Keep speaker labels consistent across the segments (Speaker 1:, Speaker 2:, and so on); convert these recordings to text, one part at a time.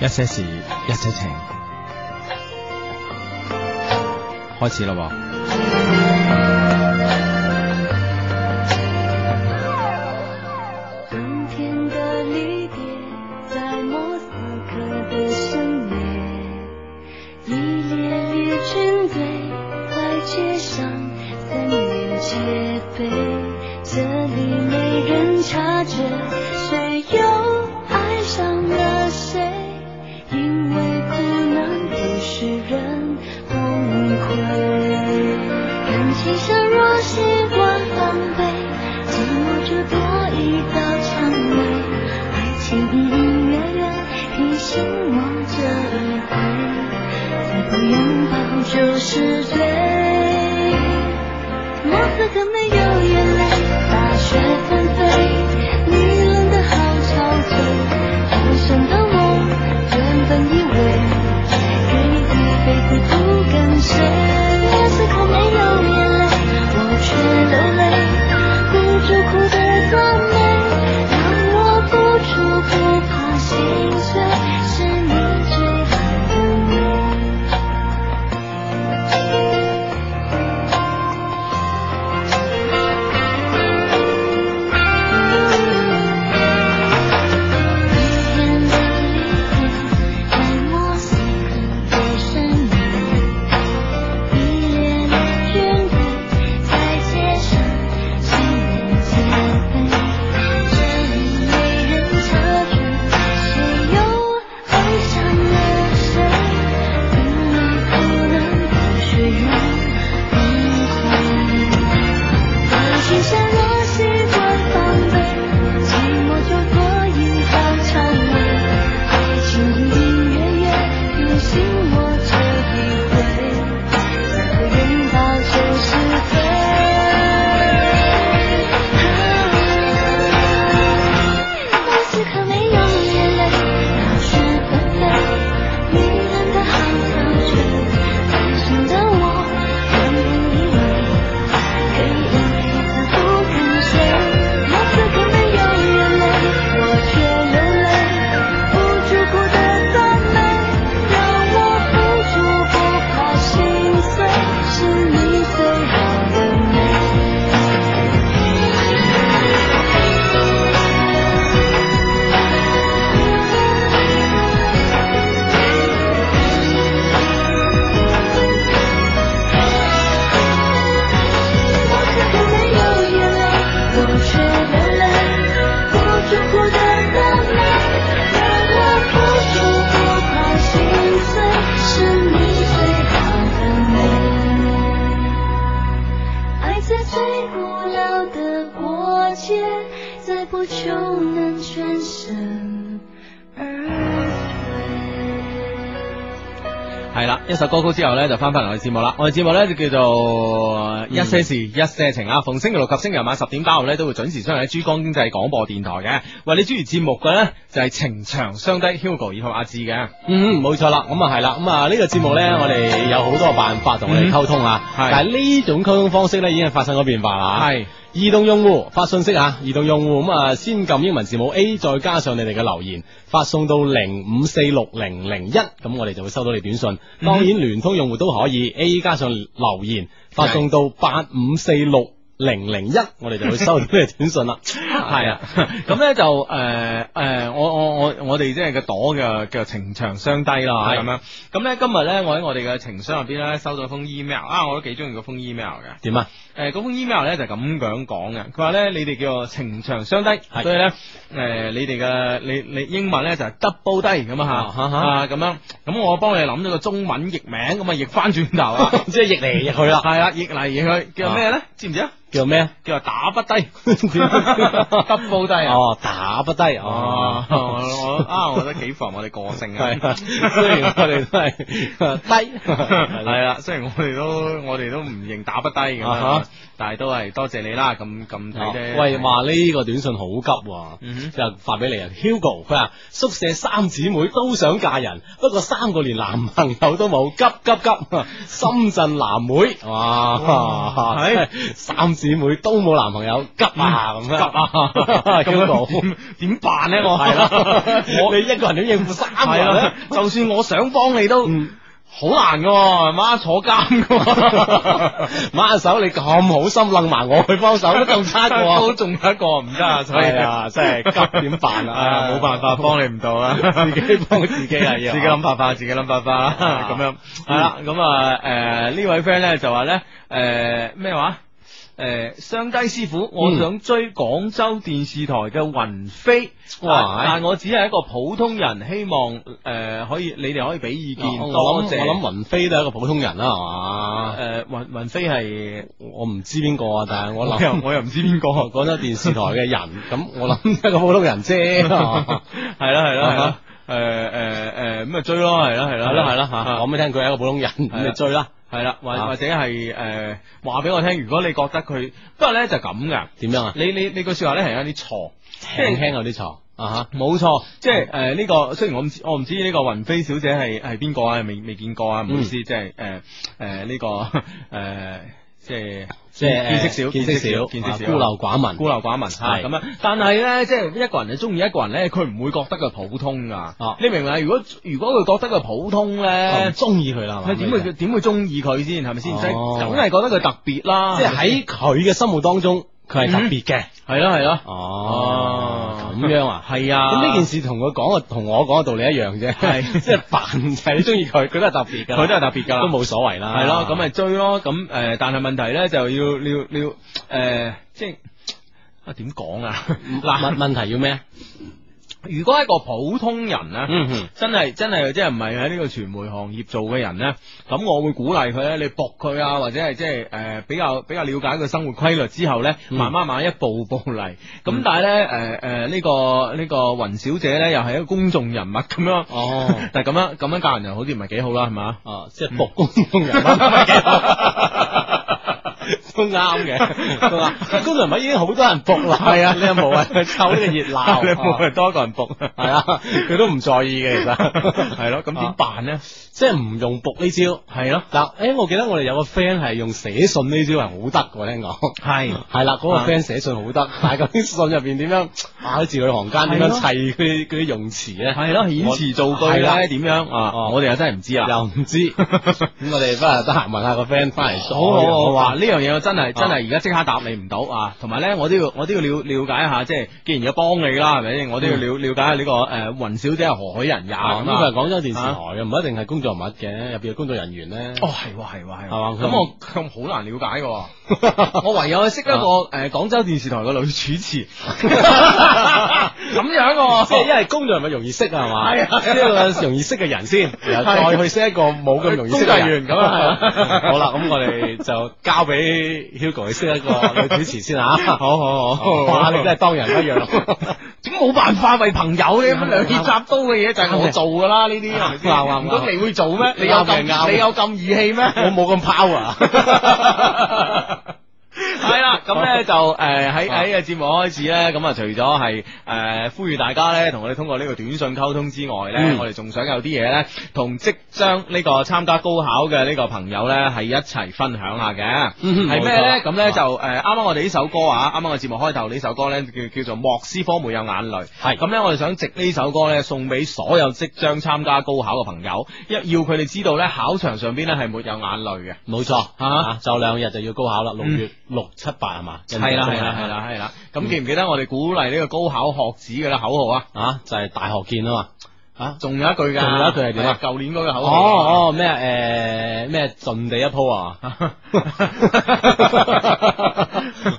Speaker 1: 一些事，一些情，開始咯
Speaker 2: 冬天的离别，在莫斯科的深夜，一列列军队在街上三年戒备，这里没人察觉，谁又爱上了谁？因为苦难不使人崩溃。感情像若习惯防备，寂寞就多一道蔷薇。爱情隐隐约约提醒我这一回，再不拥抱就是罪。莫斯科没有眼泪，大雪纷飞，女人的好憔悴，好想的我原本以为。给一辈子不跟谁。莫斯科没有眼泪，我却流泪，哭着哭的赞美，让我付出不怕心碎，是你最爱的美。天的离别，在莫斯科的深夜，一列列军队在街上三年戒备，这里没人察觉，谁又爱上了谁？因为不能不许人崩溃。爱情像若习惯防备，寂寞就多一道蔷薇。爱情隐隐约约提醒我这一回，再不拥抱就是罪。莫斯科没有眼泪，大雪纷飞，迷人的好憔悴，爱上的我原本以为。可以一辈子不跟谁，莫斯科没有眼泪，我却流泪，不住哭的赞美，让我付出不怕心碎，是你最好的美。莫斯科没有眼泪，我却流泪，不住哭的赞美，让我付出不怕心碎，是你最好的美。爱在最古老的国界，再不就能全身而退。
Speaker 1: 噃，係啦，一首歌曲之後呢，就翻返嚟我哋節目啦。我哋節目呢，就叫做呃
Speaker 3: 嗯
Speaker 1: 一些事一些情啊，逢星期六及星期日晚十點打後呢，都會準時出現喺珠江經濟廣播電台嘅。為你主持節目嘅呢，就係情長相低 Hugo 以及阿志嘅。
Speaker 3: 嗯，冇錯啦，咁啊係啦，咁啊呢個節目咧，我哋有好多辦法同我哋溝通啊，
Speaker 1: 嗯係
Speaker 3: 但係呢種溝通方式咧已經係發生咗變化啦嚇。
Speaker 1: 係
Speaker 3: 移動用戶發信息啊，移動用戶咁啊，先撳英文字母 A，再加上你哋嘅留言，發送到零五四六零零一，咁我哋就會收到你短信。
Speaker 1: 嗯
Speaker 3: 當然聯通用戶都可以 A 加上留言，發送
Speaker 1: 嗯
Speaker 3: 到八五四六零零一，我哋就會收到你嘅短 信啦。
Speaker 1: 係啊，咁咧就誒誒、呃呃我我我我哋即係個朵嘅嘅情長相低啦，
Speaker 3: 係
Speaker 1: 咁樣。咁咧今日咧，我喺我哋嘅情商入邊咧收到封 email 啊，我都幾中意嗰封 email 嘅。
Speaker 3: 點啊？
Speaker 1: 誒、呃嗰封 email 咧就咁樣講嘅，佢話咧你哋叫做情長相低，
Speaker 3: 係
Speaker 1: 所以咧誒、呃你哋嘅你你英文咧就係 double 低咁啊嚇
Speaker 3: 啊哈哈
Speaker 1: 啊咁樣，咁我幫你諗咗個中文譯名，咁啊譯翻轉頭啊，
Speaker 3: 即係逆嚟逆 去啦，
Speaker 1: 係啦，譯嚟譯去叫咩咧？知唔知啊？
Speaker 3: 叫咩啊？
Speaker 1: 叫做打不 低 ，double 低啊！
Speaker 3: 哦，打不低
Speaker 1: 哦
Speaker 3: 哦，。
Speaker 1: 我我 啊，我覺得幾符合我哋個性 啊。
Speaker 3: 系，雖然我哋 都係啊低，
Speaker 1: 係啦，雖然我哋都我哋都唔認打不低咁
Speaker 3: 啊
Speaker 1: 樣
Speaker 3: 哈，哦
Speaker 1: 但係都係多謝你啦，咁咁睇啫。
Speaker 3: 喂，話呢個短信好急喎、
Speaker 1: 嗯
Speaker 3: 就發俾你啊，Hugo，佢話宿舍三姊妹都想嫁人，不過三個連男朋友都冇，急急 急！深圳男妹，哇，
Speaker 1: 哇係
Speaker 3: 三姊妹都冇男朋友，急啊咁樣，
Speaker 1: 急啊
Speaker 3: Hugo
Speaker 1: 點点办咧？我
Speaker 3: 係 啦
Speaker 1: 我
Speaker 3: 你一個人點應付三個人
Speaker 1: 係啦
Speaker 3: 咧？
Speaker 1: 就算我想幫你都
Speaker 3: 嗯
Speaker 1: 好難噶，係嘛坐監 噶。
Speaker 3: 马手，你咁好心楞埋我去幫手，都 仲差
Speaker 1: 都
Speaker 3: 過。
Speaker 1: 仲有一個唔得啊，所以
Speaker 3: 係啊，真係急點 辦啊？
Speaker 1: 啊冇辦法幫你唔到啊，
Speaker 3: 自己幫自己 啊要
Speaker 1: 自己諗辦法，自己諗辦法啦，
Speaker 3: 啊
Speaker 1: 咁樣係啦，咁啊诶呢位 friend 咧就話咧诶咩話？诶，雙低師傅，我
Speaker 3: 嗯
Speaker 1: 想追廣州電視台嘅雲飛，
Speaker 3: 哇哎
Speaker 1: 但但我只係一個普通人，希望诶可以，你哋可以俾意見，
Speaker 3: 我
Speaker 1: 多
Speaker 3: 諗我
Speaker 1: 謝。
Speaker 3: 諗雲飛都係一個普通人啦，係嘛？
Speaker 1: 诶，雲雲飛係
Speaker 3: 我唔知邊個啊，但係我
Speaker 1: 我又
Speaker 3: 諗哦
Speaker 1: 我又唔知 邊個，
Speaker 3: 廣州電視台嘅人， 咁我諗一個普通人啫。係嘛
Speaker 1: 系啦系啦系啦，诶诶诶咁咪追咯，係啦係啦
Speaker 3: 啊係啦啊係啦
Speaker 1: 嚇
Speaker 3: 吓，嚇講俾聽佢係啊一個普通人，咁你追啦。
Speaker 1: 系啦，或
Speaker 3: 啊
Speaker 1: 或者係诶话俾我聽，如果你覺得佢，不過咧就咁噶，
Speaker 3: 點樣啊？
Speaker 1: 你你你句说話咧係有啲錯，
Speaker 3: 輕輕有啲錯啊
Speaker 1: 冇錯，即係诶呢個雖然我唔知我唔知呢個雲飛小姐係係邊個啊，未未見過啊，唔好意
Speaker 3: 嗯
Speaker 1: 思，即係诶诶呢個 诶即係
Speaker 3: 吓，即係
Speaker 1: 見識少，
Speaker 3: 見識少，
Speaker 1: 見識少，
Speaker 3: 啊孤陋寡聞。
Speaker 1: 孤陋寡聞嚇
Speaker 3: 係
Speaker 1: 咁樣，但係咧，即係一個人係中意一個人咧，佢唔會覺得佢普通噶。
Speaker 3: 哦
Speaker 1: 你明唔明啊？如果如果佢覺得佢普通
Speaker 3: 我
Speaker 1: 咧
Speaker 3: 唔，中意佢哦啦，係嘛
Speaker 1: 佢點會點會中意佢先？係咪先？
Speaker 3: 哦
Speaker 1: 即係梗係覺得佢特別啦。
Speaker 3: 即係喺佢嘅心目當中，佢係特別嘅。
Speaker 1: 係啊咯係
Speaker 3: 嗯
Speaker 1: 咯。
Speaker 3: 哦，咁樣啊？
Speaker 1: 係啊。
Speaker 3: 咁呢件事同佢講嘅，同我講嘅道理一樣啫。
Speaker 1: 係
Speaker 3: 即係凡仔中意 佢，佢都係特別㗎啦。
Speaker 1: 佢都係特別㗎啦
Speaker 3: 都冇所謂啦。
Speaker 1: 係咯，咁咪追咯。咁誒，但係問題咧就要要要誒，即係啊點講啊？
Speaker 3: 嗱，問問題要咩？
Speaker 1: 如果係一個普通人咧。
Speaker 3: 嗯哼，
Speaker 1: 真係真係即係唔係喺呢個傳媒行業做嘅人咧，咁我會鼓勵佢咧，你搏佢啊，或者係即係誒比較比較了解佢生活規律之後咧，
Speaker 3: 嗯
Speaker 1: 慢慢慢慢一步步嚟。咁、但係咧誒誒呢個呢、個雲小姐咧，又係一個公眾人物咁樣，
Speaker 3: 哦。
Speaker 1: 但係咁樣咁樣教人又好似唔係幾好啦，係嘛？
Speaker 3: 哦，即係服公眾人物， 都啱嘅，都啱。公眾人物已經好多人服啦，係啊，你有 冇啊？湊呢個熱 鬧，哦
Speaker 1: 你冇人多一個人搏，
Speaker 3: 係啊，佢都唔在意嘅，其實
Speaker 1: 係咯，咁點辦咧？
Speaker 3: 即係唔用服呢招。
Speaker 1: 係咯，
Speaker 3: 嗱，誒，我記得我哋有個 friend 係用寫信呢招係好得嘅，聽講。
Speaker 1: 係。
Speaker 3: 係啦，嗰
Speaker 1: 啊
Speaker 3: 個 friend 寫信好 得，但係究竟信入邊點樣啊？喺字裏行間點
Speaker 1: 係咯
Speaker 3: 樣砌嗰啲嗰啲用詞咧？
Speaker 1: 係咯，顯示造句
Speaker 3: 係啦
Speaker 1: 咧點樣啊？
Speaker 3: 哦
Speaker 1: 我哋又真係唔知啦。
Speaker 3: 又唔知， 咁我哋不如得閒問下個 friend 翻嚟
Speaker 1: 好好好，
Speaker 3: 話
Speaker 1: 哇！呢樣嘢我真係真
Speaker 3: 啊
Speaker 1: 係而家即刻答你唔到啊！同埋咧，我都要我都要了了解一下，即係既然要幫你啦，係咪先？我都要了了解下呢個诶雲小姐係何許人也
Speaker 3: 嗯啊，
Speaker 1: 咁
Speaker 3: 咁佢係
Speaker 1: 啊？
Speaker 3: 廣州電視台嘅，唔一定係工作人物嘅，入邊嘅工作人員咧。
Speaker 1: 哦，係喎，係喎，係喎。
Speaker 3: 係嘛佢
Speaker 1: 咁我咁好難了解嘅喎， 我唯有識得個
Speaker 3: 啊
Speaker 1: 诶廣州電視台嘅女主持，咁樣嘅
Speaker 3: 即係因
Speaker 1: 喎。
Speaker 3: 為工作人物容易識啊係嘛，
Speaker 1: 哦係啊
Speaker 3: 即係個容易識嘅人先，然後再去識一個冇咁容易識
Speaker 1: 工作
Speaker 3: 嘅
Speaker 1: 人員
Speaker 3: 人
Speaker 1: 咁啊
Speaker 3: 好啦，咁我哋就交俾 Hugo 去識一個女主持先 吓。
Speaker 1: 好好好，
Speaker 3: 哇，你真係當人不 讓，啊
Speaker 1: 咁冇辦法為朋友呢咁兩肋插刀嘅嘢就係我做噶啦，呢啲係咪先
Speaker 3: 啱啱啱
Speaker 1: 唔通你會做咩？你有咁
Speaker 3: 啱嘅啱嘅
Speaker 1: 你有咁義氣咩？
Speaker 3: 我冇 咁啊拋啊！
Speaker 1: 系啦，咁咧就诶喺
Speaker 3: 啊
Speaker 1: 喺嘅節目開始咧，咁啊除咗係诶呼籲大家咧同我哋通過呢個短信溝通之外咧，
Speaker 3: 嗯
Speaker 1: 我哋仲想有啲嘢咧同即將呢個參加高考嘅呢個朋友咧係一齊分享下嘅，
Speaker 3: 嗯哼
Speaker 1: 係咩咧？
Speaker 3: 冇錯
Speaker 1: 咁咧就诶啱啱我哋呢首歌啊，啱啱嘅節目開頭呢首歌咧叫叫做莫斯科沒有眼淚，
Speaker 3: 係
Speaker 1: 咁咧我哋想藉呢首歌咧送俾所有即將參加高考嘅朋友，一要佢哋知道咧考場上邊咧係沒有眼淚嘅。
Speaker 3: 冇錯
Speaker 1: 嚇
Speaker 3: 啊，就兩日就要高考啦，六
Speaker 1: 嗯
Speaker 3: 月六七八係嘛？
Speaker 1: 系啦系啦系啦系啦，咁記唔記得我哋鼓勵呢個高考學子嘅啦口號啊？
Speaker 3: 啊，就係大學見啊嘛。啊，
Speaker 1: 仲有一句㗎，
Speaker 3: 仲有一句係點啊
Speaker 1: 係舊年嗰個口號。
Speaker 3: 哦哦咩诶咩盡地一鋪啊，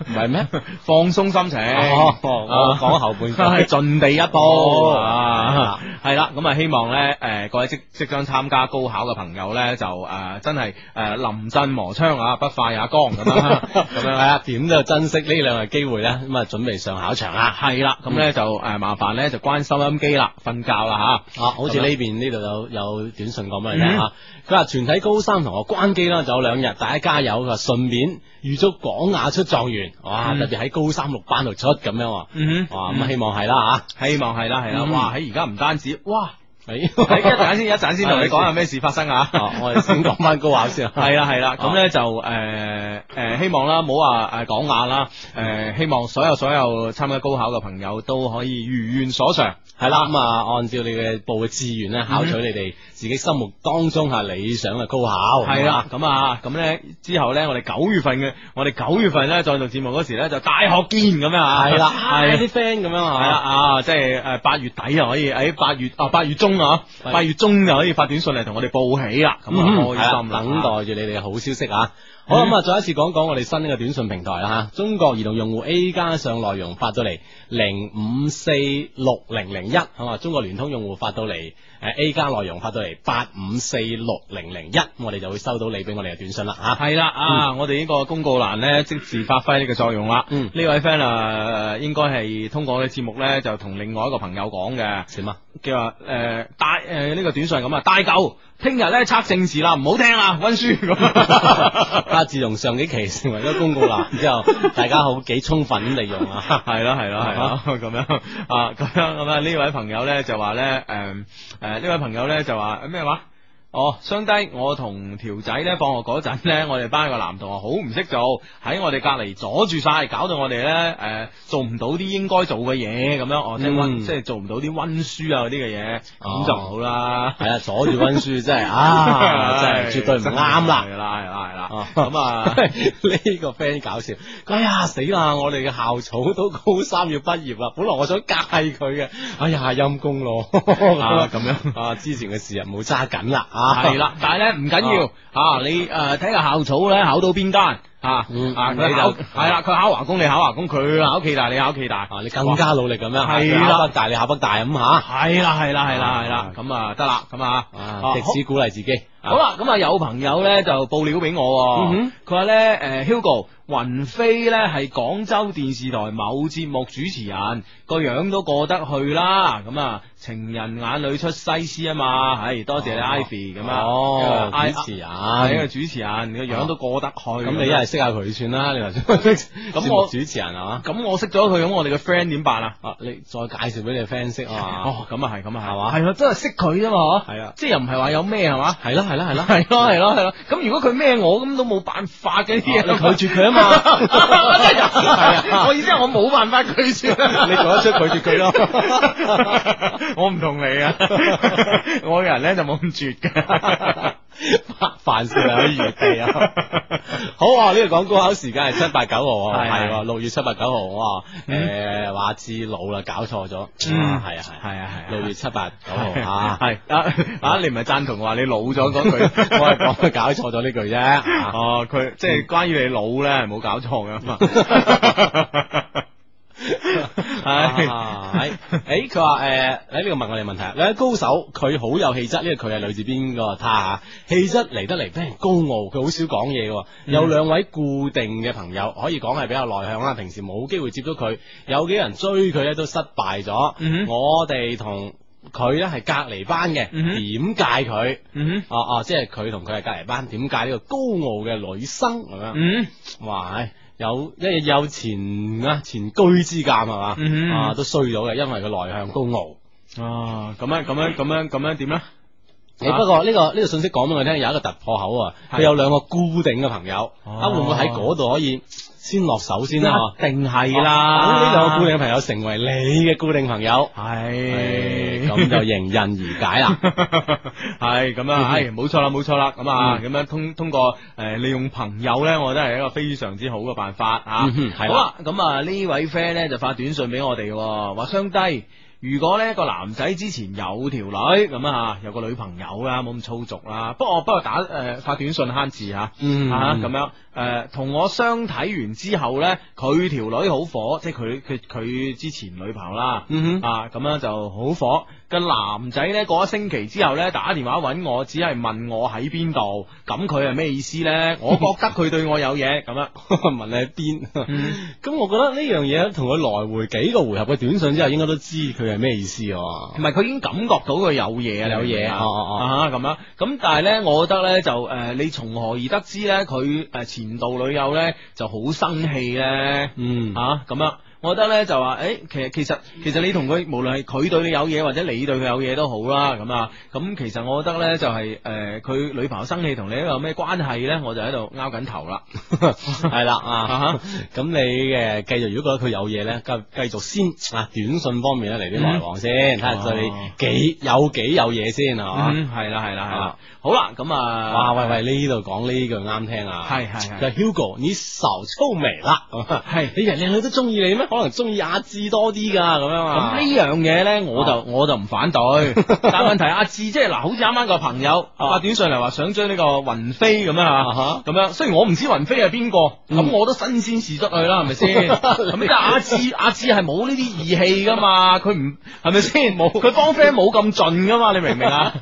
Speaker 3: 唔係咩？
Speaker 1: 放鬆心情。 啊
Speaker 3: 哦我講後半 句
Speaker 1: 係盡地一步
Speaker 3: 哦
Speaker 1: 啊，係啦，咁啊希望咧，誒各位即即將參加高考嘅朋友咧，就誒真係誒臨陣磨槍啊，不快也光咁啊，咁
Speaker 3: 咁樣
Speaker 1: 樣
Speaker 3: 係啊，點都要珍惜呢兩日機會咧，咁啊準備上考場啦。嗯
Speaker 1: 係啦，咁咧就誒麻煩咧就關收音機啦，瞓覺啦嚇。
Speaker 3: 啊，好似
Speaker 1: 咁
Speaker 3: 呢
Speaker 1: 樣
Speaker 3: 邊呢度有有短信講俾你聽
Speaker 1: 嗯
Speaker 3: 啊，佢話全體高三同學關機啦，仲有兩日，大家加油。佢話順便預祝廣雅出狀元，哇！
Speaker 1: 嗯
Speaker 3: 特別喺高三六班度出咁樣喎，
Speaker 1: 嗯哼
Speaker 3: 哇！咁啊希望係啦
Speaker 1: 希望係啦，係啦，
Speaker 3: 嗯
Speaker 1: 哇！喺而家唔單止，哇！
Speaker 3: 诶，
Speaker 1: 一陣先，一陣先同你講下咩事發生啊！
Speaker 3: 哦我哋 先讲翻高考先啊，
Speaker 1: 系啦系啦，咁
Speaker 3: 啊
Speaker 1: 咧就诶诶，希望啦，唔好話诶講下啦，
Speaker 3: 嗯
Speaker 1: 诶希望所有所有參加高考嘅朋友都可以如願所償。
Speaker 3: 系啦，咁啊，按照你嘅報嘅志願咧，考取你
Speaker 1: 嗯
Speaker 3: 哋自己心目當中吓理想嘅高考。
Speaker 1: 系啦，咁啊，咁咧之後咧，我哋九月份嘅，我哋九月份咧再做節目嗰時咧，就大學見咁樣
Speaker 3: 係
Speaker 1: 啊，
Speaker 3: 嘛，系 啦，
Speaker 1: 係
Speaker 3: 啲 friend 咁
Speaker 1: 系
Speaker 3: 樣
Speaker 1: 啦
Speaker 3: 啊，
Speaker 1: 啊，即系诶八月底啊，可以喺八月啊八月中啊，
Speaker 3: 係
Speaker 1: 八月中就可以發短信嚟同我哋報喜啦，咁
Speaker 3: 嗯
Speaker 1: 啊開心
Speaker 3: 係
Speaker 1: 啦
Speaker 3: 啦等待住你哋嘅好消息啊！好啦咁啊，再一次講講我哋新嘅短信平台啦吓，中國移動用戶 A 加上內容發到嚟零五四六零零一，係嘛？中國聯通用戶發到嚟诶 A 加內容發到嚟八五四六零零一，咁我哋就會收到你俾我哋嘅短信啦吓。
Speaker 1: 系啦啊！我哋呢個公告欄呢，即時發揮呢個作用啦。
Speaker 3: 嗯
Speaker 1: 呢位 friend 啊，應該係通過我哋節目呢，就同另外一個朋友講嘅，
Speaker 3: 點啊？
Speaker 1: 叫話诶大诶呢個短信係咁啊，大狗，聽日呢測政治啦，唔好聽啦，温書 咁。
Speaker 3: 啊！自從上幾期成為咗公告 欄之後，大家好幾充分咁利用 啊！
Speaker 1: 系啦系啦系啦， 咁样啊咁样咁啊呢位朋友咧就话咧诶诶呢位朋友咧就话咩话？哦，相低，我同條仔咧放學嗰陣 咧，我哋班個男同學好唔識做，喺我哋隔離阻住晒，搞到我哋咧誒做唔到啲應該做嘅嘢咁樣，哦，即係温，
Speaker 3: 嗯
Speaker 1: 即係做唔到啲温書啊嗰啲嘅嘢，咁、
Speaker 3: 哦
Speaker 1: 就唔好啦。
Speaker 3: 係啊，阻住温書真係啊，真係絕對唔 啱啦
Speaker 1: 係！啦係啦係啦
Speaker 3: 哦，
Speaker 1: 咁啊。
Speaker 3: 呢個 friend 搞笑，佢哎呀死啦！我哋嘅校草都高三要畢業啦，本來我想戒佢嘅，哎呀陰公 咯，
Speaker 1: 啊咁
Speaker 3: 樣啊，之前嘅事啊冇揸緊啦啊，
Speaker 1: 系 啦，但系咧唔緊要啊，你诶睇下校草咧考到邊間啊
Speaker 3: 嗯
Speaker 1: 啊，
Speaker 3: 你
Speaker 1: 佢
Speaker 3: 就
Speaker 1: 考係啦，佢考華工，你考華工，佢考暨大，你考暨大，
Speaker 3: 啊，你更加努力咁樣，
Speaker 1: 係啦
Speaker 3: 佢考北大你考北大咁吓，
Speaker 1: 係啦係啦係啦係啦
Speaker 3: 啊，
Speaker 1: 咁啊得啦，咁啊
Speaker 3: 啊，迪斯鼓勵自己，
Speaker 1: 好啦，咁啊有朋友咧就報料俾我
Speaker 3: 嗯
Speaker 1: 喎
Speaker 3: 哼，
Speaker 1: 佢話咧诶 Hugo 雲飛咧係廣州電視台某節目主持人，個樣都過得去啦，咁啊情人眼裏出西施啊嘛，係多謝你
Speaker 3: 哦
Speaker 1: Ivy 咁啊，
Speaker 3: 哦
Speaker 1: 因為，
Speaker 3: 主持人，
Speaker 1: 系一個哎主持人，個樣都過得去。
Speaker 3: 哎咁你一係識下佢算啦，你頭先 咁
Speaker 1: 哎我
Speaker 3: 我主持人係嘛？
Speaker 1: 咁我識咗佢，咁我哋嘅 friend 點辦啊？
Speaker 3: 啊，你再介紹俾你嘅 friend 識啊嘛？
Speaker 1: 哦，咁啊係，咁啊係，
Speaker 3: 係嘛
Speaker 1: 係咯，真係識佢啫嘛，
Speaker 3: 係啊
Speaker 1: 即係又唔係話有咩係嘛？
Speaker 3: 係啦係啦係啦，
Speaker 1: 係咯係咯係咯，咁如果佢咩我咁都冇辦法嘅啲嘢，
Speaker 3: 你拒絕佢啊嘛，
Speaker 1: 我真係
Speaker 3: 係
Speaker 1: 有
Speaker 3: 啊
Speaker 1: 我意思係我冇辦法拒絕，
Speaker 3: 你做得出拒絕佢咯。
Speaker 1: 我唔同你啊，我個人咧就冇咁絕 嘅。
Speaker 3: 凡事有餘地 啊！好啊，呢度講高考時間係七八九號 喎，
Speaker 1: 係
Speaker 3: 係
Speaker 1: 係
Speaker 3: 喎六月七八九號，我話
Speaker 1: 嗯
Speaker 3: 誒話知老啦，搞錯咗，啊係
Speaker 1: 嗯
Speaker 3: 啊係啊
Speaker 1: 係啊係啊
Speaker 3: 六月七八九號啊，
Speaker 1: 系啊啊！你唔係贊同我話你老咗嗰句，
Speaker 3: 我係講佢搞錯咗呢句啫啊。
Speaker 1: 哦，佢即係關於你 老咧，係 冇搞錯噶嘛。
Speaker 3: 啊
Speaker 1: 系
Speaker 3: 係，诶，佢話诶，喺呢度問我哋問題啊，你喺高手，佢好有氣質，呢個佢係嚟自邊個？他吓氣質嚟得嚟非常高傲，佢好少講嘢嘅喎。有兩位固定嘅朋友，可以講係比較內向啦，平時冇機會接觸佢，有幾個人追佢咧都失敗咗。
Speaker 1: 嗯哼
Speaker 3: 我哋同佢咧係隔離班嘅，
Speaker 1: 嗯哼
Speaker 3: 點解佢？
Speaker 1: 嗯
Speaker 3: 哦哦，即係佢同佢係隔離班，點解呢個高傲嘅女生咁樣？
Speaker 1: 嗯
Speaker 3: 哇，唉有一有前啊前居之鉴系嘛，
Speaker 1: 嗯
Speaker 3: 啊都衰咗嘅，因為佢內向高傲。
Speaker 1: 啊，咁樣咁樣咁樣咁樣點咧？
Speaker 3: 誒不過呢、個呢、個信息講俾我聽，有一個突破口啊！
Speaker 1: 係
Speaker 3: 佢有兩個固定嘅朋友，
Speaker 1: 哦
Speaker 3: 啊會唔會喺嗰度可以先落手先 啦？嗬
Speaker 1: 定系
Speaker 3: 等呢兩個固
Speaker 1: 定
Speaker 3: 定嘅朋友成為你嘅固定朋友，誒
Speaker 1: 系。
Speaker 3: 咁、就迎刃而解啦
Speaker 1: 系咁
Speaker 3: 嗯
Speaker 1: 啊，系冇錯啦，冇錯啦，咁啊，咁樣通通過诶利用朋友咧，我覺得係一個非常之好嘅辦法啊。
Speaker 3: 嗯哼係
Speaker 1: 好
Speaker 3: 啦
Speaker 1: 啦，咁啊呢位 friend 咧就發短信俾我哋喎，話相低。如果呢個男仔之前有條女咁啊，有個女朋友啦，冇咁粗俗啦。不過不過打誒、呃、發短信慳字嚇，
Speaker 3: 嗯
Speaker 1: 啊咁樣誒，同、我相睇完之後
Speaker 3: 嗯
Speaker 1: 呢，佢條女好火，即係佢佢佢之前女朋友啦，
Speaker 3: 嗯哼
Speaker 1: 啊，咁樣就好火。個男仔呢，過一星期之後呢，打電話揾我，只係問我喺邊度，咁佢係咩意思呢？我覺得佢對我有嘢咁樣。啊
Speaker 3: 問你喺邊？咁、
Speaker 1: 嗯
Speaker 3: 我覺得呢樣嘢同佢來回幾個回合嘅短信之後，應該都知佢係咩意思喎。
Speaker 1: 唔係佢已經感覺到佢有嘢啊，
Speaker 3: 有嘢
Speaker 1: 你明唔明啊
Speaker 3: 哦哦哦
Speaker 1: 啊咁樣。咁但係咧，我覺得咧就誒、呃你從何而呃得知咧佢誒前度女友咧就好生氣咧
Speaker 3: 嗯
Speaker 1: 啊咁樣。我覺得咧就話，诶，其實其實其實你同佢，無論係佢對你有嘢，或者你對佢有嘢都好啦，咁啊，咁其實我覺得咧就係、诶，佢、女朋友生氣同你有咩關係咧，我就喺度拗緊頭 啦。
Speaker 3: 系啦
Speaker 1: 啊
Speaker 3: 啊，咁你嘅繼續，如果覺得佢有嘢咧，繼繼續先啊，短信方面咧嚟啲來往先，睇下對
Speaker 1: 哦
Speaker 3: 你幾有幾有嘢先係嘛
Speaker 1: 嗯，係啦係啦係啦
Speaker 3: 啊。
Speaker 1: 好啦，咁啊，
Speaker 3: 哇喂喂，呢度講呢句啱聽啊，
Speaker 1: 係係係
Speaker 3: 就 Hugo，你愁粗眉啦，
Speaker 1: 係
Speaker 3: 你人靚女都中意你咩？可能中意阿志多啲噶咁樣
Speaker 1: 咁
Speaker 3: 啊，
Speaker 1: 呢樣嘢咧，我就我就唔反對， 但問題阿志即係嗱，好似啱啱個朋友
Speaker 3: 啊
Speaker 1: 發短信嚟話想追呢個雲飛咁樣
Speaker 3: 啊
Speaker 1: 啊，
Speaker 3: 哈
Speaker 1: 咁樣雖然我唔知雲飛係邊個，咁
Speaker 3: 嗯
Speaker 1: 我都新鮮事出去啦，係咪先？ 咁但阿志阿志係冇呢啲義氣噶嘛，佢唔係咪先？冇佢幫 friend 冇咁盡噶嘛，你明唔明 啊？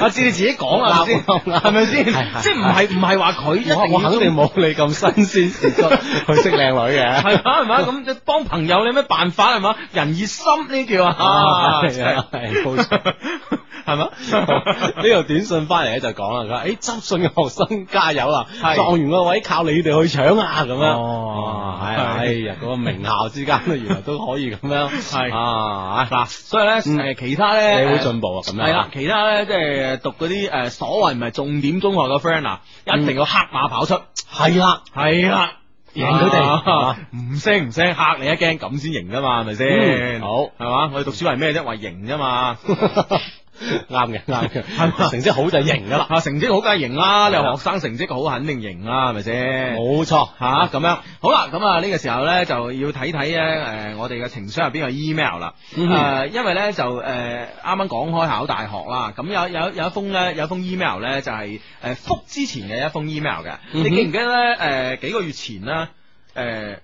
Speaker 1: 阿志你自己講啊，係咪先 係咪先？
Speaker 3: 係係
Speaker 1: 即係唔係唔係話佢一定
Speaker 3: 我我肯定冇你咁新鮮 事出去識靚女嘅，
Speaker 1: 系嘛系嘛，咁即係幫朋友你有咩辦法係嘛？人熱心呢叫啊，
Speaker 3: 係啊係冇錯
Speaker 1: 係 嘛？
Speaker 3: 呢度短信翻嚟咧就講啦，佢話：，誒執信嘅學生加油啊啦，
Speaker 1: 係
Speaker 3: 狀元個位靠你哋去搶啊，咁樣。
Speaker 1: 哦
Speaker 3: 係
Speaker 1: 係
Speaker 3: 啊哎呀，嗰個名校之間咧，原來都可以咁樣。
Speaker 1: 係
Speaker 3: 啊，
Speaker 1: 嗱，所以咧誒
Speaker 3: 嗯
Speaker 1: 其他
Speaker 3: 社
Speaker 1: 咧
Speaker 3: 會進步啊，咁樣。
Speaker 1: 係啦，其他咧即係讀嗰啲誒所謂唔係重點中學嘅 friend 啊，一定要黑馬跑出，
Speaker 3: 嗯係啦，
Speaker 1: 係啦。
Speaker 3: 贏佢哋
Speaker 1: 啊唔聲唔聲嚇你一驚，咁先贏噶嘛，係咪先？
Speaker 3: 嗯好
Speaker 1: 係嘛？我哋讀書為咩啫？為贏啫嘛。
Speaker 3: 啱嘅，啱
Speaker 1: 係嘛
Speaker 3: 嘅，成績好就型噶啦，
Speaker 1: 啊，成績好梗係贏啦，你
Speaker 3: 係
Speaker 1: 話
Speaker 3: 啊
Speaker 1: 學生成績好肯定贏啦，係咪先？
Speaker 3: 冇錯。
Speaker 1: 吓咁、樣好啦，咁啊呢個時候咧就要睇睇咧诶，誒我哋嘅情商入邊嘅 email 啦。诶、
Speaker 3: 嗯
Speaker 1: 啊因為咧就诶啱啱講開考大學啦，咁有有有一封咧有一封 email 咧就係诶复之前嘅一封 email 嘅，
Speaker 3: 嗯
Speaker 1: 你
Speaker 3: 哼
Speaker 1: 記唔記得咧？诶、幾個月前呃啦，诶、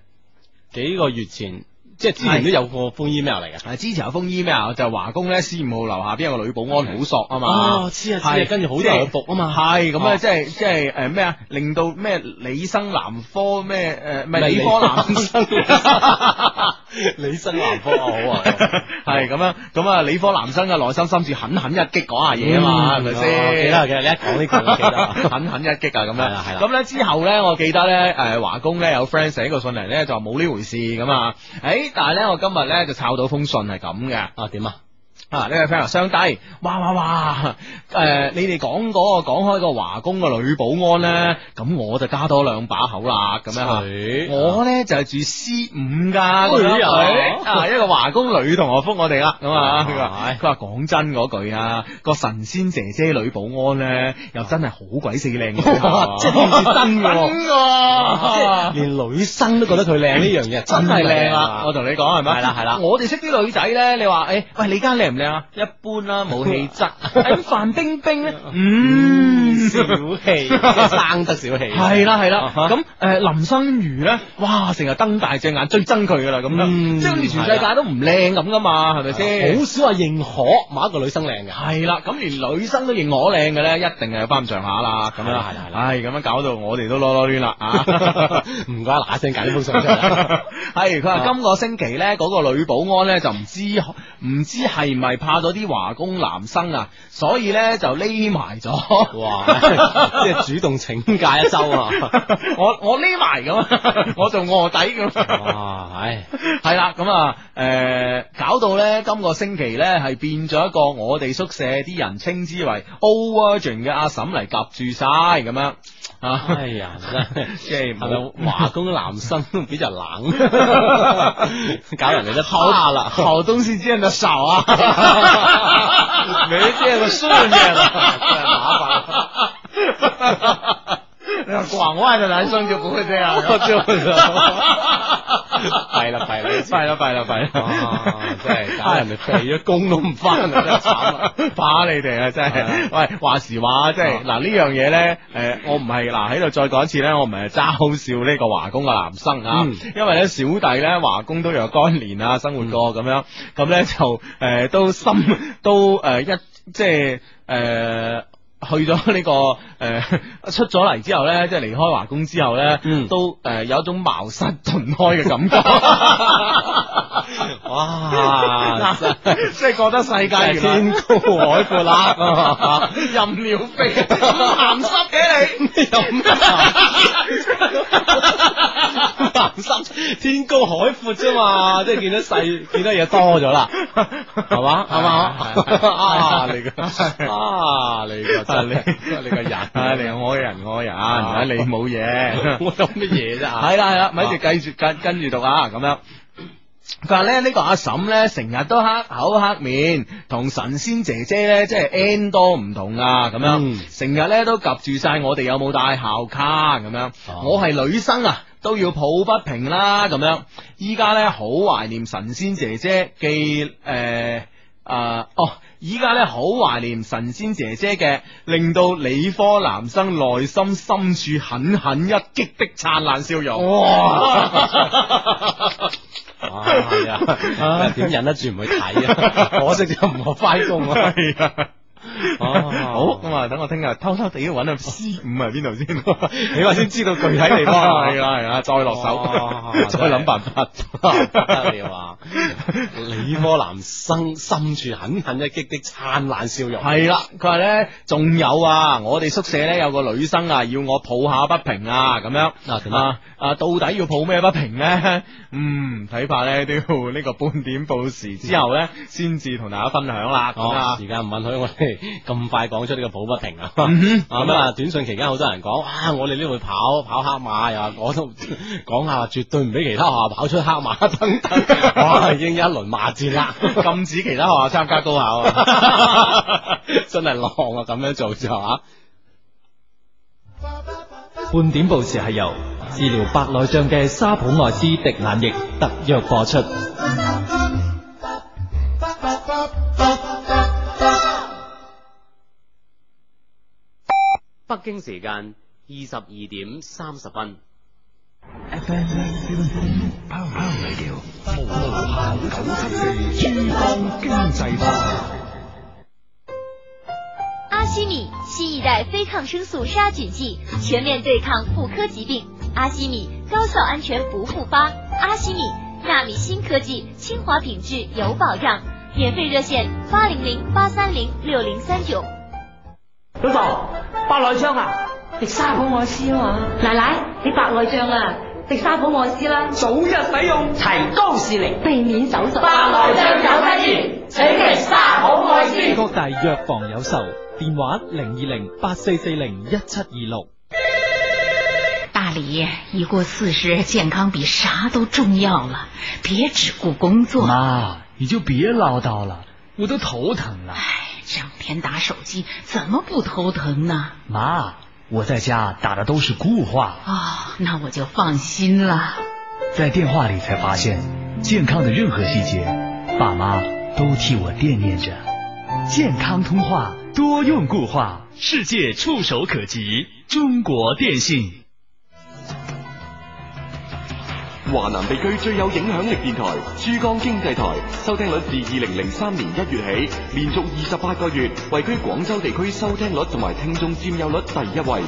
Speaker 3: 幾個月前，即係之前都有過封 email 嚟嘅。
Speaker 1: 誒之前有封 email 就華工咧四五號樓下邊有個女保安好索啊嘛。
Speaker 3: 哦，知啊知啊
Speaker 1: 係，
Speaker 3: 跟住好多人去服啊嘛。
Speaker 1: 系咁啊，
Speaker 3: 啊
Speaker 1: 即系即系诶咩啊，令到咩理生男科咩呃诶，唔係理
Speaker 3: 理
Speaker 1: 科男
Speaker 3: 生 李生南科啊，好啊。
Speaker 1: 系咁样，咁啊理科男生嘅內心深處狠狠一擊嗰下嘢啊嘛，係咪
Speaker 3: 哦記
Speaker 1: 先？
Speaker 3: 得記得，你一講呢句我記得 啊。
Speaker 1: 狠狠一擊啊，咁
Speaker 3: 係
Speaker 1: 樣
Speaker 3: 啦係啦
Speaker 1: 咁咧之後咧，我記得咧，誒華工咧有 friend 寫個信嚟咧，就話冇呢回事咁啊。誒，但係咧我今日咧就抄到封信係咁嘅。
Speaker 3: 啊點啊？
Speaker 1: 啊！呢位 friend 話相低，哇哇哇！誒、你哋講嗰個講開個華工個女保安咧，咁我就加多兩把口啦，咁樣嚇。
Speaker 3: 啊佢
Speaker 1: 我咧就係住 C 五噶，咁
Speaker 3: 哎呀
Speaker 1: 樣啊一個華工女同學覆我哋啦，咁啊佢話
Speaker 3: 哎
Speaker 1: 佢話講真嗰句啊，個神仙姐姐女保安咧又真係好鬼死靚嘅
Speaker 3: 哇，即係呢件事真嘅喎
Speaker 1: 真㗎
Speaker 3: 即係連女生都覺得佢靚呢樣嘢，
Speaker 1: 真係
Speaker 3: 係
Speaker 1: 靚啦！
Speaker 3: 啊
Speaker 1: 我同你講係咪？
Speaker 3: 係啦係啦
Speaker 1: 我哋識啲女仔咧，你話誒喂，你間靚唔靚啊？一般啦，冇氣 質。誒范冰冰咧，嗯
Speaker 3: 嗯，。小 氣，生得小氣，
Speaker 1: 系啦系啦，
Speaker 3: 啊哈
Speaker 1: 咁诶林生如咧，哇成日瞪大隻眼追憎佢噶啦，咁樣，
Speaker 3: 嗯啊
Speaker 1: 即係好似全世界都唔靚咁噶嘛，係咪先？
Speaker 3: 好少話認可某一個女生靚嘅，
Speaker 1: 係啦，咁連女生都認我靚嘅咧，一定係有翻咁上下啦，咁樣
Speaker 3: 係啦係啦係啦
Speaker 1: 唉，咁樣搞到我哋都囉囉攣啦啊！
Speaker 3: 唔該嗱一聲揀呢封信出 嚟。
Speaker 1: 係佢
Speaker 3: 啊
Speaker 1: 話今個星期咧，嗰、個女保安咧就唔知唔知係咪怕咗啲華工男生啊，所以咧就匿埋咗。
Speaker 3: 哇！即係主動請假一周啊！
Speaker 1: 我我匿埋咁， 我做卧底咁。
Speaker 3: 哦哇！唉，
Speaker 1: 系啦，咁啊，诶、搞到咧，今個星期咧係變咗一個我哋宿舍啲人稱之為 o virgin 嘅阿嬸嚟夾住晒咁樣啊，
Speaker 3: 哎呀，真係
Speaker 1: 即係冇
Speaker 3: 係咪華工男生都比較冷， 搞人哋都 怕啦。
Speaker 1: 好东西見得少啊，
Speaker 3: 没见过世面了，
Speaker 1: 啊
Speaker 3: 太麻烦了。
Speaker 1: 广外的男生就不会这样，
Speaker 3: 就是， 弊啦弊啦，
Speaker 1: 弊啦弊哦啦弊
Speaker 3: 啊
Speaker 1: 啦，
Speaker 3: 真 系搞人哋肥咗工都 唔翻啊，真系惨啊！
Speaker 1: 打你哋啊！真係，喂，話時話，即
Speaker 2: 啊
Speaker 1: 係嗱呢樣嘢咧，誒，我唔係嗱喺度再講一次咧，我唔係嘲笑呢個華工嘅男生啊
Speaker 3: 嗯，
Speaker 1: 因為咧小弟咧華工都若干年啊生活
Speaker 2: 嗯
Speaker 1: 過咁樣， 咁咧就誒都心都誒一即係誒。去咗呢、個誒、呃出咗嚟之後咧，即係離開華工之後咧，
Speaker 2: 嗯
Speaker 1: 都誒、呃有一種茅塞頓開嘅感 覺。
Speaker 2: 哇！啊真係
Speaker 1: 即係覺得世界
Speaker 2: 真係
Speaker 1: 高
Speaker 2: 天海 闊啦
Speaker 1: 任了飛，鹹濕嘅你，
Speaker 2: 有鹹濕天高海闊啫嘛，即係見得細，見得嘢多咗啦，係嘛係嘛？啊你個啊你個真係你個 人
Speaker 1: 啊，你係我嘅人，我嘅人，啊你冇嘢。
Speaker 2: 我有乜嘢啫啊？
Speaker 1: 系啦系啦，咪一直繼續跟跟住讀啊，咁樣。佢話咧呢個阿嬸咧成日都黑口黑面，同神仙姐姐咧即係 N 多唔同啊咁
Speaker 2: 嗯
Speaker 1: 樣，成日咧都及住晒我哋有冇帶校卡咁樣，
Speaker 2: 哦
Speaker 1: 我係女生啊都要抱不平啦咁樣，依家咧好懷念神仙姐姐嘅誒啊哦，依家咧好懷念神仙姐姐嘅，令到理科男生內心深處狠狠一擊的燦爛笑容。
Speaker 3: 哦
Speaker 2: 啊係啊，點忍得住唔去睇啊？可惜就唔學翻工啊！
Speaker 1: 系啊。
Speaker 2: 哦
Speaker 1: 好咁啊！等我聽日偷偷地揾下 C 五啊係邊度先，
Speaker 2: 你
Speaker 1: 你
Speaker 2: 話先知道具體地方
Speaker 1: 啊係啦係啦，再落
Speaker 3: 哦
Speaker 2: 哇
Speaker 1: 手，再諗辦法。
Speaker 2: 哦不得了啊！理科男生深處狠狠一擊的燦爛笑容，
Speaker 1: 係啦，佢話咧，仲有啊，我哋宿舍咧有個女生啊，要我抱下不平啊，咁樣
Speaker 2: 啊點啊
Speaker 1: 啊啊，到底要抱咩不平咧？ 嗯，睇怕咧都要呢個半點報時之後咧，先至同大家分享啦。咁
Speaker 2: 哦
Speaker 1: 啊，，
Speaker 2: 時間唔允許我哋咁快講出呢個抱不平啊！
Speaker 1: 嗯哼
Speaker 2: 咁啊，短信期間好多人講，啊，我哋呢度跑跑黑馬，又話我都講下話絕對唔俾其他學校跑出黑馬等等，哇，已經一輪罵戰啦，
Speaker 1: 禁止其他學校參加高考啊！
Speaker 2: 真係浪啊！咁樣做就嚇。
Speaker 4: 半點報時係由治療白內障嘅沙普愛斯滴眼液特約播出。
Speaker 5: 北京時間二十二點三十分。
Speaker 6: 阿西米新一代非抗生素杀菌剂，全面对抗妇科疾病。阿西米高效安全不复发。阿西米纳米新科技，清华品质有保障。免费热线八零零八三零六零三九。
Speaker 7: 老豆，白內障啊，
Speaker 8: 食沙普愛斯啊嘛，奶奶你白內障啊，食沙普愛斯啦，
Speaker 7: 早日使用提高視力。
Speaker 8: 避免手術。
Speaker 4: 各大藥房有售，電話零二零八四四零一七二六。
Speaker 9: 大理已过四十，健康比啥都重要了，别只顾工作，
Speaker 3: 妈，你就别唠叨了，我都头疼
Speaker 1: 啊
Speaker 3: 了。
Speaker 9: 整天打手机，怎么不头疼呢？
Speaker 3: 妈，我在家打的都是固话，
Speaker 9: 哦，那我就放心了。
Speaker 3: 在电话里才发现，健康的任何细节，爸妈都替我惦念着。健康通话，多用固话，世界触手可及。中国电信。
Speaker 10: 华南地区最有影响力电台珠江经济台，收听率自二零零三年一月起，连续二十八个月位居广州地区收听率同埋听众占有率第一位。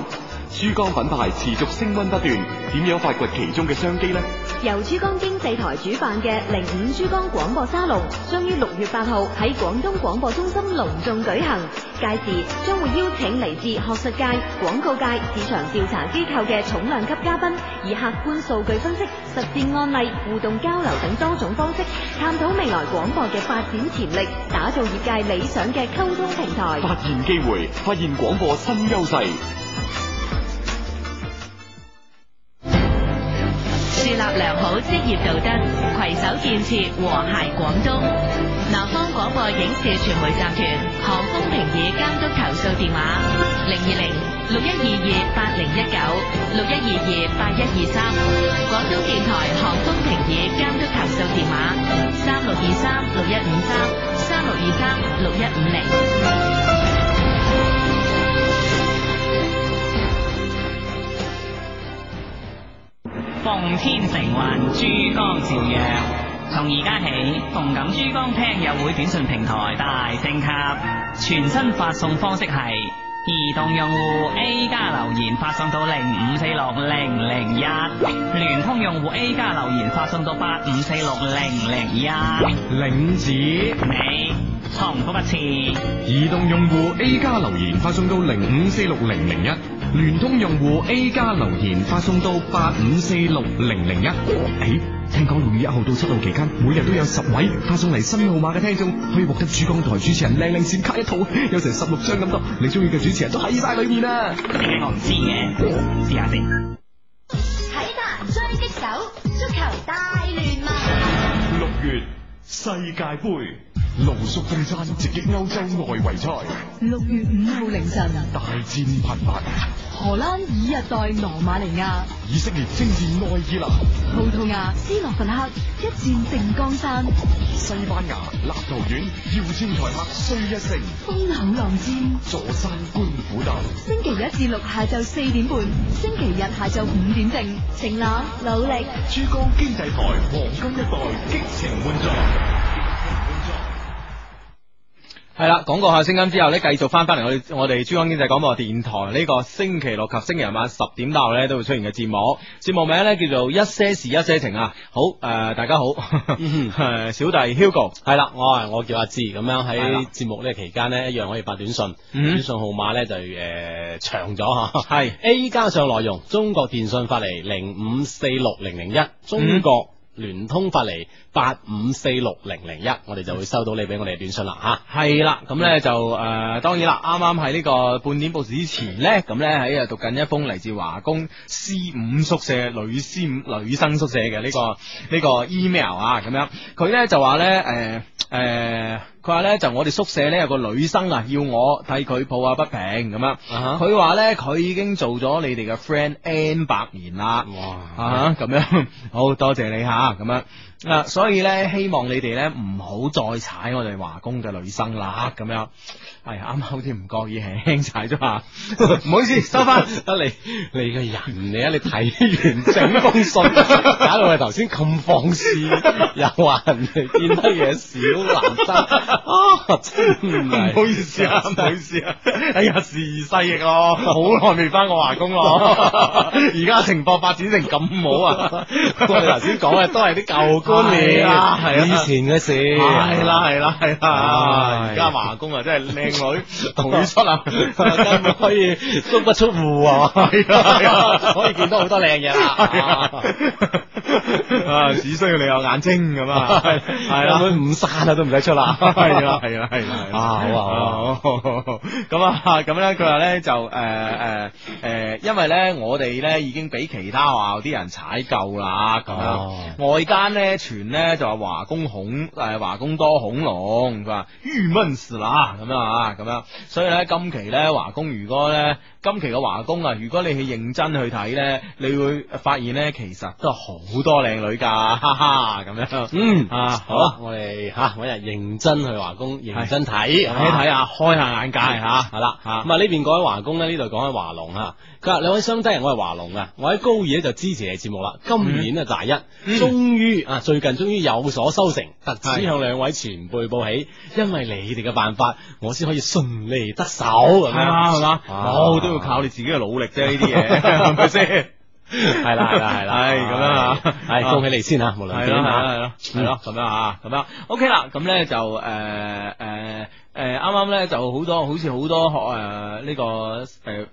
Speaker 10: 珠江品牌持续升温不断，点样发掘其中嘅商机呢？
Speaker 6: 由珠江經濟台主辦嘅零五珠江廣播沙龍，將於六月八號喺廣東廣播中心隆重舉行。屆時將會邀請嚟自學術界、廣告界、市場調查機構嘅重量級嘉賓，以客觀數據分析、實戰案例、互動交流等多種方式，探討未來廣播嘅發展潛力，打造業界理想嘅溝通平台。
Speaker 10: 发现机会，发现广播新优势。
Speaker 9: 树立良好職業道德，攜手建設和諧廣東。南方廣播影視傳媒集團何風平以監督投訴電話：零二零六一二二八零一九六一二二八一二三。廣東電台何風平以監督投訴電話：三六二三六一五三三六二三六一五零。
Speaker 7: 奉天承運，珠江照約。從而家起，動感珠江聽友會短信平台大升級，全新發送方式係移動用戶 A 加留言發送到零五四六零零一，聯通用戶 A 加留言發送到八五四六零零一。
Speaker 10: 領子，
Speaker 7: 你重複一次。
Speaker 10: 移動用戶 A 加留言發送到零五四六零零一，聯通用戶 A 加留言發送到八五四六零零一。誒，聽講六月一號到七號期間，每日都有十位發送嚟新號碼嘅聽眾，可以獲得珠江台主持人靚靚閃卡一套，有成十六張咁多，你中意嘅主持人都喺晒裏面啊！
Speaker 7: 我唔知嘅，試下先。
Speaker 11: 睇吧，狙擊手，足球大聯盟。
Speaker 12: 六月世界盃，露宿東山直擊歐洲外圍賽，
Speaker 13: 六月五號凌晨，
Speaker 12: 大戰頻頻。
Speaker 13: 荷蘭以逸待羅馬尼亞，
Speaker 12: 以色列征戰愛爾蘭，
Speaker 13: 葡萄牙斯洛伐克一戰定江山，
Speaker 12: 西班牙立陶宛要戰台客雖一城，
Speaker 13: 風口浪尖。
Speaker 12: 坐山觀虎鬥。
Speaker 13: 星期一至六下晝四點半，星期日下晝五點正，晴朗努力。
Speaker 12: 珠江經濟台黃金一代激情滿載。
Speaker 1: 系啦，廣告下聲音之後呢，繼續翻翻嚟我哋我哋珠江經濟廣播電台呢個星期六及星期日晚十點到呢都會出現嘅節目，節目名呢叫做一些事一些情啊。好，誒、大家好， 誒小弟 Hugo，
Speaker 3: 嗯系啦，我係我叫阿志，咁樣喺節目呢期間呢，一樣可以發短信，
Speaker 1: 嗯
Speaker 3: 短信號碼呢就诶長咗吓，
Speaker 1: 係
Speaker 3: A 加上內容，中國電信發嚟零五四六零零一，中
Speaker 1: 嗯
Speaker 3: 國聯通發嚟八五四六零零一，我哋就會收到你俾我哋嘅短信啦吓。
Speaker 1: 係啦，咁呢就誒、當然啦，啱啱喺呢個半年報時之前呢，咁呢哎喺度讀緊一封嚟自華工 C 五宿舍女 C 五女生宿舍嘅呢、個呢、個 email 啊，咁樣佢呢就話呢。誒、誒、佢話呢，就我哋宿舍呢有個女生啊，要我替佢抱下不平咁樣。佢話呢，佢已經做咗你哋嘅 friend N 百年啦。哇！啊咁樣， 好多謝你吓咁樣。啊，所以呢，希望你哋呢唔好再踩我哋華工嘅女生啦，咁樣。係啱啱好似唔覺意輕輕踩咗 下，唔好意思，收翻。
Speaker 3: 得你你個人你啊，你睇完整封信， 搞到我哋頭先咁放肆，又話人哋見得嘢少 男生
Speaker 1: 哦
Speaker 3: 啊，真係
Speaker 1: 唔好意思啊，唔好意 思啊，哎呀，時移世易咯，好耐未翻過華工 咯，而家情況發展成咁好啊！
Speaker 3: 我哋頭先講嘅都係啲舊觀念
Speaker 1: 係啦係啦
Speaker 3: 以前嘅事，
Speaker 1: 係 啦係啦係啦，
Speaker 3: 唉
Speaker 1: 而家華工啊真係靚 女，同佢出啊，
Speaker 3: 根本可以足不出户啊，
Speaker 1: 係啊係啊
Speaker 3: 可以見到好多靚嘢啦，啊
Speaker 1: 啊只需要你有眼睛咁 啊，係啦
Speaker 3: 根。本五山啊都唔使出啦，
Speaker 1: 係 啦，係啦，係啦，
Speaker 3: 啊好啊好啊
Speaker 1: 啊，好好好咁啊，咁咧，佢話咧就呃誒誒誒，呃因為咧我哋咧已經俾其他學校啲人踩夠啦，咁
Speaker 3: 哦
Speaker 1: 樣外間咧傳咧就話華工恐誒華工多恐龍，佢話鬱悶死啦咁樣啊，咁樣，所以咧今期咧華工如果咧。今期嘅華工啊，如果你去認真去睇咧，你會發現咧，其實都好多靚女㗎，哈哈咁樣。
Speaker 3: 嗯
Speaker 1: 啊，
Speaker 3: 好啊，我哋吓搵日認真去華工，認真睇，
Speaker 1: 睇睇
Speaker 3: 啊
Speaker 1: 下，開下眼界吓。
Speaker 3: 系啦，咁啊呢邊講緊華工咧，呢度講緊華龍吓。佢話兩位相低，我係華龍啊，我喺高二咧就支持你節目啦。今年啊大
Speaker 1: 嗯
Speaker 3: 一，終於啊最近終於有所收成，特此向兩位前輩報喜，因為你哋嘅辦法，我先可以順利得手咁樣，
Speaker 1: 係啊係嘛
Speaker 3: 啊
Speaker 1: 冇都要靠你自己嘅努力啫，呢啲嘢係咪先？
Speaker 3: 係啦係啦係啦，
Speaker 1: 係咁樣啊
Speaker 3: 係恭喜你先啊，無論
Speaker 1: 係
Speaker 3: 點
Speaker 1: 咯
Speaker 3: 啊
Speaker 1: 係咯係
Speaker 3: 嗯
Speaker 1: 咯咁樣啊，咁樣 OK 啦，咁咧就誒誒誒啱啱咧就好多好似好多學誒呢個誒。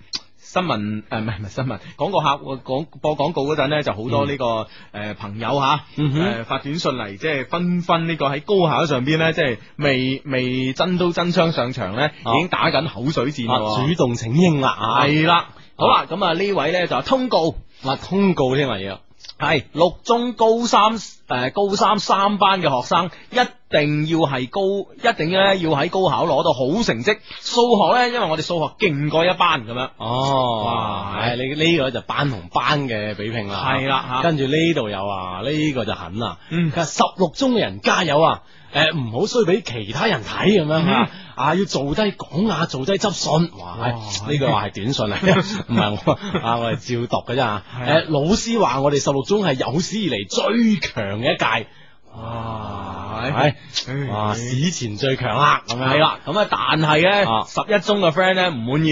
Speaker 1: 新聞誒唔係唔係新聞，廣告客廣播廣告嗰陣咧，就好多呢、個誒、朋友嚇誒、
Speaker 3: 嗯哼
Speaker 1: 發短信嚟，即係紛紛呢個喺高考上邊
Speaker 3: 嗯
Speaker 1: 咧，即係未未真刀真槍上場咧，已經打緊口水戰
Speaker 3: 哦啊
Speaker 1: 咯喎
Speaker 3: 主動請纓啦啊，
Speaker 1: 系啦，好啦，咁啊呢位咧就通告。
Speaker 3: 嗱通告添啊要。
Speaker 1: 系六中高三诶、呃高三三班嘅學生一定要係高，一定咧要喺高考攞到好成績。數學咧，因為我哋數學勁過一班咁樣。
Speaker 3: 哦，
Speaker 1: 哇
Speaker 3: 係你呢個就班同班嘅比拼啦，
Speaker 1: 哎係啦嚇
Speaker 3: 跟住呢度有啊，呢個就狠啦，
Speaker 1: 嗯
Speaker 3: 佢話十六中嘅人加油啊！誒唔好衰俾其他人睇咁樣啊！啊，要做低講下，做低執信。哇，
Speaker 1: 嗯
Speaker 3: 哎
Speaker 1: 哇哎
Speaker 3: 呢句話係短信嚟嘅，唔係我啊，我係照讀嘅啫嚇。
Speaker 1: 係啊
Speaker 3: 誒，老師話我哋十六中係有史以嚟最強嘅一屆。
Speaker 1: 哇！咪？
Speaker 3: 系，哎哇，史前最強啦，咁樣
Speaker 1: 系啦，咁啊，但係咧，
Speaker 3: 啊
Speaker 1: 十一中嘅 friend 咧唔滿意，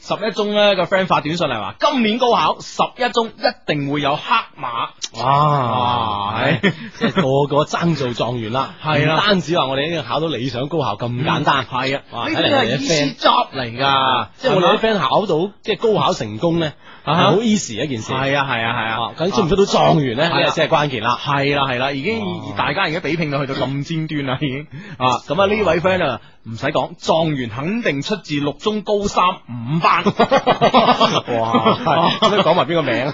Speaker 1: 十一中咧個 friend 發短信嚟話，今年高考十一中一定會有黑馬，
Speaker 3: 哇，
Speaker 1: 係
Speaker 3: 係即係個個爭做狀元啦，
Speaker 1: 哎係啦
Speaker 3: 唔單止話我哋呢個考到理想高校咁簡單，
Speaker 1: 係啊，
Speaker 3: 哇
Speaker 1: 呢
Speaker 3: 睇
Speaker 1: 啲
Speaker 3: 嚟我
Speaker 1: 係
Speaker 3: 哋啲 friend
Speaker 1: easy job 嚟㗎，
Speaker 3: 即係我哋啲
Speaker 1: 係嘛
Speaker 3: friend 考到即係高考成功咧，係
Speaker 1: 啊哈
Speaker 3: 好 easy 一件事。
Speaker 1: 係啊係啊係啊，
Speaker 3: 究竟出唔出到狀元咧？呢
Speaker 1: 係
Speaker 3: 個
Speaker 1: 啊
Speaker 3: 先係關鍵啦。
Speaker 1: 係啦係啦，已經
Speaker 3: 啊
Speaker 1: 大家而家比拼到去到咁尖端啦，已經啊，咁啊呢位 friend 啊，唔使講，狀元肯定出自六中高三五班，
Speaker 3: 哇，啊咁你講埋邊個名？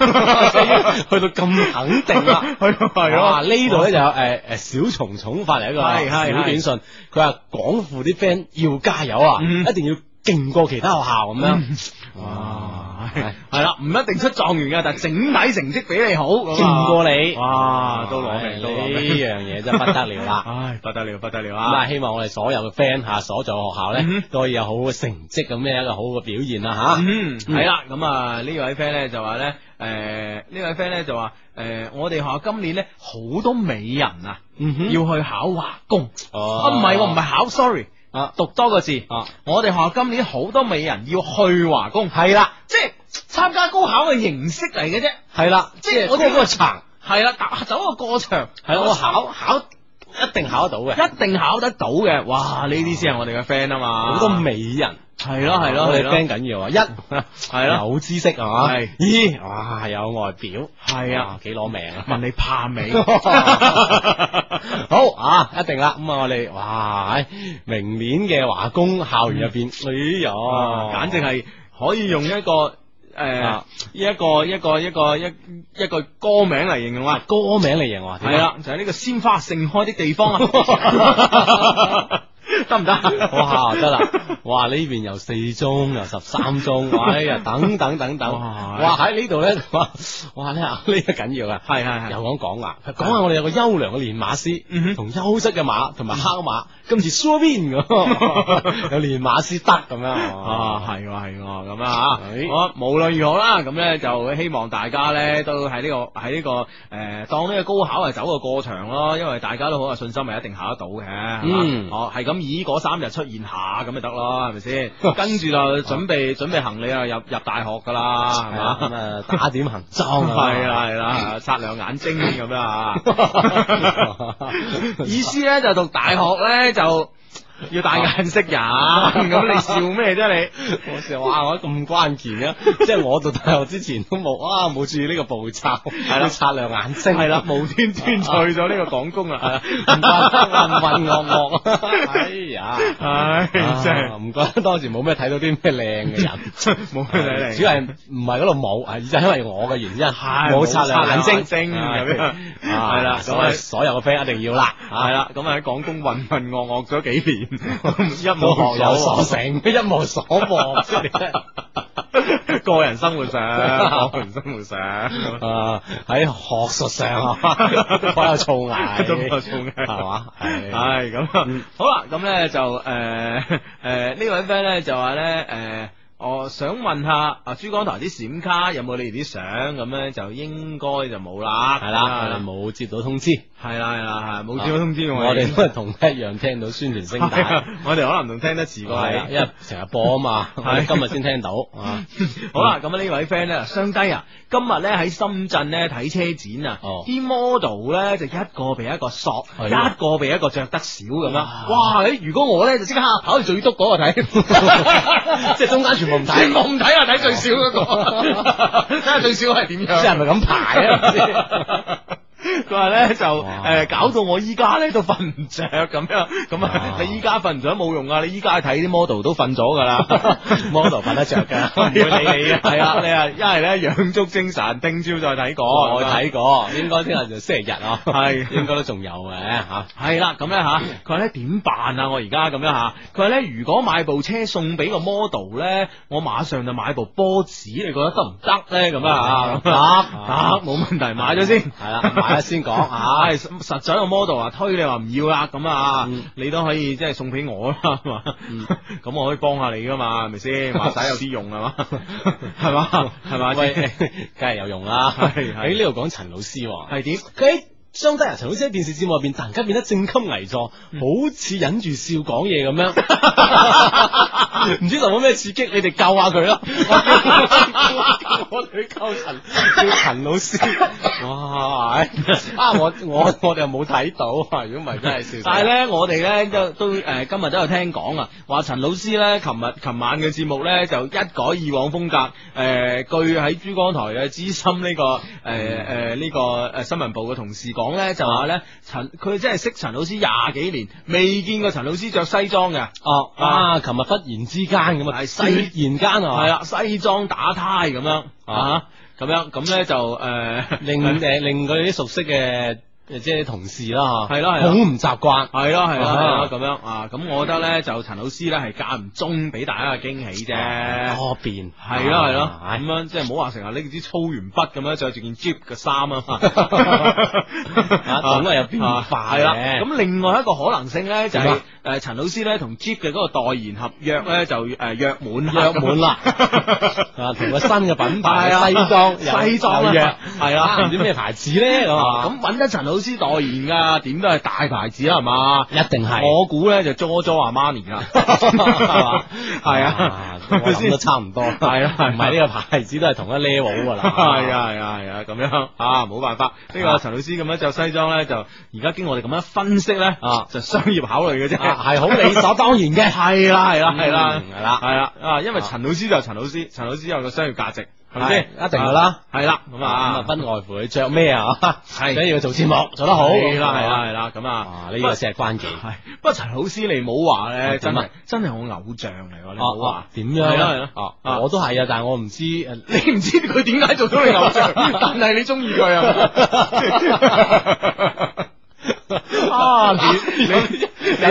Speaker 3: 去到咁肯定啦，
Speaker 1: 去到係咯
Speaker 3: 哇呢度咧就有誒誒小蟲蟲發嚟一個
Speaker 1: 啊哦係係
Speaker 3: 小短信，佢話廣附啲 friend 要加油啊，
Speaker 1: 嗯
Speaker 3: 一定要勁過其他學校咁樣。哇，
Speaker 1: 係啦，唔一定出狀元㗎，但係整體成績比你好，咁啊
Speaker 3: 勁過你，
Speaker 1: 哇，都攞命，都攞
Speaker 3: 呢
Speaker 1: 命！
Speaker 3: 樣嘢真係不得了啦
Speaker 1: 唉，不得了，不得了
Speaker 3: 咁
Speaker 1: 啊！
Speaker 3: 啊，希望我哋所有嘅 friend 吓，所在學校咧都可以有好嘅成績咁樣一個好嘅表現啦吓。
Speaker 1: 嗯，系啦，咁啊呢位 friend 咧就話咧，诶呢位 friend 咧就話，诶我哋學校今年咧好多美人啊，要去考華工，啊
Speaker 3: 嗯哦，
Speaker 1: 唔係喎，唔係考，sorry。
Speaker 3: 啊，
Speaker 1: 讀多個字，
Speaker 3: 啊
Speaker 1: 我哋學校今年好多美人要去華工，係啦，即係參加高考嘅形式嚟嘅啫，
Speaker 3: 係啦，
Speaker 1: 即係我
Speaker 3: 嗰
Speaker 1: 哋
Speaker 3: 個層
Speaker 1: 係啦，打走個過場，
Speaker 3: 係啦，我考考一定考得到嘅，
Speaker 1: 一定考得到嘅，哇！呢啲先係我哋嘅 friend 啊嘛，
Speaker 3: 好多美人。
Speaker 1: 係咯係咯
Speaker 3: 我
Speaker 1: 係
Speaker 3: 哋
Speaker 1: 咯
Speaker 3: friend 緊要啊！一
Speaker 1: 係咯，
Speaker 3: 有知識啊係嘛？
Speaker 1: 係
Speaker 3: 咦，哇，有外表，
Speaker 1: 係啊
Speaker 3: 哇，幾攞命啊！
Speaker 1: 問你怕 未？
Speaker 3: 好啊，一定啦！咁啊，我哋哇，唉明年嘅華工校園入邊，哎
Speaker 1: 哦，
Speaker 3: 呀，
Speaker 1: 嗯簡直係可以用一個诶、
Speaker 3: 啊
Speaker 1: 一個一個一個一一個歌名嚟形容啊！
Speaker 3: 歌名嚟形容啊！
Speaker 1: 係啦，就係呢個鮮花盛開的地方 啊！得唔得？
Speaker 3: 哇，得啦！哇，呢邊有四中，又十三中，哇，哎呀，等等等等，
Speaker 1: 哇
Speaker 3: 哇喺呢度咧，哇哇呢呢個緊要啊！
Speaker 1: 係係係嗯
Speaker 3: 又講講啊，講下我哋有個優良嘅練馬師，同優質嘅馬同埋黑馬，今次 s u r i n 咁，有練馬師得咁樣
Speaker 1: 啊，
Speaker 3: 啊，
Speaker 1: 係喎係喎，咁啊
Speaker 3: 係
Speaker 1: 吓，我無論如何啦，咁咧就希望大家咧都喺呢、個喺呢、個誒、當呢個高考係走個過場咯，因為大家都好有信心係一定考得到嘅，係嘛
Speaker 3: 嗯
Speaker 1: 哦係咁以嗰三日出現下咁咪得咯，係咪 先？跟住就準備準備行李啊入入大學噶啦，係
Speaker 3: 係啊咁
Speaker 1: 嘛？
Speaker 3: 啊，打點行裝
Speaker 1: 係啊啦係啦，擦亮眼睛咁樣 啊！意思咧就讀大學咧就要大眼識 人，咁你笑咩啫你？
Speaker 3: 我成日話我咁關鍵 嘅，即係我讀大學之前都冇啊冇注意呢個步驟，係啦，擦亮眼睛，
Speaker 1: 系啦，無端端去咗呢個廣工啦，
Speaker 3: 唔怪混混噩噩，哎呀！
Speaker 1: 唉，真
Speaker 3: 啊
Speaker 1: 係
Speaker 3: 唔怪得當時冇咩睇到啲咩靚嘅人。
Speaker 1: 冇咩睇嚟。
Speaker 3: 啊主要係唔係嗰度冇，係就因為我嘅原因，冇擦亮眼睛，
Speaker 1: 睛
Speaker 3: 啊
Speaker 1: 咁樣，
Speaker 3: 啊
Speaker 1: 係啦，咁
Speaker 3: 所以
Speaker 1: 啊。
Speaker 3: 所有嘅 friend 一定要啦，
Speaker 1: 系啦，咁啊喺廣工混混噩噩咗幾 年，一
Speaker 3: 都
Speaker 1: 無
Speaker 3: 學有所
Speaker 1: 所
Speaker 3: 成，一無所望，即係
Speaker 1: 個人生活上，個人生活上，
Speaker 3: 啊喺學術上 啊，好有造詣，
Speaker 1: 都有造詣
Speaker 3: 係嘛？
Speaker 1: 系
Speaker 3: 係嗯
Speaker 1: 咁啊，好啦，咁咧就诶 诶呢位 friend 咧就話咧诶。呃我想問下啊，珠江台啲閃卡有冇你哋啲相咁咧？就應該就冇啦，啊
Speaker 3: 係啦，我哋冇接到通知，啊
Speaker 1: 係啦，係啦，係冇接到通知嘅
Speaker 3: 我哋 都係同一樣聽到宣傳聲
Speaker 1: 係
Speaker 3: 帶
Speaker 1: 啊。我哋可能仲聽得遲過
Speaker 3: 係啦，
Speaker 1: 你
Speaker 3: 因。為成日播 啊嘛，我
Speaker 1: 係
Speaker 3: 哋今日先聽到啊。
Speaker 1: 好啦，咁呢位 friend 咧，相低啊，今日咧喺深圳咧睇車展啊
Speaker 3: 哦，
Speaker 1: 啲 model 咧就一個比一個索，
Speaker 3: 係啊
Speaker 1: 一個比一個着得少咁啦。
Speaker 3: 哇
Speaker 1: 哇！你如果我咧就即刻跑去最篤嗰個睇，
Speaker 3: 即係中間全部唔睇
Speaker 1: 全部唔睇啊，睇最少嗰 個，睇下最少係點樣。
Speaker 3: 即 係咪咁排 啊唔知
Speaker 1: 佢話咧就誒、
Speaker 3: 哇
Speaker 1: 搞到我依家咧都瞓唔着咁樣，咁啊
Speaker 3: 哇
Speaker 1: 你依家瞓唔着冇用啊！你依家睇啲 model 都瞓咗㗎 啦
Speaker 3: model 瞓得着㗎 唔會理你嘅
Speaker 1: 係啊，你啊，一係咧養足精神，聽朝再睇過。
Speaker 3: 哦
Speaker 1: 啊
Speaker 3: 我睇過，應該聽日就星期日啊，
Speaker 1: 係
Speaker 3: 應該都仲有嘅嚇。
Speaker 1: 係啦，咁咧吓，佢話咧點辦啊？我而家咁樣吓，佢話咧如果買部車送俾個 model 咧，我馬上就買部波子，你覺得得唔得咧？咁啊，
Speaker 3: 得
Speaker 1: 得冇問題，買咗先。
Speaker 3: 啊係啦，買咗先講啊
Speaker 1: 唉，。實在個 model 啊，推你話唔要啦，咁啊
Speaker 3: 嗯，
Speaker 1: 你都可以即係送俾我啦，係嘛
Speaker 3: 嗯？
Speaker 1: 咁我可以幫下你噶嘛，係咪 先？話晒有啲用啊係嘛？係嘛？係嘛？
Speaker 3: 喂，梗係有用啦。
Speaker 1: 係係
Speaker 3: 喺呢度講陳老師喎，
Speaker 1: 係點？
Speaker 3: 佢喺相低啊！陳老師喺電視節目入邊突然間變得正襟危坐，
Speaker 1: 嗯
Speaker 3: 好似忍住笑講嘢咁 樣，唔知受冇咩刺激，你哋救下佢 啦！我哋救陳叫陳老師， 哇！啊，我我我哋又冇睇到，啊如果唔係真係笑死。
Speaker 1: 但係咧，我哋咧都都誒、呃今日都有聽講啊，話陳老師咧，琴日琴晚嘅節目咧就一改以往風格，誒、據喺珠江台嘅資深呢、個誒誒呢個誒新聞部嘅同事講咧，就話咧陳佢真係識陳老師廿幾年，未見過陳老師着西裝嘅。
Speaker 3: 哦啊！琴日忽然之間咁啊，
Speaker 1: 西
Speaker 3: 突然間啊，
Speaker 1: 係啦，西裝打呔咁樣啊，咁樣咁咧就呃誒、
Speaker 3: 令誒令佢啲熟悉嘅誒即係啲同事啦嚇，
Speaker 1: 係咯係
Speaker 3: 好
Speaker 1: 咯
Speaker 3: 唔習慣，
Speaker 1: 係咯係咯
Speaker 3: 啊
Speaker 1: 係咯咁樣啊，咁我覺得咧就陳老師咧係間唔中俾大家嘅驚喜啫，
Speaker 3: 啊多變
Speaker 1: 係咯係咯，
Speaker 3: 啊
Speaker 1: 咁樣即係唔好話成日拎支粗圓筆咁樣着住件 Jeep 嘅衫啊嘛，
Speaker 3: 啊總係有變化
Speaker 1: 係啦，
Speaker 3: 嘅
Speaker 1: 咁另外一個可能性咧就
Speaker 3: 點
Speaker 1: 係
Speaker 3: 啊嗯
Speaker 1: 誒陳老師咧同 Jeep 嘅嗰個代言合約咧就誒約滿啦
Speaker 3: 約滿 啦，啊同個新嘅品牌
Speaker 1: 係啊
Speaker 3: 西裝有
Speaker 1: 西裝
Speaker 3: 有
Speaker 1: 啊
Speaker 3: 約
Speaker 1: 係啦
Speaker 3: 唔知咩牌子咧咁
Speaker 1: 啊
Speaker 3: 啊，
Speaker 1: 咁揾得陳老師代言噶，點都係大牌子啦，係嘛？
Speaker 3: 一定係
Speaker 1: 我估咧就 JoJo 阿 m a n i 啦，係嘛？ 係啊，
Speaker 3: 啊我諗都差唔多，
Speaker 1: 係啊係啊
Speaker 3: 唔係呢個牌子都係同一 level 噶 啦，
Speaker 1: 係啊係啊係啊，咁樣啊冇辦法，呢個陳老師咁樣着西裝咧，就而家經我哋咁樣分析咧，
Speaker 3: 啊
Speaker 1: 就商業考慮嘅啫，
Speaker 3: 啊係好理所當然 嘅，
Speaker 1: 係啦係啦係啦
Speaker 3: 嗯係啦
Speaker 1: 係啦啊，因為陳老師就係陳老師，陳老師有個商業價值，係咪先？
Speaker 3: 係一定㗎啦，
Speaker 1: 係啦，咁
Speaker 3: 咁啊
Speaker 1: 啊
Speaker 3: 不外乎佢着咩啊，
Speaker 1: 係
Speaker 3: 緊要做節目做得好，
Speaker 1: 係啦係啦係啦，咁啊
Speaker 3: 啊呢個先係關鍵。
Speaker 1: 系，不過陳老師你冇話
Speaker 3: 啊
Speaker 1: 咧，真
Speaker 3: 點
Speaker 1: 係
Speaker 3: 啊
Speaker 1: 真係我偶像嚟喎，你冇
Speaker 3: 哦
Speaker 1: 話，
Speaker 3: 點樣？
Speaker 1: 係咯係
Speaker 3: 咯，
Speaker 1: 啊
Speaker 3: 哦，我都係啊，但係我唔知誒
Speaker 1: 咯， 你唔知佢點解做到你偶 像，但係你中意佢啊？
Speaker 3: 啊，你你有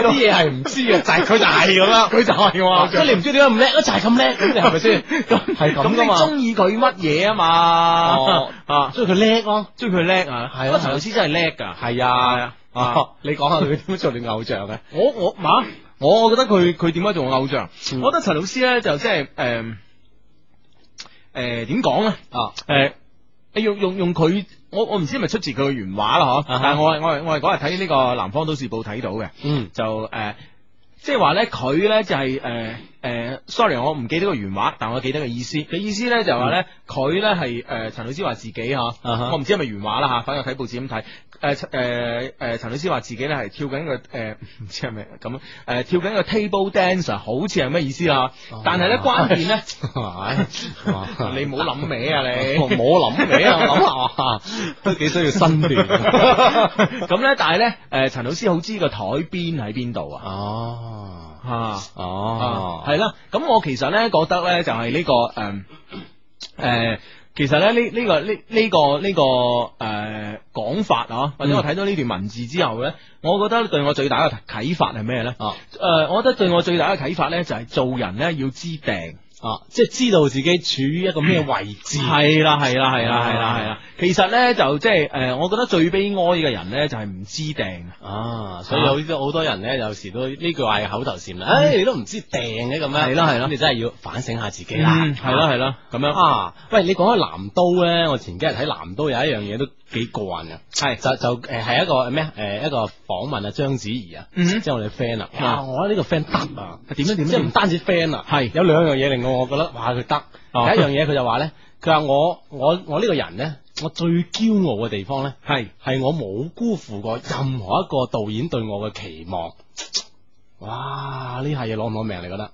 Speaker 3: 啲嘢係唔知嘅，就係佢就係咁樣，佢就係我哦即係你唔知點解咁叻，就係咁叻，咁你係咪先？咁係
Speaker 1: 咁
Speaker 3: 咁噶
Speaker 1: 你
Speaker 3: 嘛？
Speaker 1: 中意佢乜嘢啊嘛
Speaker 3: 哦？
Speaker 1: 啊，
Speaker 3: 所以佢叻咯，
Speaker 1: 中意佢叻啊，
Speaker 3: 係啊
Speaker 1: 不過陳老師真係叻㗎，
Speaker 3: 係
Speaker 1: 啊
Speaker 3: 啊，
Speaker 1: 啊
Speaker 3: 哦你講下佢點做你偶像啊嘅？
Speaker 1: 我我嘛，我我覺得佢佢點解做我偶像？我覺得陳老師咧就即係誒誒點講咧
Speaker 3: 啊
Speaker 1: 誒。誒用用用佢，我我唔知係咪出自佢嘅原話啦，嗬、
Speaker 3: 啊哈
Speaker 1: 但係我係我係我係嗰日睇呢個《南方都市報》睇到嘅，
Speaker 3: 嗯
Speaker 1: 就誒、呃即係話咧，佢咧就係誒誒，sorry，我唔記得個原話，但我記得個意思。嗯佢意思咧就係話咧，佢咧係誒陳老師話自己嚇，
Speaker 3: 啊哈
Speaker 1: 我唔知係咪原話啦嚇，反正我睇報紙咁睇。呃誒誒誒，呃陳老師話自己咧係跳緊個誒，呃 唔知係咪咁誒跳緊個 table dance，啊好似係咩意思啦？但係咧關鍵 咧，你
Speaker 3: 你
Speaker 1: 唔好諗歪啊 你。
Speaker 3: 我冇諗你啊，我諗 下哇都幾需要身 段。
Speaker 1: 咁咧，但係咧，誒陳老師好知個台邊喺邊度啊？
Speaker 3: 哦
Speaker 1: 啊！
Speaker 3: 哦，
Speaker 1: 系啦。咁我其實咧覺得咧就係呢、個誒誒、呃其實咧呢呢個呢呢個呢個誒講法啊，
Speaker 3: 嗯
Speaker 1: 或者我睇到呢段文字之後咧，我覺得對我最大嘅啟發係咩咧？
Speaker 3: 哦
Speaker 1: 誒、我覺得對我最大嘅啟發咧就係做人咧要知定。
Speaker 3: 啊，即係知道自己處於一個咩位置。啊
Speaker 1: 係啦，係啦，係啦，係啦，係啦。其實咧就即係誒，呃我覺得最悲哀嘅人咧就係唔知定。
Speaker 3: 啊，所以有啲好多人咧，有時都呢句話係口頭禪啦。唉，你都唔知掟嘅咁樣，
Speaker 1: 係啦係啦
Speaker 3: 咁你真係要反省下自己啦。
Speaker 1: 嗯，係啦，係啦，咁樣
Speaker 3: 啊，喂，你講開南都咧，我前幾日睇南都有一樣嘢都幾過癮嘅，
Speaker 1: 係
Speaker 3: 就就誒係一個咩誒一個訪問啊章子怡啊，
Speaker 1: 嗯
Speaker 3: 即係我哋 friend 啊，哇！
Speaker 1: 啊
Speaker 3: 我覺得呢個 friend 得啊，
Speaker 1: 點樣點樣
Speaker 3: 即係唔單止 friend 啊，
Speaker 1: 係
Speaker 3: 有兩樣嘢令我我覺得哇佢得，
Speaker 1: 哦
Speaker 3: 第一樣嘢佢就話咧， 佢話我我我呢個人咧，我最驕傲嘅地方咧。
Speaker 1: 係
Speaker 3: 系我冇辜負過任何一個導演對我嘅期望。哇！呢下嘢攞唔攞命？你覺得？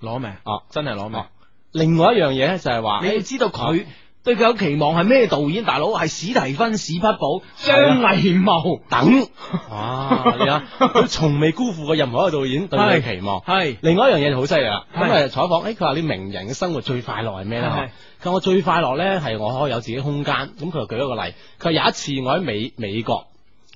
Speaker 1: 攞命，
Speaker 3: 哦
Speaker 1: 真係攞命。
Speaker 3: 另外一樣嘢咧就係話，
Speaker 1: 你要知道佢對佢有期望係咩導演，大佬係史提芬史匹堡、張
Speaker 3: 係啊
Speaker 1: 藝謀，
Speaker 3: 等，哇！你 啊，佢從未辜負過任何一個導演 對佢嘅期望。
Speaker 1: 係
Speaker 3: 另外一樣嘢就好犀利啦，咁
Speaker 1: 係
Speaker 3: 誒採訪，誒佢話你名人嘅生活最快樂係咩咧？
Speaker 1: 係
Speaker 3: 佢話我最快樂咧係我可以有自己空間。咁佢就舉一個例，佢話有一次我喺美美國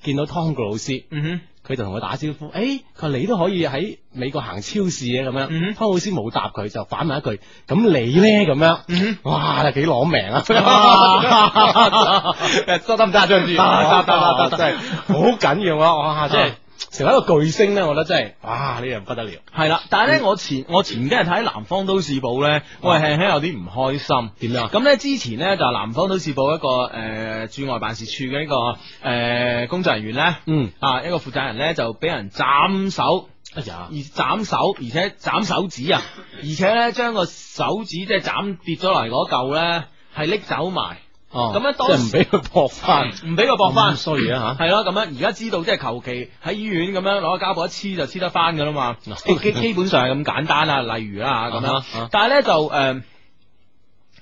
Speaker 3: 見到湯告老師，
Speaker 1: 嗯
Speaker 3: 佢就同佢打招呼，誒、佢話你都可以喺美國行超市嘅咁樣，
Speaker 1: 嗯
Speaker 3: 湯老師冇答佢，就反問一句，咁你咧咁樣，
Speaker 1: 嗯
Speaker 3: 哇，幾攞命啊！
Speaker 1: 哇
Speaker 3: 誒得得唔得啊，張 志？
Speaker 1: 得得得得得
Speaker 3: 真係好緊要啊！哇，真係
Speaker 1: 啊。
Speaker 3: 成為一個巨星咧，我覺得真係哇呢樣不得了。
Speaker 1: 系啦，但系咧，我前我前幾日睇《南方都市報》咧，我係輕輕有啲唔開心。
Speaker 3: 啊點樣？
Speaker 1: 咁咧之前咧就係南方都市報一個诶駐外辦事處嘅呢個诶工作人員咧，
Speaker 3: 嗯
Speaker 1: 啊一個負責人咧就俾人斬手。
Speaker 3: 哎呀
Speaker 1: 而斬手，而且斬手指啊！而且咧，將個手指即係斬跌咗落嚟嗰嚿咧，係拎走埋。
Speaker 3: 哦，
Speaker 1: 咁咧當嗯
Speaker 3: 即係唔俾佢搏翻，
Speaker 1: 唔俾佢搏翻
Speaker 3: 咁衰啊
Speaker 1: 系咯，咁樣而家知道即係求其喺醫院咁樣攞個膠布一黐就黐得翻噶啦嘛，基基 基本上係咁簡單啦，例如啦咁
Speaker 3: 啊哈
Speaker 1: 樣
Speaker 3: 啊，
Speaker 1: 但係咧就誒。呃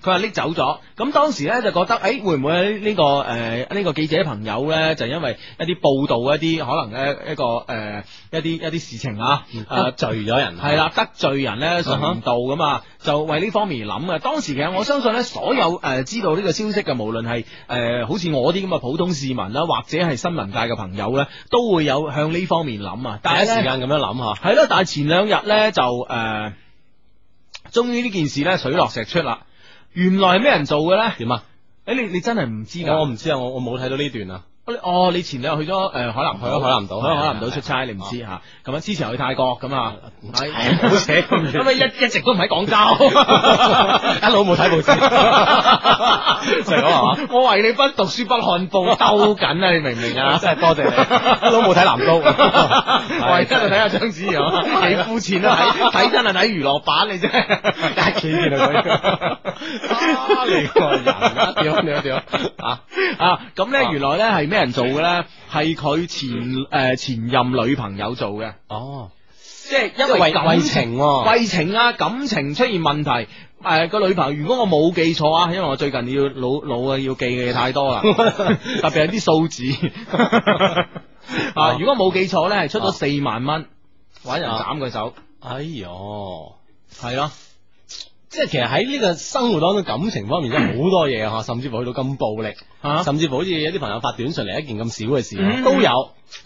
Speaker 1: 佢話拎走咗，咁當時咧就覺得，誒、哎會唔會呢、個誒呃呢、個記者朋友咧，就因為一啲報道一啲可能咧一個誒、呃一啲一啲事情啊，
Speaker 3: 得罪咗人
Speaker 1: 係啦，得罪人咧上唔到噶嘛，就為呢方面而諗嘅。當時其實我相信咧，所有誒、呃知道呢個消息嘅，無論係誒好似我啲咁嘅普通市民啦，或者係新聞界嘅朋友咧，都會有向呢方面諗啊。但係
Speaker 3: 第一時
Speaker 1: 咧
Speaker 3: 間咁樣諗
Speaker 1: 係咯，但係前兩日咧就誒。呃終於呢件事咧水落石出啦。原來係咩人做嘅咧？
Speaker 3: 點啊？
Speaker 1: 诶、你你真係哦唔知
Speaker 3: 嚇，
Speaker 1: 㗎？
Speaker 3: 我唔知啊，我我冇睇到呢段啊。
Speaker 1: 你哦，你前兩日去咗诶、呃海南島，
Speaker 3: 去咗海南
Speaker 1: 去咗
Speaker 3: 島
Speaker 1: 海南
Speaker 3: 係係
Speaker 1: 島出差，你唔知吓。咁啊，之前去泰國咁啊，係
Speaker 3: 好扯咁 遠
Speaker 1: 咁啊，一一直都唔喺廣 州，一
Speaker 3: 路冇睇報
Speaker 1: 紙，
Speaker 3: 就係咁係嘛
Speaker 1: 我為你不讀書不看報，兜緊啊！你明唔明 啊？
Speaker 3: 真係多謝 你一路冇睇南都
Speaker 1: 我係真係睇下張子陽啊，幾膚淺啊！睇睇真係睇娛樂版你啫，
Speaker 3: 一企見到佢，啊你個人啊，屌屌屌啊！
Speaker 1: 啊，咁咧
Speaker 3: 啊
Speaker 1: 原來咧係咩人做嘅咧？係佢前诶前任女朋友做嘅，
Speaker 3: 哦，
Speaker 1: 即係
Speaker 3: 因
Speaker 1: 因
Speaker 3: 為
Speaker 1: 為
Speaker 3: 為
Speaker 1: 感
Speaker 3: 情喎
Speaker 1: 為情啊感情出現問題。诶，個女朋友，如果我冇記錯啊，因為我 最近要腦腦啊要記嘅嘢太多 啦，特別係啲數字啊。如果冇記錯咧，係出咗四萬蚊，搵人斬佢手，
Speaker 3: 哎哟，
Speaker 1: 係咯。
Speaker 3: 即係其實喺呢個生活當中感情方面真係好多嘢吓，甚至乎去到咁暴力，
Speaker 1: 啊
Speaker 3: 甚至乎好似有啲朋友發短信嚟一件咁少嘅事啊
Speaker 1: 嗯
Speaker 3: 都有。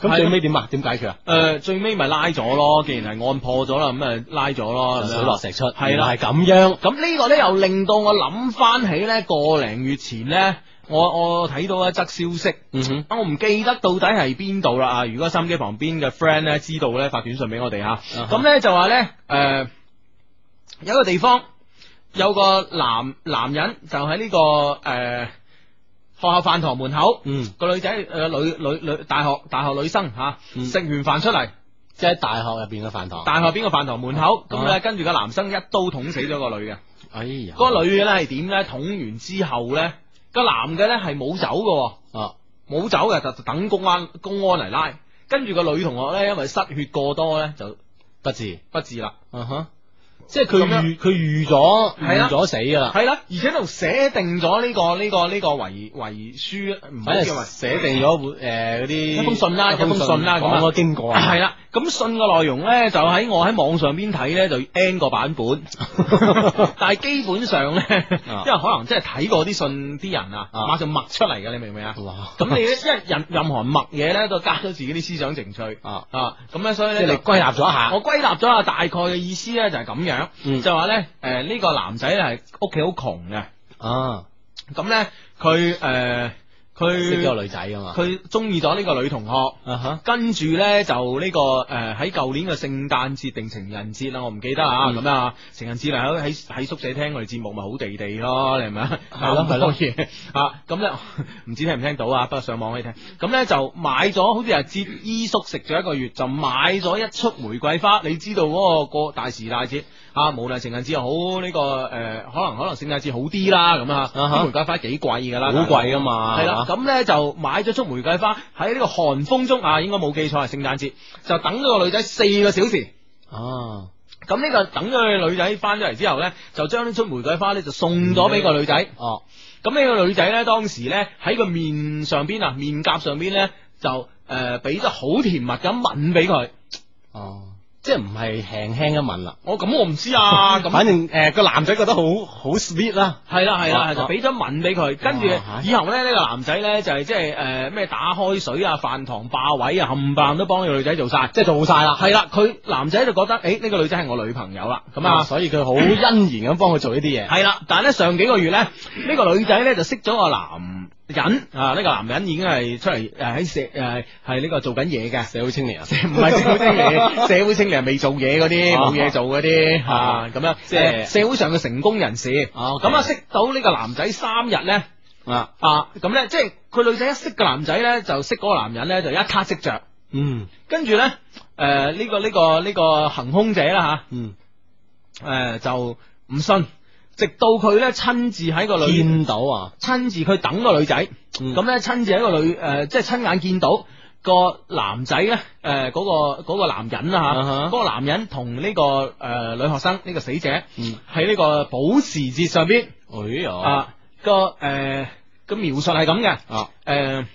Speaker 3: 咁
Speaker 1: 係
Speaker 3: 最尾點啊？點解決啊？
Speaker 1: 诶、最尾咪拉咗咯，既然係按破咗啦，咁咪拉咗咯，咁樣
Speaker 3: 水落石出，
Speaker 1: 係啦
Speaker 3: 原來係咁樣。
Speaker 1: 咁呢個咧又令到我諗翻起咧個零月前咧，我我睇到一則消息，
Speaker 3: 嗯哼，
Speaker 1: 啊我唔記得到底係邊度啦啊！如果收音機旁邊嘅 friend 咧知道咧，發短信俾我哋吓，
Speaker 3: 啊哈
Speaker 1: 咁咧就話咧诶，有一個地方有個男男人就喺呢、個诶。呃學校飯堂門口，
Speaker 3: 嗯，
Speaker 1: 個女仔诶、呃女女女大學大學女生吓，
Speaker 3: 嗯
Speaker 1: 食、完飯出嚟，
Speaker 3: 即係喺大學入邊嘅飯堂。
Speaker 1: 大學邊個飯堂門口，咁
Speaker 3: 啊
Speaker 1: 咧跟住個男生一刀捅死咗個女嘅。
Speaker 3: 哎呀，
Speaker 1: 嗰個女嘅咧係點咧？捅完之後咧，個男嘅咧係冇走嘅喎，
Speaker 3: 啊，
Speaker 1: 冇走嘅就就等公安公安嚟拉。跟住個女同學咧，因為失血過多咧，就
Speaker 3: 不治。
Speaker 1: 不治啦。
Speaker 3: 啊哈，即係佢
Speaker 1: 咁樣
Speaker 3: 預佢預咗
Speaker 1: 係啊
Speaker 3: 預咗死㗎啦。
Speaker 1: 係啦，而且仲寫定咗呢、個呢、個呢、個遺遺書，唔
Speaker 3: 反
Speaker 1: 係叫
Speaker 3: 正
Speaker 1: 遺
Speaker 3: 哎寫定咗誒嗰啲
Speaker 1: 一封信啦，一封信啦，咁
Speaker 3: 講個
Speaker 1: 啊
Speaker 3: 經過啊，
Speaker 1: 係啦，咁信嘅內容咧就喺我喺網上邊睇咧就 N 個版 本，但係基本上咧，
Speaker 3: 啊
Speaker 1: 因為可能真係睇過啲信啲人啊，
Speaker 3: 啊
Speaker 1: 馬上默出嚟嘅，你明唔明 啊？
Speaker 3: 哇
Speaker 1: 咁你咧，因為任任何默嘢咧都加咗自己啲思想情趣
Speaker 3: 啊，
Speaker 1: 啊，咁咧所以
Speaker 3: 即
Speaker 1: 咧
Speaker 3: 係你
Speaker 1: 就
Speaker 3: 歸納咗一下，
Speaker 1: 我歸納咗啊，大概嘅意思咧就係咁樣，
Speaker 3: 嗯
Speaker 1: 就話咧誒呢個男仔咧係屋企好窮嘅，
Speaker 3: 啊，
Speaker 1: 咁咧佢誒
Speaker 3: 識咗個
Speaker 1: 佢
Speaker 3: 女仔㗎嘛，
Speaker 1: 佢中意咗呢個女同學。
Speaker 3: 啊哈，
Speaker 1: 跟住呢，就呢、個誒喺舊年嘅聖誕節定情人節啦，我唔記得啊
Speaker 3: 嗯
Speaker 1: 咁啊，情人節嚟喺喺喺宿舍聽我哋節目咪好地地 咯，你係咪啊？
Speaker 3: 係咯 係咯
Speaker 1: 搞咁多嘢啊！咁呢， 唔知聽唔聽到啊？不過上網可以聽。咁呢，就買咗，好似係節衣縮食咗一個月，就買咗一束玫瑰花。你知道嗰、個個大時大節啊，無論情人節又好呢、個誒、可能可能聖誕節好啲啦咁啊，
Speaker 3: 啊哈
Speaker 1: 啲玫瑰花幾貴㗎
Speaker 3: 好
Speaker 1: 啦，
Speaker 3: 貴㗎啊嘛，
Speaker 1: 系啦，咁咧就買咗束玫瑰花喺呢個寒風中啊，應該冇記錯係聖誕節，就等咗個女仔四個小時。
Speaker 3: 啊，
Speaker 1: 咁呢個等咗個女仔翻咗嚟之後咧，就將呢束玫瑰花咧就送咗俾個女仔。
Speaker 3: 哦，
Speaker 1: 咁呢個女仔咧當時咧喺個面上邊啊，面甲上邊咧就诶俾咗好甜蜜咁吻俾佢。
Speaker 3: 哦，即係唔係輕輕一問啦，
Speaker 1: 我咁我唔知 啊，咁
Speaker 3: 反正呃誒個男仔覺得好好 sweet 啦，
Speaker 1: 系啦系
Speaker 3: 啊
Speaker 1: 啦，就俾咗吻俾佢，跟住
Speaker 3: 哇
Speaker 1: 以後咧呢個男仔咧就係即係诶咩打開水啊、飯堂霸位啊，冚唪唥都幫呢個女仔做晒。
Speaker 3: 即係做晒啦，
Speaker 1: 系啦，佢男仔就覺得，诶、呢、個女仔係我女朋友啦，咁
Speaker 3: 咁啊，
Speaker 1: 啊，
Speaker 3: 所以佢好欣然咁幫佢做呢啲嘢，
Speaker 1: 係啦。但係咧上幾個月咧，呢、個女仔咧就識咗個男人啊，呢、個男人已經係出嚟诶喺社诶係呢個做緊嘢嘅社會青年啊， 唔係社會青 年，社會青年係未做嘢嗰啲，冇
Speaker 3: 哦
Speaker 1: 嘢做嗰啲吓咁樣，
Speaker 3: 即係
Speaker 1: 誒
Speaker 3: 哦
Speaker 1: 社會上嘅成功人士。咁啊，識到呢個男仔三日咧。啊啊！咁咧，即係佢女仔一識個男仔咧，就識嗰個男人咧，就一卡即着。
Speaker 3: 嗯，
Speaker 1: 跟住咧，诶、呢、個呢、個呢、個行凶者啦吓，
Speaker 3: 嗯，
Speaker 1: 诶、就唔信，直到佢咧親自喺個女
Speaker 3: 見到啊，嗯
Speaker 1: 親自佢等個女仔，咁咧親自喺個女诶、誒即係親眼見到。個男仔咧，誒、
Speaker 3: 嗯
Speaker 1: 嗰、個嗰個男人啦嚇，嗰、
Speaker 3: 啊哈
Speaker 1: 個男人同呢、個誒、女學生呢、個死者
Speaker 3: 嗯
Speaker 1: 喺呢個保時捷上邊，
Speaker 3: 哎呀，
Speaker 1: 啊個誒個描述係咁嘅，
Speaker 3: 啊
Speaker 1: 誒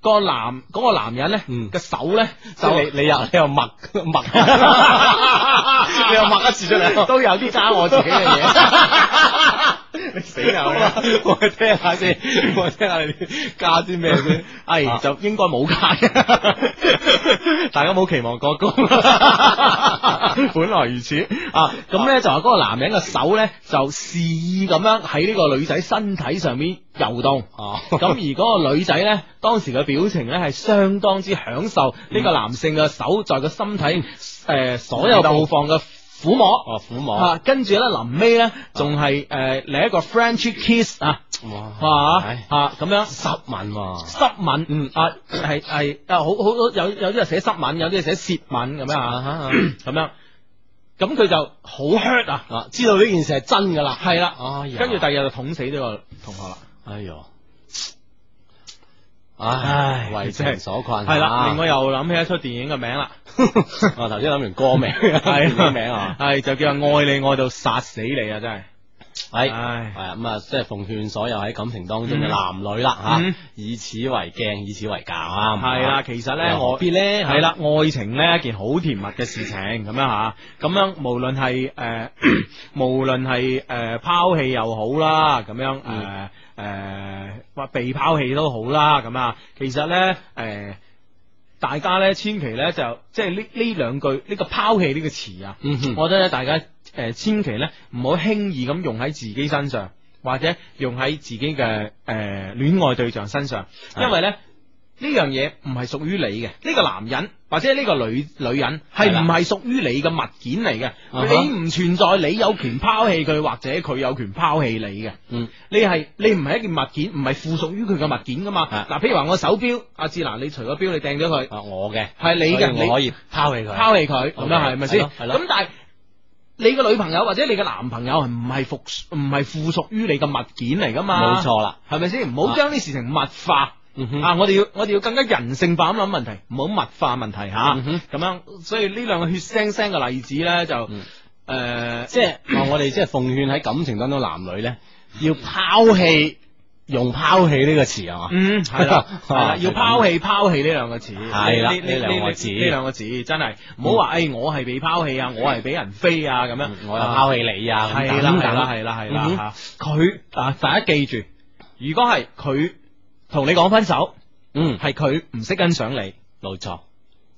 Speaker 1: 個男嗰個男人
Speaker 3: 嗯
Speaker 1: 咧個手咧
Speaker 3: 即
Speaker 1: 就
Speaker 3: 係你你又你又默 默，你又默一次出 嚟，
Speaker 1: 都有啲揸我自己嘅嘢。你死
Speaker 3: 好啦我聽下先，我聽下你 加啲咩先。
Speaker 1: 係
Speaker 3: 啊
Speaker 1: 就應該冇 加嘅，
Speaker 3: 大家冇期望過高，
Speaker 1: 本來如此啊。咁咧就話嗰個男人嘅手咧就示意咁樣喺呢個女仔身體上面游動。
Speaker 3: 哦，
Speaker 1: 咁而嗰個女仔咧，當時嘅表情咧係相當之享受
Speaker 3: 嗯
Speaker 1: 呢個男性嘅手在個心體誒、呃所有部放嘅撫摸。
Speaker 3: 哦，抚摸，
Speaker 1: 啊，跟住咧，臨尾咧，仲係誒嚟一個 French kiss 啊，
Speaker 3: 哇，
Speaker 1: 啊
Speaker 3: 唉
Speaker 1: 啊咁樣
Speaker 3: 濕吻喎，
Speaker 1: 濕吻，嗯啊係係啊好好多有有啲係寫濕吻，有啲係寫舌吻咁樣啊，咁樣，咁佢就好 hurt 啊，
Speaker 3: 啊，知道呢件事係真噶啦，
Speaker 1: 係啦，
Speaker 3: 哎呀，
Speaker 1: 跟住第二日就捅死呢個同學啦，
Speaker 3: 哎呦，唉，為情所困，啊
Speaker 1: 係啦，令
Speaker 3: 另
Speaker 1: 我
Speaker 3: 外
Speaker 1: 又諗起一出電影嘅名啦，
Speaker 3: 我頭先諗完歌名，
Speaker 1: 係
Speaker 3: 歌名啊。
Speaker 1: 係就叫愛你愛到殺死你啊，真係。
Speaker 3: 係
Speaker 1: 唉
Speaker 3: 係啊，咁啊，即係奉勸所有喺感情當中嘅
Speaker 1: 嗯
Speaker 3: 男女啦吓
Speaker 1: 嗯，
Speaker 3: 以此為鏡，以此為鑑啊。
Speaker 1: 系啦，其實咧，
Speaker 3: 又何
Speaker 1: 我
Speaker 3: 必咧
Speaker 1: 系啦，愛情咧一件好甜蜜嘅事情咁樣吓，咁樣無論係诶，呃 无论系诶抛弃又好啦，咁樣诶诶或被拋棄都好啦，咁啊，其實咧诶。大家咧，千祈咧就即係呢呢兩句呢、個拋棄呢個詞啊，
Speaker 3: 嗯哼
Speaker 1: 我覺得咧大家誒、呃千祈咧唔好輕易咁用喺自己身上，或者用喺自己嘅誒、呃、戀愛對象身上，
Speaker 3: 係
Speaker 1: 因為咧。呢樣嘢唔係屬於你嘅，呢、個男人或者呢個女女人係
Speaker 3: 係啦
Speaker 1: 唔係屬於你嘅物件嚟嘅？
Speaker 3: 啊哈
Speaker 1: 你唔存在，你有權拋棄佢，或者佢有權拋棄你嘅。
Speaker 3: 嗯，
Speaker 1: 你係你唔係一件物件，唔係附屬於佢嘅物件噶嘛？
Speaker 3: 啊
Speaker 1: 嗱，譬如話我手錶，阿志南，你除咗錶你掟咗佢，
Speaker 3: 啊，我嘅
Speaker 1: 係你嘅，
Speaker 3: 所以
Speaker 1: 你
Speaker 3: 我可以拋棄佢，
Speaker 1: 拋棄佢，咁
Speaker 3: OK，
Speaker 1: 樣係咪先？
Speaker 3: 係咯係咯
Speaker 1: 咁但係你個女朋友或者你嘅男朋友係唔係附唔係附屬於你嘅物件嚟噶嘛？
Speaker 3: 冇，錯啦。
Speaker 1: 係咪先？唔好將啲事情物化。
Speaker 3: 啊嗯哼
Speaker 1: 啊！我哋要我哋要更加人性化咁諗問題，唔好物化問題吓。
Speaker 3: 嗯哼
Speaker 1: 咁樣，所以呢兩個血腥腥嘅例子咧，就呃
Speaker 3: 嗯
Speaker 1: 誒
Speaker 3: 即係啊我哋即係奉勸喺感情當中男女咧，要拋棄用拋棄呢個詞啊嘛。
Speaker 1: 嗯，係 啦，係啦，
Speaker 3: 啊
Speaker 1: 要拋棄拋棄呢兩個字，
Speaker 3: 係啦
Speaker 1: 呢
Speaker 3: 呢兩個字
Speaker 1: 呢兩個字真係唔好話，誒我係被拋棄啊，我係俾人飛啊咁樣
Speaker 3: 嗯，我又拋棄你啊，
Speaker 1: 係啦
Speaker 3: 咁等
Speaker 1: 係
Speaker 3: 等
Speaker 1: 啦係啦係
Speaker 3: 嗯哼
Speaker 1: 啦嚇，佢啊大家記住，如果係佢同你講分手，
Speaker 3: 嗯，
Speaker 1: 係佢唔識欣賞你
Speaker 3: 冇錯，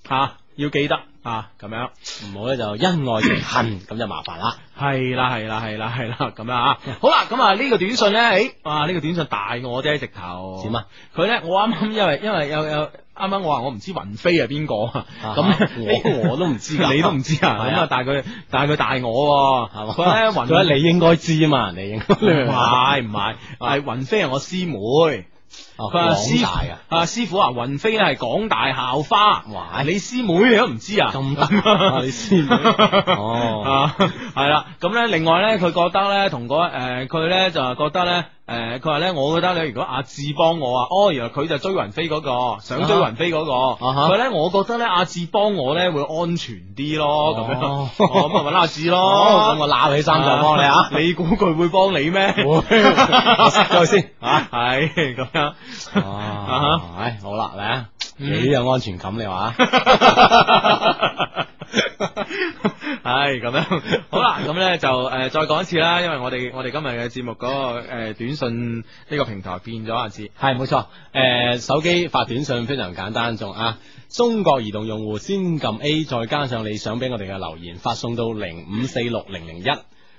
Speaker 1: 嚇，要記得啊咁樣。
Speaker 3: 唔好咧就因愛成 恨，咁就麻煩啦。
Speaker 1: 系啦系啦系啦系啦咁啊，好啦，咁啊呢個短 信咧，诶，哇呢個短信大我啫，直頭
Speaker 3: 點啊？
Speaker 1: 佢咧，我啱啱因為因為有有啱啱我話我唔知雲飛係邊個啊，咁
Speaker 3: 我我都唔知㗎
Speaker 1: 你都唔知啊，
Speaker 3: 係啊
Speaker 1: 咁啊但係佢但係佢大我喎，
Speaker 3: 係嘛？
Speaker 1: 佢咧雲
Speaker 3: 佢話你應該知啊嘛，你應該你明
Speaker 1: 唔
Speaker 3: 白
Speaker 1: 係唔係，係雲飛係我師妹。
Speaker 3: 哦
Speaker 1: 佢話
Speaker 3: 廣
Speaker 1: 師
Speaker 3: 大啊，
Speaker 1: 啊師傅啊，雲飛咧係廣大校花，
Speaker 3: 哇
Speaker 1: 你師妹你都唔知啊，
Speaker 3: 咁得啊你師妹哦
Speaker 1: 啊係啦，咁咧另外咧佢覺得咧同嗰誒佢咧就係覺得咧。誒，佢話咧，我覺得咧，如果阿志幫我啊，哦，原來佢就追雲飛嗰、個，想追雲飛嗰、個。
Speaker 3: 啊哈
Speaker 1: 佢咧、我覺得咧，阿志幫我咧會安全啲咯，咁、
Speaker 3: 哦
Speaker 1: 樣，哦咁咪揾阿志咯。
Speaker 3: 哦咁我揦起衫袖幫你啊
Speaker 1: 你估佢會幫你咩？
Speaker 3: 會 我熄咗佢先
Speaker 1: 啊， 係咁樣。啊哈嗯
Speaker 3: 哦，
Speaker 10: 哎
Speaker 3: 唉，好啦，嚟啊，幾有安全感你
Speaker 10: 啊
Speaker 3: 話？
Speaker 1: 唉，咁樣好啦，咁咧就诶、呃再講一次啦，因為我哋我哋今日嘅節目嗰、個个呃短信呢個平台變咗阿志，
Speaker 3: 系冇錯，诶、手機發短信非常簡單，仲啊，中國移動用戶先撳 A，再加上你想俾我哋嘅留言，發送到零五四六零零一。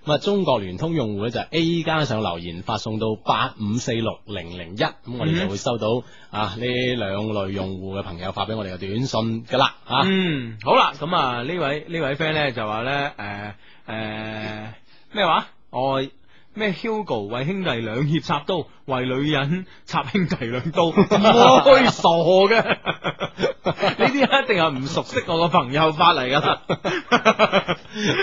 Speaker 10: 咁啊，中國聯通用戶咧就係 A 加上留言發送到八五四六零零一，咁我
Speaker 1: 嗯
Speaker 10: 哋就會收到啊呢兩類用戶嘅朋友發俾我哋嘅短信噶啦，啊，
Speaker 1: 嗯，好啦，咁啊呢位呢位 friend 咧就話咧诶诶咩話？我咩 Hugo 為兄弟兩肋插刀，為女人插兄弟兩刀，我以傻嘅， 呢啲一定係唔熟悉我個朋友發嚟 噶。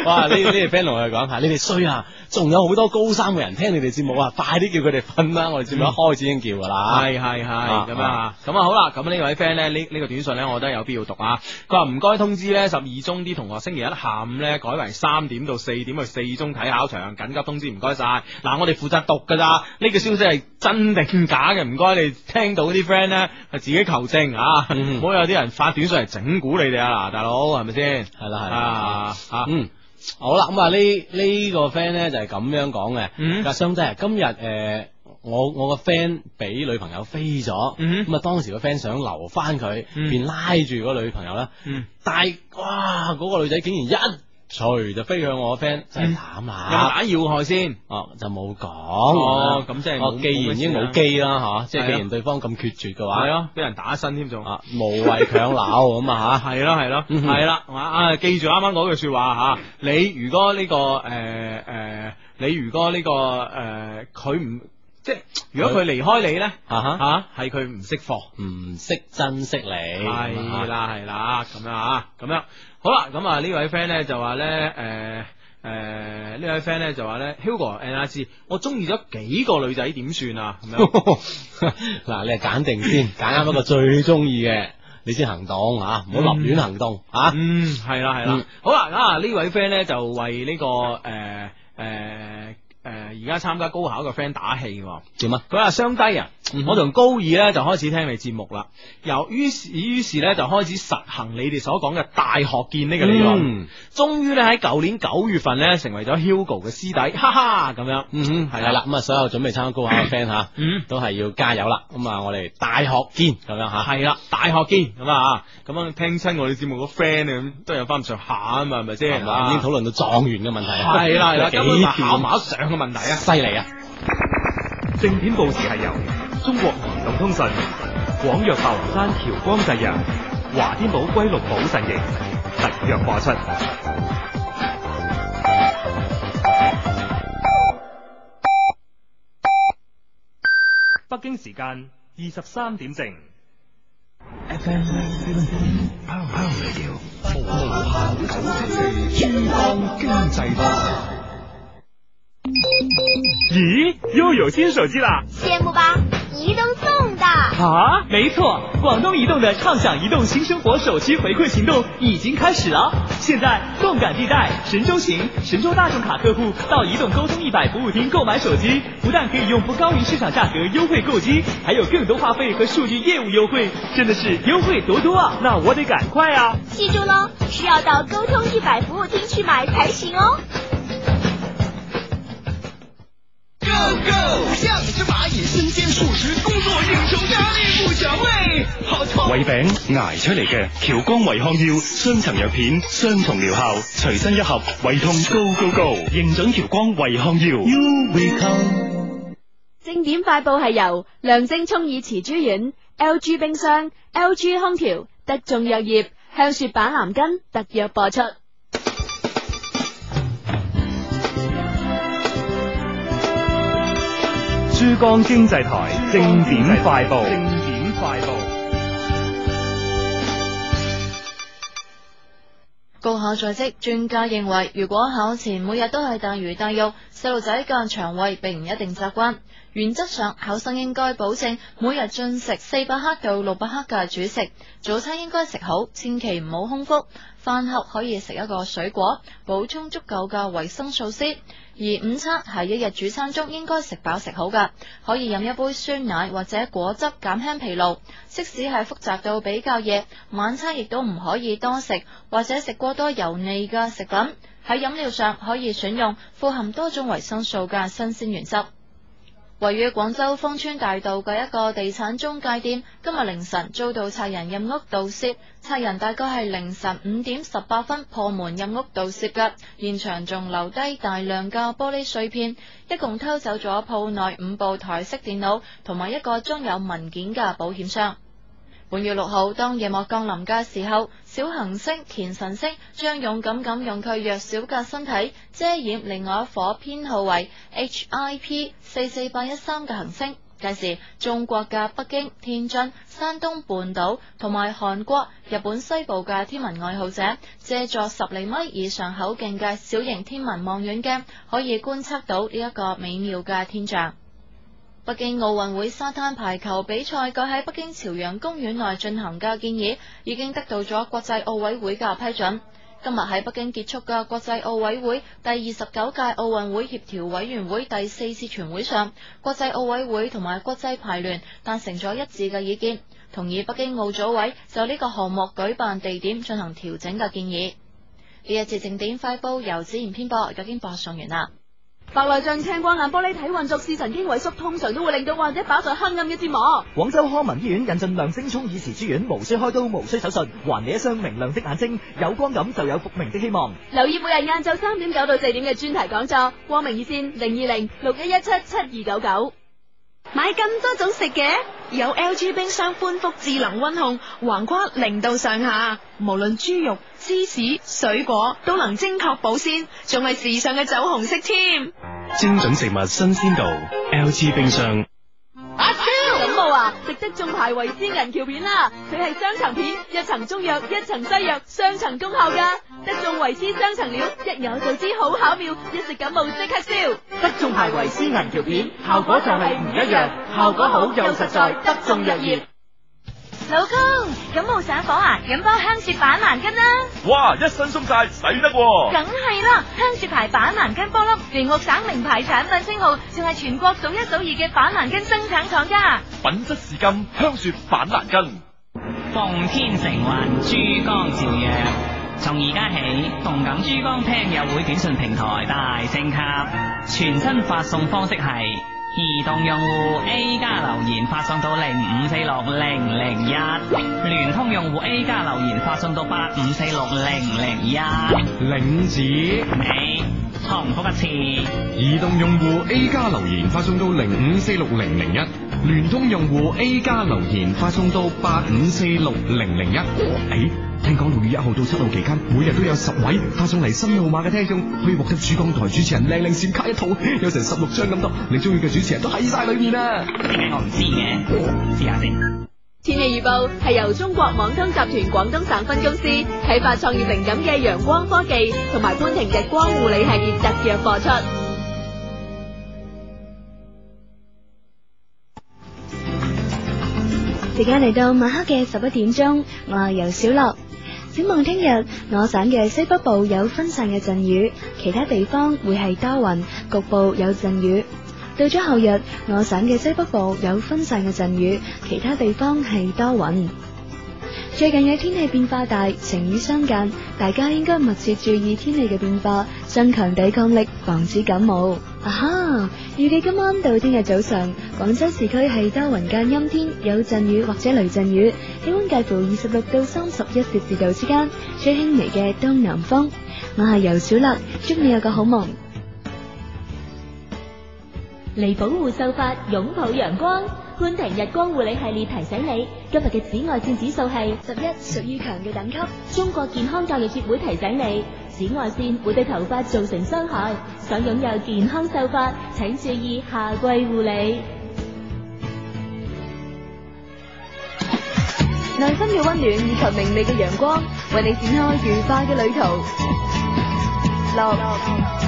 Speaker 10: 哇！呢呢啲 friend 同我哋講下，你哋衰啊，仲有好多高三嘅人聽你哋節目啊，快啲叫佢哋瞓啦！我哋節目一開始已經叫噶啦，
Speaker 1: 嗯係係係咁啊，咁啊好啦，咁呢位 friend 咧呢呢個短信咧，我覺得有必要讀啊。佢話唔該通知咧，十二中啲同學星期一下午咧改為三點到四點去四中睇考場，緊急通知唔該晒。嗱，我哋負責讀噶咋，呢個消息係真定假嘅，唔該你聽到啲 friend 咧係自己求證啊，唔好有啲人發短信嚟整蠱你哋啊，嗱大佬係咪先？係
Speaker 10: 啦係啦
Speaker 1: 啊啊
Speaker 10: 嗯。好啦，咁啊呢呢個 friend 咧就係咁樣講嘅，
Speaker 1: 嗯
Speaker 10: 但相低啊，今日诶。呃我我個 friend 俾女朋友飛咗，咁啊、當時個 friend 想留翻佢，
Speaker 1: 嗯
Speaker 10: 便拉住個女朋友啦，
Speaker 1: 嗯
Speaker 10: 但係哇嗰、個女仔竟然一錘就飛向我個 friend，真
Speaker 1: 嗯
Speaker 10: 係慘啦！
Speaker 1: 有冇打要害先？
Speaker 10: 哦，就冇講。
Speaker 1: 哦咁即係冇
Speaker 10: 哦，既然已經冇機啦，吓，即係既
Speaker 1: 係啊
Speaker 10: 然對方咁決絕嘅話，
Speaker 1: 係啊咯，俾人打身添仲啊，
Speaker 10: 無謂強扭咁啊吓。
Speaker 1: 係咯係咯，
Speaker 10: 嗯哼
Speaker 1: 係啦，啊記住啱啱嗰句说話吓，你如果呢個诶诶，你如果呢個诶，佢唔即係如果佢離開你咧，
Speaker 10: 啊哈
Speaker 1: 吓係佢唔識貨。
Speaker 10: 唔識珍惜你，啊
Speaker 1: 系啦系啦，咁样啊，咁样好啦，咁啊呢位 friend 咧就话咧，诶、诶，呢、位 friend 咧就话咧，Hugo and 阿志，我中意咗幾個女仔點算啊？ 咁樣
Speaker 10: 嗱，你係揀定先，揀啱一個最中意嘅，你先行動吓，唔好立亂行動吓。
Speaker 1: 嗯，係啦係啦，好啦啊呢位 friend 咧就為呢、個诶诶诶而家參加高考嘅 friend 打氣喎。
Speaker 10: 點啊？嗯
Speaker 1: 佢話相低啊，我從高二咧就開始聽你節目啦，由於是於是咧就開始實行你哋所講嘅大學見呢個理論
Speaker 10: 嗯，
Speaker 1: 終於咧喺舊年九月份咧成為咗 Hugo 嘅師弟，哈哈咁樣，
Speaker 10: 嗯哼，
Speaker 1: 係
Speaker 10: 係
Speaker 1: 啦
Speaker 10: 啦，咁啊，所有準備參加高考嘅 friend 吓，
Speaker 1: 嗯，
Speaker 10: 都係要加油啦。咁啊，我哋大學見咁樣啊吓。
Speaker 1: 係啦，大學見咁啊，咁樣聽親我哋節目個 friend 咁都有翻咁上下啊嘛，係咪先？
Speaker 10: 係嘛已經討論到狀元嘅問題啊
Speaker 1: 係啦係啦，
Speaker 10: 幾
Speaker 1: 根本就
Speaker 10: 段
Speaker 1: 考馬上嘅問題啊，
Speaker 10: 犀利啊！
Speaker 3: 正點報時係由中國移動通信、廣藥白雲山僑光製藥、華天寶歸綠寶陣營特約播出。北京時間二十三點正。
Speaker 2: FM 無限九四珠江經濟台。
Speaker 3: 咦，又有新手机啦！
Speaker 14: 羡慕吧？移动送的。
Speaker 3: 啊，没错，广东移动的畅享移动新生活手机回馈行动已经开始了。现在动感地带、神州行、神州大众卡客户到移动沟通一百服务厅购买手机，不但可以用不高于市场价格优惠购机，还有更多话费和数据业务优惠，真的是优惠多多啊！那我得赶快啊！
Speaker 14: 记住喽，是要到沟通一百服务厅去买才行哦。
Speaker 2: Go Go，像只蚂蚁，身兼数职，工作应酬压力不小喂，好痛！
Speaker 15: 胃病捱出嚟嘅喬光胃康藥雙層藥片，雙重療效，隨身一盒，胃痛 Go Go Go，認準喬光胃康藥。You will come。
Speaker 9: 正点快报系由梁正聪以慈珠丸、LG 冰箱、LG 空调、德众药业、香雪板蓝根特约播出。
Speaker 3: 珠江經濟台正點快報。
Speaker 2: 點快報。
Speaker 16: 高考在即，專家認為，如果考前每日都係大魚大肉，細路仔嘅腸胃並唔一定習慣。原則上，考生應該保證每日進食四百克到六百克嘅主食，早餐應該食好，千祈唔好空腹。飯後可以食一個水果，補充足夠嘅維生素 C。而午餐喺一日主餐中應該食飽食好㗎，可以飲一杯酸奶或者果汁減輕疲勞。即使係複雜到比較夜，晚餐亦都唔可以多食或者食過多油膩嘅食品。喺飲料上可以選用富含多種維生素嘅新鮮原汁。位於廣州豐川大道嘅一個地產中介店，今日凌晨遭到賊人入屋盜竊，賊人大概係凌晨五點十八分破門入屋盜竊嘅，現場仲留低大量嘅玻璃碎片，一共偷走咗鋪內五部台式電腦同埋一個裝有文件嘅保險箱。本月六號，當夜幕降臨嘅時候，小行星虔神星將勇敢咁用佢弱小嘅身體遮掩另外一顆編號為 HIP 四四八一三嘅行星。屆時，中國嘅北京、天津、山東半島同埋韓國、日本西部嘅天文愛好者，借助十厘米以上口徑嘅小型天文望遠鏡，可以觀測到呢一個美妙嘅天象。北京奧運會沙灘排球比賽改喺北京朝陽公園內進行嘅建議，已經得到咗國際奧委會嘅批准。今日喺北京結束嘅國際奧委會第二十九屆奧運會協調委員會第四次全會上，國際奧委會同埋國際排聯達成咗一致嘅意見，同意北京奧組委就呢個項目舉辦地點進行調整嘅建議。呢一節正點快報由子賢編播，已經播送完啦。
Speaker 9: 白內障、青光眼、玻璃體混濁、視神經萎縮，通常都會令到患者飽受黑暗嘅折磨。
Speaker 17: 廣州康民醫院引進亮晶聰耳匙住院，無需開刀，無需手術，還你一雙明亮的眼睛，有光感就有復明的希望。
Speaker 9: 留意每日晏晝三點九到四點嘅專題講座，光明熱線零二零六一一七七二九九。
Speaker 18: 買咁多種食嘅，有 LG 冰箱寬幅智能溫控，橫跨零度上下，無論豬肉、芝士、水果都能精確保鮮，仲係時尚嘅酒紅色添。
Speaker 19: 精準食物新鮮度，LG 冰箱。
Speaker 9: 阿超感冒啊，食得眾牌維 C 銀翹片啦，佢係雙層片，一層中藥，一層西藥，雙層功效噶。得眾維 C 雙層料，一有就知好巧妙，一食感冒即刻消。
Speaker 20: 得眾牌維 C 銀翹片，效果就係唔一樣，效果好又實在，得眾藥業。
Speaker 21: 老公，感冒散火啊，飲包香雪板藍根啦。
Speaker 22: 哇，一身鬆晒，使得喎。
Speaker 21: 梗係啦，香雪牌板藍根波粒，聯合省名牌產品稱號，仲係全國數一數二嘅板藍根生產廠家。
Speaker 22: 品質是金，香雪板藍根。
Speaker 7: 奉天承運，珠江照約。從而家起，動感珠江聽友會短信平台大升級，全新發送方式係。移動用戶 A 加留言發送到零五四六零零一，聯通用戶 A 加留言發送到八五四六零零一。
Speaker 10: 領子，
Speaker 7: 你重複一次。
Speaker 10: 移動用戶 A 加留言發送到零五四六零零一，聯通用戶 A 加留言發送到八五四六零零一。誒，聽講六月一號到七號期間，每日都有十位發送嚟新號碼嘅聽眾，可以獲得珠江台主持人靚靚閃卡一套，有成十六張咁多，你中意嘅主持人都喺晒裏面啊！
Speaker 7: 我唔知嘅，試下先。
Speaker 9: 天氣預報係由中國網通集團廣東省分公司啟發創業靈感嘅陽光科技同埋潘婷日光護理系列特約播出。
Speaker 6: 時間嚟到晚黑嘅十一點鐘，我係游小樂。展望聽日，我省嘅西北部有分散嘅陣雨，其他地方會係多雲，局部有陣雨。到咗後日，我省嘅西北部有分散嘅陣雨，其他地方係多雲。最近嘅天氣變化大，晴雨相間，大家應該密切注意天氣嘅變化，增強抵抗力，防止感冒。啊哈！預計今晚到聽日早上，廣州市區係多雲間陰天，有陣雨或者雷陣雨，氣溫介乎二十六到三十一攝氏度之間，吹輕微嘅東南風。我係游小樂，祝你有個好夢。
Speaker 14: 嚟保護秀髮，擁抱陽光。潘婷日光護理系列提醒你，今日嘅紫外線指數係
Speaker 6: 十一，屬於強嘅等級。
Speaker 14: 中國健康教育協會提醒你，紫外線會對頭髮造成傷害，想擁有健康秀髮，請注意夏季護理。
Speaker 9: 內心嘅溫暖以及明媚嘅陽光，為你展開愉快嘅旅途。樂，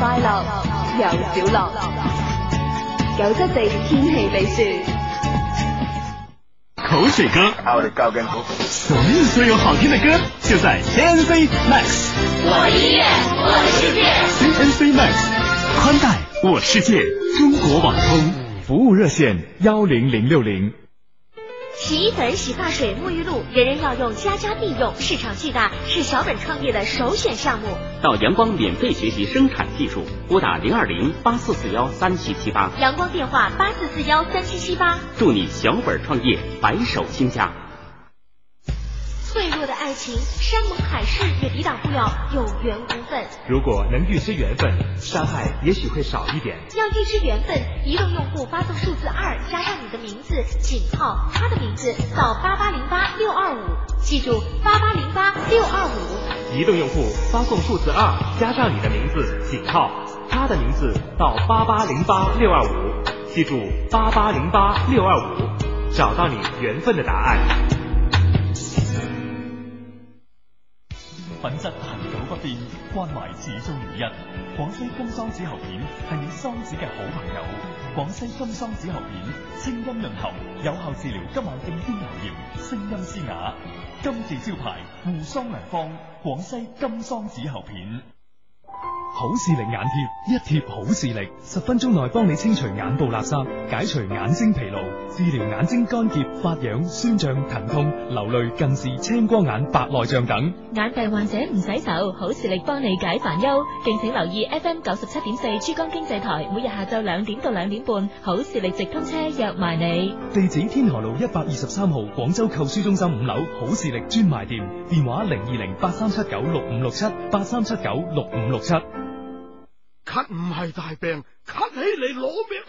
Speaker 9: 快樂，由小樂。九七四天氣秘書。
Speaker 19: 口水歌，
Speaker 23: 我的高跟褲。
Speaker 19: 所有所有好聽的歌，就在 KNC Max。
Speaker 11: 我的音樂，我的世界。
Speaker 19: KNC Max，寬帶，我世界，中國網通服務熱線幺零零六零。
Speaker 14: 洗衣粉、洗发水、沐浴露，人人要用，家家必用，市场巨大，是小本创业的首选项目。
Speaker 5: 到阳光免费学习生产技术，拨打零二零八四四幺三七七八，
Speaker 14: 阳光电话八四四幺三七七八。
Speaker 5: 祝你小本创业，白手兴家。
Speaker 14: 脆弱的爱情，山盟海誓也抵挡不了有缘无分。
Speaker 6: 如果能预知缘分，伤害也许会少一点。
Speaker 14: 要预知缘分，移动用户发送数字二加上你的名字、井号、他的名字到八八零八六二五，记住八八零八六二五。
Speaker 6: 移动用户发送数字二加上你的名字、井号、他的名字到八八零八六二五，记住八八零八六二五，找到你缘分的答案。
Speaker 24: 品質恒久不變，關懷始終如一。廣西金桑子喉片係你桑子嘅好朋友。廣西金桑子喉片，清音潤喉，有效治療急慢性咽喉炎、聲音嘶啞。金字招牌護桑良方，廣西金桑子喉片。
Speaker 3: 好視力眼貼，一貼好視力，十分鐘內幫你清除眼部垃圾，解除眼睛疲勞，治療眼睛乾澀、發癢、酸脹、疼痛、流淚、近視、青光眼、白內障等。
Speaker 25: 眼病患者唔使愁，好視力幫你解煩憂。敬請留意 FM 九十七點四珠江經濟台，每日下晝兩點到兩點半，好視力直通車約埋你。
Speaker 3: 地址天河路一百二十三號廣州購書中心五樓好視力專賣店，電話零二零八三七九六五六七八三七九六五六七。
Speaker 10: 咳唔係大病，咳起嚟攞命。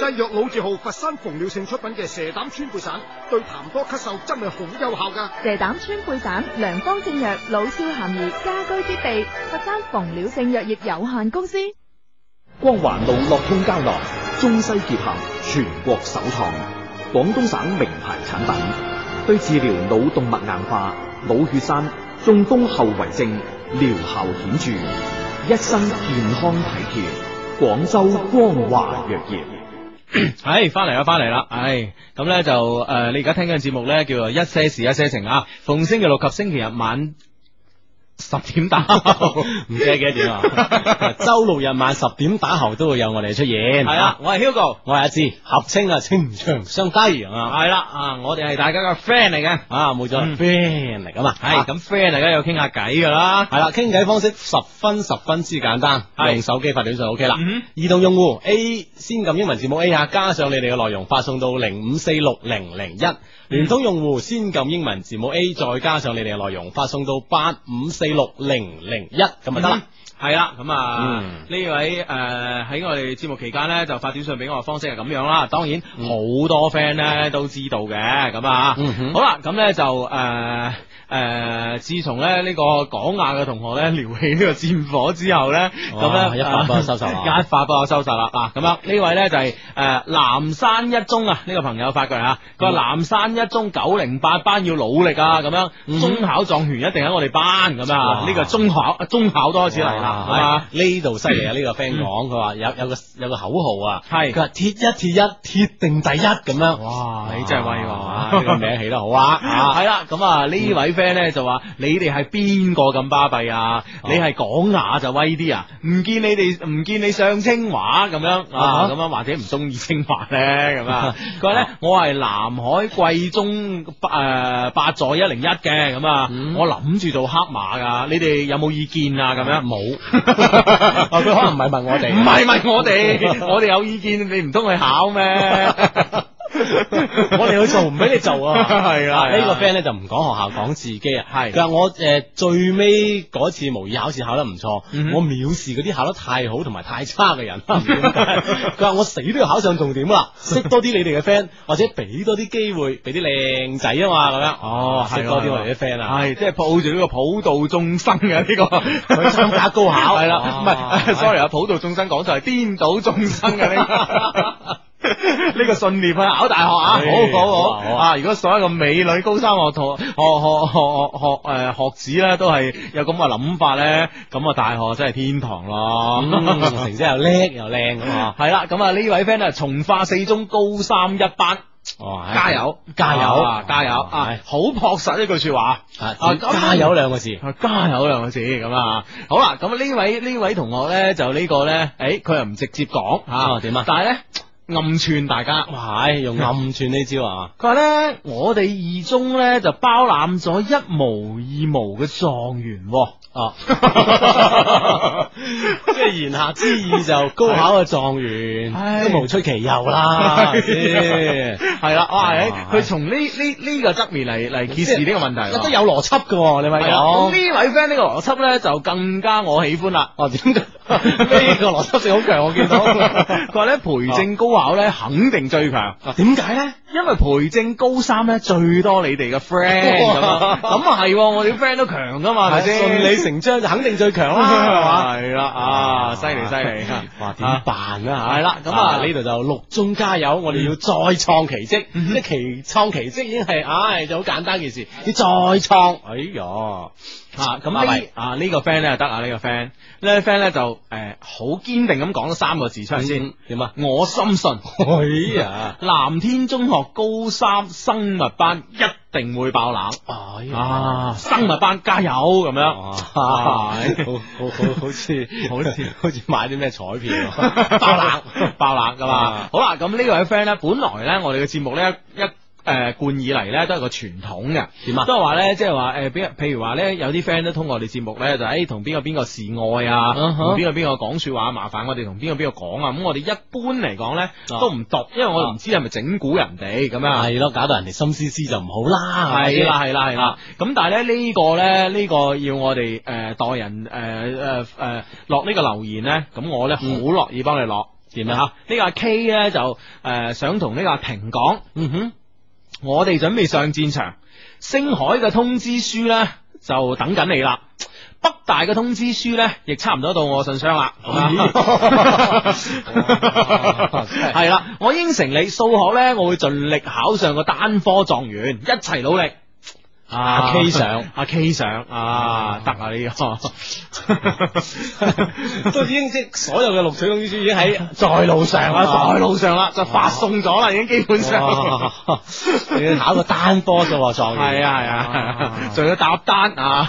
Speaker 10: 製藥老字號佛山馮了性出品嘅蛇膽川貝散，對痰多咳嗽真係好有效噶。
Speaker 9: 蛇膽川貝散，良方正藥，老少咸宜，家居必備。佛山馮了性藥業有限公司。
Speaker 26: 光環路樂通膠囊，中西結合，全國首創，廣東省名牌產品，對治療腦動脈硬化、腦血栓、中風後遺症療效顯著。一生健康體貼，廣州光華藥業。
Speaker 1: 唉，翻嚟啦，翻嚟啦，唉，咁呢就誒、呃，你而家聽緊嘅節目呢，叫做一些事一些情啊，逢星期六及星期日晚十點打後，
Speaker 2: 唔知係幾多 點啊？周六日晚十點打後都會有我哋出現。
Speaker 1: 係啊啦，我係 Hugo，
Speaker 2: 我係阿志，合稱啊，稱唔上相低啊。
Speaker 1: 係啦，啊，我哋係大家嘅 friend 嚟嘅，嗯
Speaker 2: 啊，冇錯，friend 嚟噶嘛。啊
Speaker 1: 係咁 friend 大家要傾下偈噶啦。
Speaker 2: 係啦，傾偈方式十分十分之簡單，用手機發短信 OK 啦。
Speaker 1: 嗯
Speaker 2: 移動用戶 A 先撳英文字母 A 啊，加上你哋嘅內容發送到零五四六零
Speaker 1: 嗯
Speaker 2: 零一。聯通用戶先撳英文字母 A，再加上你哋嘅內容發送到八五四六零零一咁咪得
Speaker 3: 嗯
Speaker 2: 啦。
Speaker 1: 係啊啦，咁
Speaker 2: 嗯
Speaker 1: 啊呢位誒呃喺我哋節目期間咧就發短信俾我嘅方式係咁樣啦。當然
Speaker 2: 嗯
Speaker 1: 好多 friend 咧都知道嘅，咁啊，好啦，咁咧就誒誒，自從咧呢個廣亞嘅同學咧撩起呢個戰火之後咧，咁呃咧
Speaker 2: 一發不可收拾啊啦，
Speaker 1: 一發不可收拾啦。啊嗱，咁樣呢位咧就係誒南山一中啊，呢個朋友發過嚟啊，佢話
Speaker 2: 嗯
Speaker 1: 南山一中九零八班要努力啊，咁
Speaker 2: 嗯
Speaker 1: 樣中考狀元一定喺我哋班咁啊，呢個中考中考都開始嚟啦。
Speaker 2: 啊！呢度犀利啊！呢個 friend 講，佢話有有個有個口號啊，
Speaker 1: 係
Speaker 2: 佢話鐵一鐵一鐵定第一咁樣。
Speaker 1: 哇！你哎真係威
Speaker 2: 哇！呢個名起得 好啊！
Speaker 1: 係啦，咁啊呢位 friend 咧就話：你哋係邊個咁巴閉啊？
Speaker 2: 哦
Speaker 1: 你係廣雅就威啲啊？唔見你哋唔見你上清華咁樣啊？咁樣或者唔中意清華 咧咁啊？佢話咧我係南海貴中誒八座一零一嘅咁啊，
Speaker 2: 嗯
Speaker 1: 我諗住做黑馬㗎，你哋有冇意見啊？咁 樣
Speaker 2: 冇。 哦佢可能唔係問我哋，
Speaker 1: 唔係問我哋，我哋有意見，你唔通去考咩？
Speaker 2: 我哋去做唔俾你做啊！
Speaker 1: 係啦，
Speaker 2: 呢個 friend 咧就唔講學校，講自己啊。
Speaker 1: 係，
Speaker 2: 但係我誒最尾嗰次模擬考試考得唔錯，
Speaker 1: 嗯
Speaker 2: 我藐視嗰啲考得太好同埋太差嘅人。 佢話我死都要考上重 點啦，識多啲你哋嘅 friend，或者俾多啲機會俾啲靚仔啊嘛咁樣。
Speaker 1: 哦，
Speaker 2: 識多啲我哋啲 friend 啊，
Speaker 1: 係即係抱住呢個普渡眾生嘅呢個
Speaker 2: 去參加高考。
Speaker 1: 係啦，唔係，sorry 啊，普渡眾生講錯係顛倒眾生嘅呢個。呢個信念去考大學啊，好好好啊！如果所有嘅美女高三學徒、學學學學誒學子咧，都係有咁嘅諗法咧，咁啊大學真係天堂咯，
Speaker 2: 嗯
Speaker 3: 嗯
Speaker 2: 成績又叻又靚咁啊！
Speaker 1: 係啦，咁啊呢位 friend 啊，從化四中高三一班。
Speaker 2: 哦，
Speaker 1: 加油，
Speaker 2: 加油，
Speaker 1: 加油啊！好樸實一句說話
Speaker 2: 啊，加 油兩個字，
Speaker 1: 啊加油兩個字咁啊！好啦，咁呢位呢位同學咧就呢個咧，誒佢又唔直接講吓
Speaker 2: 點啊？
Speaker 1: 但係咧。暗串大家，
Speaker 3: 哇！用暗串呢招啊！
Speaker 1: 佢話咧，我哋二中咧就包攬咗一模二模嘅狀元喎。
Speaker 2: 哦
Speaker 3: 啊，即係言下之意就高考嘅狀元都無出其右 啦，
Speaker 1: 係啊 係啦，哇！誒佢從呢呢呢個側面嚟嚟揭示呢個問題喎，
Speaker 3: 都有邏輯噶，你咪
Speaker 1: 係啊咁
Speaker 3: 講
Speaker 1: 呢位 friend 呢個邏輯咧就更加我喜歡啦。
Speaker 3: 哦，點解呢個邏輯性好強？我 見到
Speaker 1: 佢話咧培正高考咧肯定最強，
Speaker 3: 哦點解咧？
Speaker 1: 因為培正高三咧最多你哋嘅 friend 咁 啊 咁啊係喎，我哋啲 friend 都強噶嘛，係咪先？
Speaker 3: 順理成章就肯定最強啦，係 嘛？
Speaker 1: 係啦，啊，犀利犀利，
Speaker 3: 哇！點辦啊？
Speaker 1: 係啦咁啊嗯
Speaker 3: 呢度就六中加油，我哋要再創奇蹟，即係奇創奇蹟已經係唉就好簡單件事，要再創，哎呀！
Speaker 1: 啊，咁
Speaker 3: 拜
Speaker 1: 呢
Speaker 3: 拜
Speaker 1: 啊呢個 friend 咧就得啊，呢個 friend 呢個 friend 咧就誒好堅定咁講咗三個字出嚟先，
Speaker 3: 點啊？
Speaker 1: 我深信，
Speaker 3: 哎呀
Speaker 1: 藍天中學高三生物班一定會爆冷，
Speaker 3: 哎呀
Speaker 1: 啊，生物班加油咁樣，
Speaker 3: 啊
Speaker 1: 啊
Speaker 3: 好好好好似 好似好似買啲咩彩票啊，
Speaker 1: 爆 冷爆冷噶嘛
Speaker 3: 啊。
Speaker 1: 好啦，咁呢位 friend 咧，本來咧我哋嘅節目咧一。一誒貫以嚟咧都係個傳統嘅，
Speaker 3: 點啊
Speaker 1: 都係話咧，即係話誒，比如譬如話咧，有啲 friend 都通過我哋節目咧，就誒同邊個邊個示愛啊，
Speaker 3: 嗯哼
Speaker 1: 同邊個邊個講説話，麻煩我哋同邊個邊個講啊。咁我哋一般嚟講咧都唔讀，因為我唔知係咪整蠱人哋咁樣。
Speaker 3: 係咯，搞到人哋心思思就唔好
Speaker 1: 啊
Speaker 3: 啦，
Speaker 1: 係啦係啦係啦，咁但係咧呢個咧呢個要我哋誒呃代人誒誒誒呃落呢個留言咧，咁我咧好樂意幫你落。點樣吓？啊呢個阿 K 咧就誒想同呢個阿婷講，嗯哼，我哋準備上戰場，星海嘅通知書咧就等緊你啦。北大嘅通知書咧，亦差唔多到我信箱啦。咁啊
Speaker 3: 哎
Speaker 1: 係啦，我應承你數學咧，我會盡力考上個單科狀元，一齊努力。
Speaker 3: 阿 K 上
Speaker 1: 阿 K 上啊，得啊呢 個，
Speaker 3: 都已經即係所有嘅錄取通知書已經喺在路上啦，
Speaker 1: 啊在路上啦，就發送咗啦，已經基本上。
Speaker 3: 哇 你要考個單科啫喎，狀元
Speaker 1: 係啊係啊，仲要搭單啊，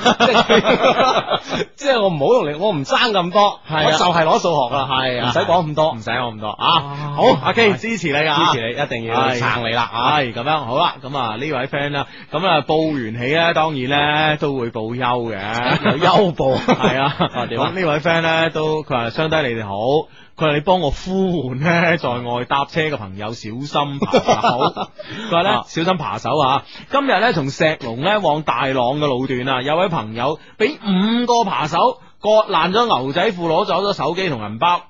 Speaker 3: 即係我 唔好用你，我唔爭咁多，
Speaker 1: 係啊
Speaker 3: 我就係攞數學啦，
Speaker 1: 係啊
Speaker 3: 唔使講咁多
Speaker 1: 唔。使我咁多啊。好，阿 K 支持你啊，
Speaker 3: 支持你一定要
Speaker 1: 係
Speaker 3: 撐你啦啊
Speaker 1: 係哎咁樣好啦，咁啊呢位 friend 啦，咁啊報完喜咧，當然咧都會報憂嘅，
Speaker 3: 有優報
Speaker 1: 係啊。
Speaker 3: 啊點
Speaker 1: 咁
Speaker 3: 啊
Speaker 1: 呢位 friend 咧都佢話相低你哋好。佢話你幫我呼喚 咧，在外搭車嘅朋友小心扒手。 佢話咧
Speaker 3: 啊
Speaker 1: 小心扒手啊！今日咧從石龍咧往大朗嘅路段啊，有位朋友俾五個扒手割爛咗牛仔褲，攞走咗手機同銀包。
Speaker 3: 嗯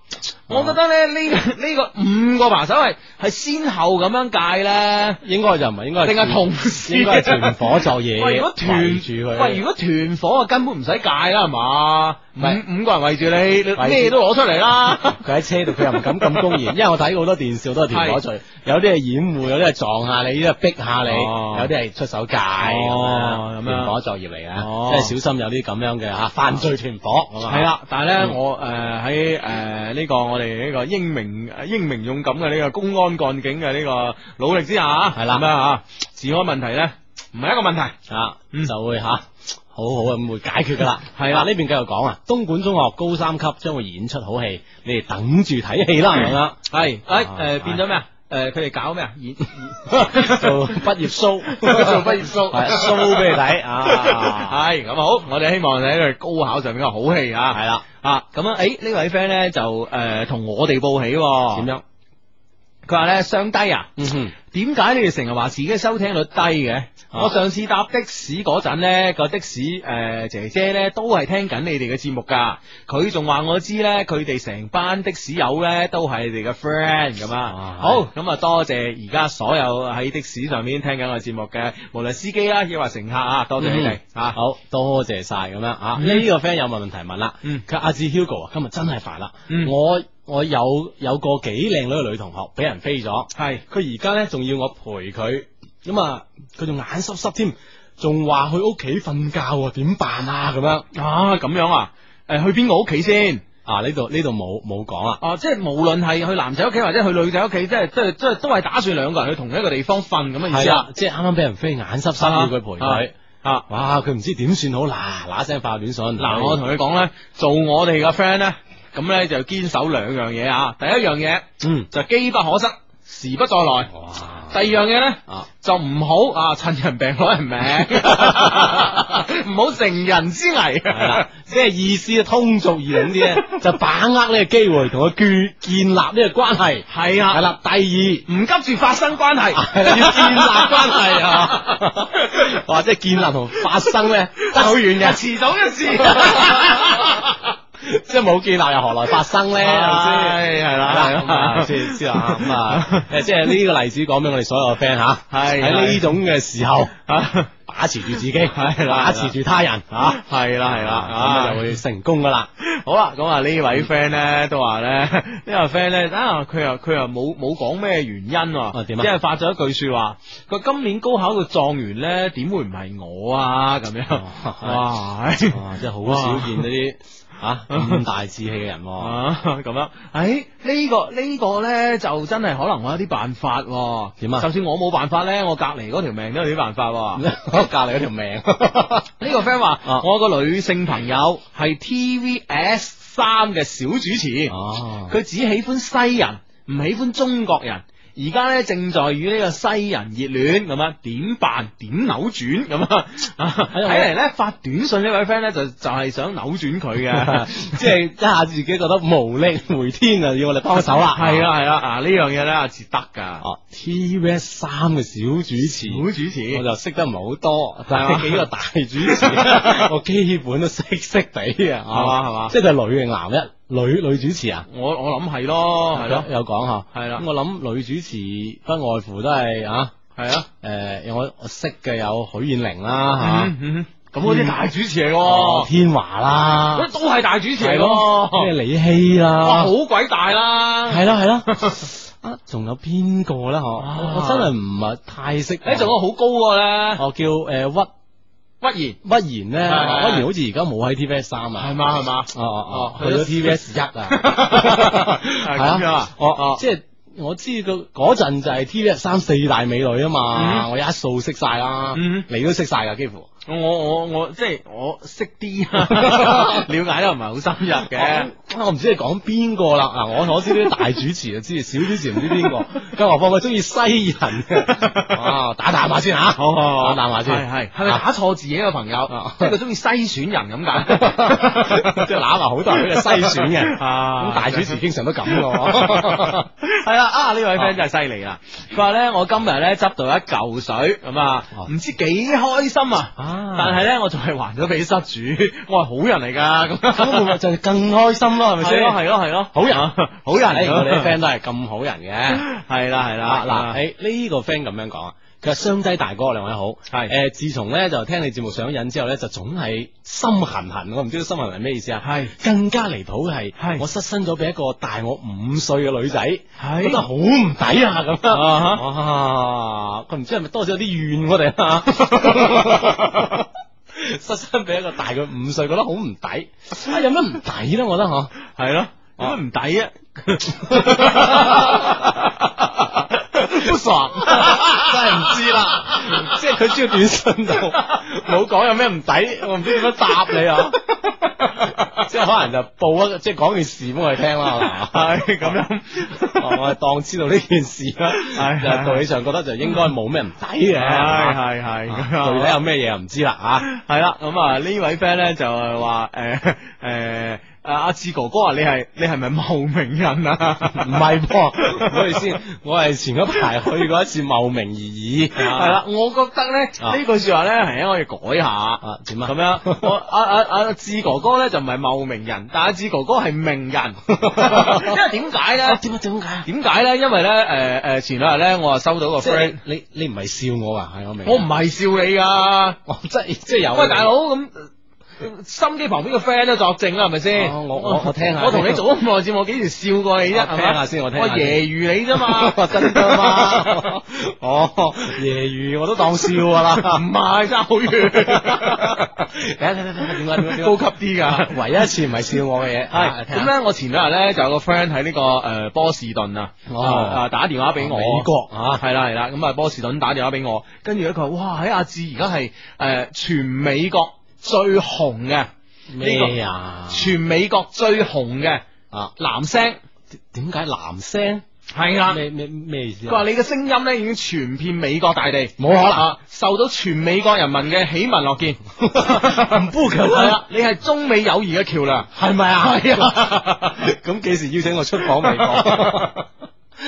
Speaker 1: 我覺得咧呢呢個五個扒手係係先後咁樣戒咧，
Speaker 3: 應該就唔係，應該係
Speaker 1: 定係同時
Speaker 3: 應該係團伙作嘢，
Speaker 1: 喂，如果團
Speaker 3: 圍住佢，
Speaker 1: 喂，如果團伙啊根本唔使戒啦，係嘛？五
Speaker 3: 係
Speaker 1: 五個人圍住你
Speaker 3: 住
Speaker 1: 你，咩都攞出嚟啦。
Speaker 3: 佢喺車度，佢又唔敢咁公然，因為我睇過好多電視好多團伙罪，有啲係掩護，有啲係撞下你，有啲係逼下你，
Speaker 1: 哦
Speaker 3: 有啲係出手戒
Speaker 1: 哦
Speaker 3: 咁樣，
Speaker 1: 咁樣
Speaker 3: 團伙作業嚟
Speaker 1: 哦
Speaker 3: 嘅，即係小心有啲咁樣嘅吓啊犯罪團伙咁啊
Speaker 1: 係啦，但係咧，
Speaker 3: 嗯
Speaker 1: 我誒喺誒呢個我哋呢個英明英明勇敢嘅呢個公安幹警嘅呢個努力之下，
Speaker 3: 係啦
Speaker 1: 咁樣啊，治安問題咧唔係一個問題。
Speaker 3: 啊，
Speaker 1: 嗯
Speaker 3: 就會吓好好啊咁會解決噶啦。
Speaker 1: 係啦
Speaker 3: 嗱呢邊繼續講啊，東莞中學高三級將會演出好戲，你哋等住睇戲啦咁樣。
Speaker 1: 係，誒
Speaker 3: 啊
Speaker 1: 誒變咗咩啊？誒，佢哋搞咩啊？演
Speaker 3: 做畢業
Speaker 1: 做
Speaker 3: show，
Speaker 1: 畢業啊 show
Speaker 3: 係 show 俾你睇啊，
Speaker 1: 係咁好，我哋希望喺佢高考上面有好戲啊！
Speaker 3: 係啦，
Speaker 1: 啊，咁啊，誒呢位 friend 咧就誒同我哋報喜喎，
Speaker 3: 點樣？
Speaker 1: 佢話咧雙低啊，
Speaker 3: 哦嗯哼，
Speaker 1: 點解你哋成日話自己收聽率低嘅？
Speaker 3: 啊
Speaker 1: 我上次搭的士嗰陣呢，個的士誒、呃姐姐呢都係聽緊你哋嘅節目㗎。佢仲話我知呢，佢哋成班的士友呢都係你哋嘅 friend 咁啊
Speaker 3: 哇。
Speaker 1: 好，咁啊多謝而家所有喺的士上面聽緊我哋節目嘅，無論司機啦，亦或乘客啊，多謝你哋
Speaker 3: 嗯
Speaker 1: 啊。
Speaker 3: 好多謝晒咁樣啊。
Speaker 1: 嗯
Speaker 3: 呢個 friend 有問問題問啦，
Speaker 1: 嗯
Speaker 3: 佢話阿志 Hugo 啊，今日真係煩啦
Speaker 1: 嗯，
Speaker 3: 我我有有個幾靚女嘅女同學俾人飛咗，
Speaker 1: 係
Speaker 3: 佢而家咧仲要我陪佢，咁啊佢仲眼濕濕添，仲話去屋企瞓覺啊，點辦啊咁樣
Speaker 1: 啊，咁樣啊？誒、去邊個屋企先？
Speaker 3: 啊？呢度呢度冇冇講啦。
Speaker 1: 哦，即係無論係去男仔屋企或者去女仔屋企，即係即係即係都係打算兩個人去同一個地方瞓咁嘅意
Speaker 3: 係
Speaker 1: 思啊
Speaker 3: 啦，？即係啱啱俾人飛眼濕濕，
Speaker 1: 啊
Speaker 3: 要佢陪佢。
Speaker 1: 啊！
Speaker 3: 哇！佢唔知點算好，嗱嗱聲發短信。
Speaker 1: 嗯嗱，我同你講咧，做我哋嘅 friend 咧，咁咧就堅守兩樣嘢啊。第一樣嘢，嗯，就機不可失，時不再來。第二樣嘢咧，就唔好啊趁人病攞 人命，唔好成人之危。
Speaker 3: 係啦，即係意思通俗易懂啲咧， 就把握呢個機會同佢建建立呢個關係。
Speaker 1: 係啊
Speaker 3: 係啦。第二，
Speaker 1: 唔急住發生關係，
Speaker 3: 要建立關係啊！ 哇，即係建立同發生咧，爭好遠嘅，
Speaker 1: 遲早一次。
Speaker 3: 即係冇建立又何來發生咧？係咪
Speaker 1: 係
Speaker 3: 先？
Speaker 1: 係啦係啦
Speaker 3: 咁啊先知啦。咁啊，誒，即係呢個例子講俾我哋所有嘅 friend 吓，
Speaker 1: 係
Speaker 3: 喺呢種嘅時候
Speaker 1: 啊，
Speaker 3: 把持住自 己，
Speaker 1: 係啦
Speaker 3: 把持住他人啊，
Speaker 1: 係啦係啦，
Speaker 3: 咁啊就會成功噶啦。
Speaker 1: 好啦，咁啊呢位 friend 咧都話咧，呢 位 friend 咧啊佢又佢又冇冇講咩原因喎，
Speaker 3: 點啊
Speaker 1: 即係發咗一句說話，佢今年高考嘅狀元咧點會唔係我啊咁樣，
Speaker 3: 哦
Speaker 1: 哇，唉
Speaker 3: 哇，真係好少見呢啲啊咁大志氣嘅人喎。
Speaker 1: 啊咁樣，誒呢個呢個咧就真係可能我有啲辦法喎，
Speaker 3: 點啊
Speaker 1: 就算我冇辦法咧，我隔離嗰條命都有啲辦法喎。
Speaker 3: 我 隔離嗰條命。 啊
Speaker 1: 呢個 friend 話，我個女性朋友係 TVS 三嘅小主持，
Speaker 3: 哦啊
Speaker 1: 佢只喜歡西人，唔喜歡中國人。而家咧正在與呢個西人熱戀咁啊樣，點辦？點扭轉咁啊？睇嚟咧發短信呢位 friend 咧就就係想扭轉佢嘅，
Speaker 3: 即係一下自己覺得無力回天啊，要我哋幫手 啦。
Speaker 1: 係啦係啦，啊呢樣嘢咧阿哲得噶，
Speaker 3: 哦，TVS 三嘅小主持，小
Speaker 1: 主持
Speaker 3: 我就識得唔係好多，但
Speaker 1: 嗯係嘛
Speaker 3: 係幾個大主 持，我基本都識識地啊，
Speaker 1: 係嘛係嘛
Speaker 3: 即係佢係女定男一女女主持啊？
Speaker 1: 我我諗係咯，係咯，
Speaker 3: 哦有講吓，
Speaker 1: 係啦
Speaker 3: 咁我諗女主持不外乎都係啊，
Speaker 1: 係啊，
Speaker 3: 誒，我我識嘅有許燕玲啦
Speaker 1: 嗯嗯咁嗰啲大主持嚟
Speaker 3: 吓，啊哦
Speaker 1: 喎，
Speaker 3: 天華啦，
Speaker 1: 嗰啲都係大主持嚟
Speaker 3: 係咯咩
Speaker 1: 喎，
Speaker 3: 李希
Speaker 1: 哇
Speaker 3: 啦，
Speaker 1: 好啊鬼大啦，
Speaker 3: 係咯係 咯。啊，仲有邊個咧？我
Speaker 1: 啊
Speaker 3: 我真係唔係太識。
Speaker 1: 誒仲有好高個咧，
Speaker 3: 我叫诶屈
Speaker 1: 屈賢。
Speaker 3: 屈贤咧，
Speaker 1: 係
Speaker 3: 屈
Speaker 1: 係
Speaker 3: 贤好似而家冇喺 TVS 三啊，
Speaker 1: 係嘛係嘛
Speaker 3: 哦哦哦，
Speaker 1: 哦
Speaker 3: 去咗
Speaker 1: 去咗
Speaker 3: TVS 一啊，
Speaker 1: 係咁
Speaker 3: 係
Speaker 1: 樣啊
Speaker 3: 我
Speaker 1: 哦
Speaker 3: 我即係我知佢嗰陣就係 TVS 三四大美女啊嘛，
Speaker 1: 嗯
Speaker 3: 我一數識晒啦
Speaker 1: 嗯，
Speaker 3: 你都識晒噶幾乎。
Speaker 1: 我我我即係我識 啲，了解得唔係好深入嘅。
Speaker 3: 我我唔知你講邊個啦，嗱我所知啲大主持就知， 小主持唔知邊個，更何況佢中意西人 嘅，啊打探下先吓，
Speaker 1: 好好好
Speaker 3: 打探下先，
Speaker 1: 哦
Speaker 3: 啊
Speaker 1: 係係係咪打錯字嘅一個朋友？即係佢中意篩選人咁解，
Speaker 3: 即係揦埋好多人俾佢篩選嘅，
Speaker 1: 啊
Speaker 3: 咁大主持經常都咁嘅喎。
Speaker 1: 係啦， 啊呢位 friend 真係犀利啦！啊佢話咧，我今日咧執到一嚿水咁啊，唔知幾開心啊！但係咧，我仲係還咗俾失主，我係好人嚟㗎咁。
Speaker 3: 咁會唔會就更開心咯？係咪
Speaker 1: 係
Speaker 3: 先？
Speaker 1: 咯係咯係咯，啊
Speaker 3: 好人啊
Speaker 1: 好人哎
Speaker 3: 誒我哋啲 friend 都係咁好人嘅。
Speaker 1: 係啦係啦
Speaker 3: 啊嗱，誒呢個 friend 咁樣講啊，佢話雙低大哥兩位好，
Speaker 1: 係
Speaker 3: 誒自從咧就聽你節目上癮之後咧，就總係心痕痕，我唔知道心痕痕咩意思啊，
Speaker 1: 係
Speaker 3: 更加離譜係，
Speaker 1: 係
Speaker 3: 我失身咗俾一個大我五歲嘅女仔，
Speaker 1: 係
Speaker 3: 覺得好唔抵啊咁樣，
Speaker 1: 啊哈
Speaker 3: 哇，佢唔知係咪多少有啲怨我哋 啊。失身俾一個大佢五歲，覺得好唔抵，啊有咩唔抵咧？我覺得嗬，哦
Speaker 1: 係咯，咁唔抵啊！
Speaker 3: 不爽，真係唔知啦。即係佢知道短信度冇講有咩唔抵，我唔知點樣答你啊。即係可能就報一個，即係講件事俾我哋聽啦，係咁樣，哦我係當知道呢件事啦。
Speaker 1: 係
Speaker 3: 就道理上覺得就應該冇咩唔抵嘅，
Speaker 1: 哎係係係咁樣
Speaker 3: 具體有咩嘢又唔知啦啊。
Speaker 1: 系啦，咁啊呢位 friend 咧就係話 诶诶。阿阿志哥哥啊，你係你係咪茂名人啊？
Speaker 3: 唔係噃，唔好意思，我係前嗰排去過一次茂名而已。係
Speaker 1: 啊係啦，，我覺得咧
Speaker 3: 啊
Speaker 1: 呢句说話咧係可以改下啊
Speaker 3: 點啊
Speaker 1: 咁樣，我阿阿阿志哥哥咧就唔係茂名人，但阿志哥哥係名人，因 為點解
Speaker 3: 啊
Speaker 1: 咧？點點解？點解咧？因為咧诶诶前兩日咧我啊收到個
Speaker 3: 即係
Speaker 1: friend，
Speaker 3: 哦你你你唔係笑我啊？係我明。
Speaker 1: 我唔係笑你噶，
Speaker 3: 我即係即係有。啊
Speaker 1: 喂大佬咁。呃心機旁邊個 friend 都作證啦，係咪先？
Speaker 3: 哦我 我我聽下
Speaker 1: 我同你做咗咁耐節目，幾時笑過你啫？
Speaker 3: 我
Speaker 1: 係
Speaker 3: 聽
Speaker 1: 咪
Speaker 3: 下先我聽下
Speaker 1: 我
Speaker 3: 先，
Speaker 1: 揶揄你啫嘛
Speaker 3: 真 噶嘛？哦，夜雨我都當笑噶啦。
Speaker 1: 唔係爭好 遠，
Speaker 3: 睇睇睇睇點解啊點解點
Speaker 1: 高
Speaker 3: 解
Speaker 1: 級啲㗎。
Speaker 3: 唯一一次唔係笑我嘅嘢啊
Speaker 1: 係咁咧，我前兩日咧就有個 friend 喺呢個誒波士頓啊，
Speaker 3: 哦
Speaker 1: 啊打電話俾我，
Speaker 3: 美國啊
Speaker 1: 係啦係啦，咁啊波士頓打電話俾我，跟住咧佢話哇喺阿志而家係誒全美國最紅嘅呢個
Speaker 3: 咩啊？
Speaker 1: 全美國最紅嘅
Speaker 3: 啊，
Speaker 1: 男聲
Speaker 3: 點解男聲？
Speaker 1: 係啦
Speaker 3: 咩咩咩意思
Speaker 1: 佢
Speaker 3: 啊？
Speaker 1: 話你嘅聲音咧已經傳遍美國大地，
Speaker 3: 冇可能
Speaker 1: 啊，受到全美國人民嘅喜聞樂見，
Speaker 3: 唔 b
Speaker 1: 係啦，你係中美友誼嘅橋梁，係咪啊？係啊，
Speaker 3: 咁幾時邀請我出訪 美國？啊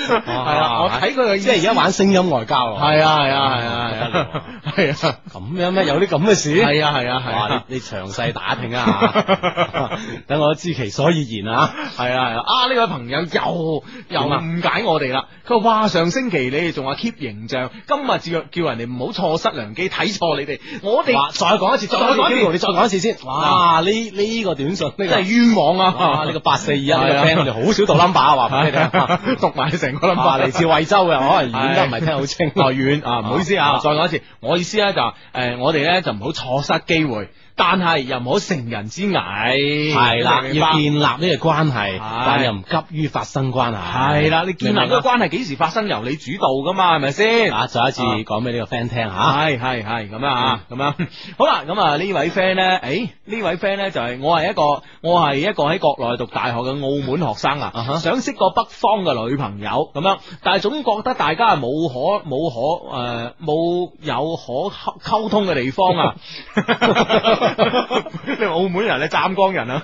Speaker 1: 係啦，我睇佢嘅意思
Speaker 3: 即係而家玩聲音外交喎。
Speaker 1: 係啊係啊係啊係啊 係啊，
Speaker 3: 咁樣咩？有啲咁嘅事？
Speaker 1: 係啊係啊係啊
Speaker 3: 哇！你你詳細打聽啊， 等我知其所以然啊。
Speaker 1: 係啊係啊，啊呢位朋友又又
Speaker 3: 點啊
Speaker 1: 誤解我哋啦。佢話：哇，上星期你哋仲話 keep 形象，今日叫叫人哋唔好錯失良機，睇錯你哋。我哋
Speaker 3: 哇再講一次，再講一次，你再講一次先。哇！呢呢個短信呢個
Speaker 1: 啊真係冤枉啊！
Speaker 3: 哇！呢個八四二一呢個
Speaker 1: 係啊
Speaker 3: friend，我哋好少讀 number 啊，話俾你聽。
Speaker 1: 聽， 讀埋成個 number
Speaker 3: 哇 嚟自惠州嘅可能遠得唔係聽 好清
Speaker 1: 係哦遠啊，唔好意思啊，
Speaker 3: 啊
Speaker 1: 再講一次，我意思咧就話誒，我哋咧就唔好錯失機會，但係又唔好成人之危，
Speaker 3: 係啦，
Speaker 1: 你明白
Speaker 3: 要建立呢個關係，但又唔急於發生關係。
Speaker 1: 係啦，你建立
Speaker 3: 明
Speaker 1: 嗰
Speaker 3: 唔明
Speaker 1: 個
Speaker 3: 啊
Speaker 1: 關係幾時發生由你主導噶嘛，係咪先？
Speaker 3: 啊，再一次
Speaker 1: 啊
Speaker 3: 講俾呢個 friend 聽吓。
Speaker 1: 系系系咁啊， 咁样好啦，咁啊呢位 friend 咧，诶呢位 friend 咧就系我系一个我系一个喺國內讀大學嘅澳門學生啊，想識個北方嘅女朋友咁樣，但係總覺得大家係冇可冇可诶冇有可溝通嘅地方啊， 你話澳門人你湛江人啊，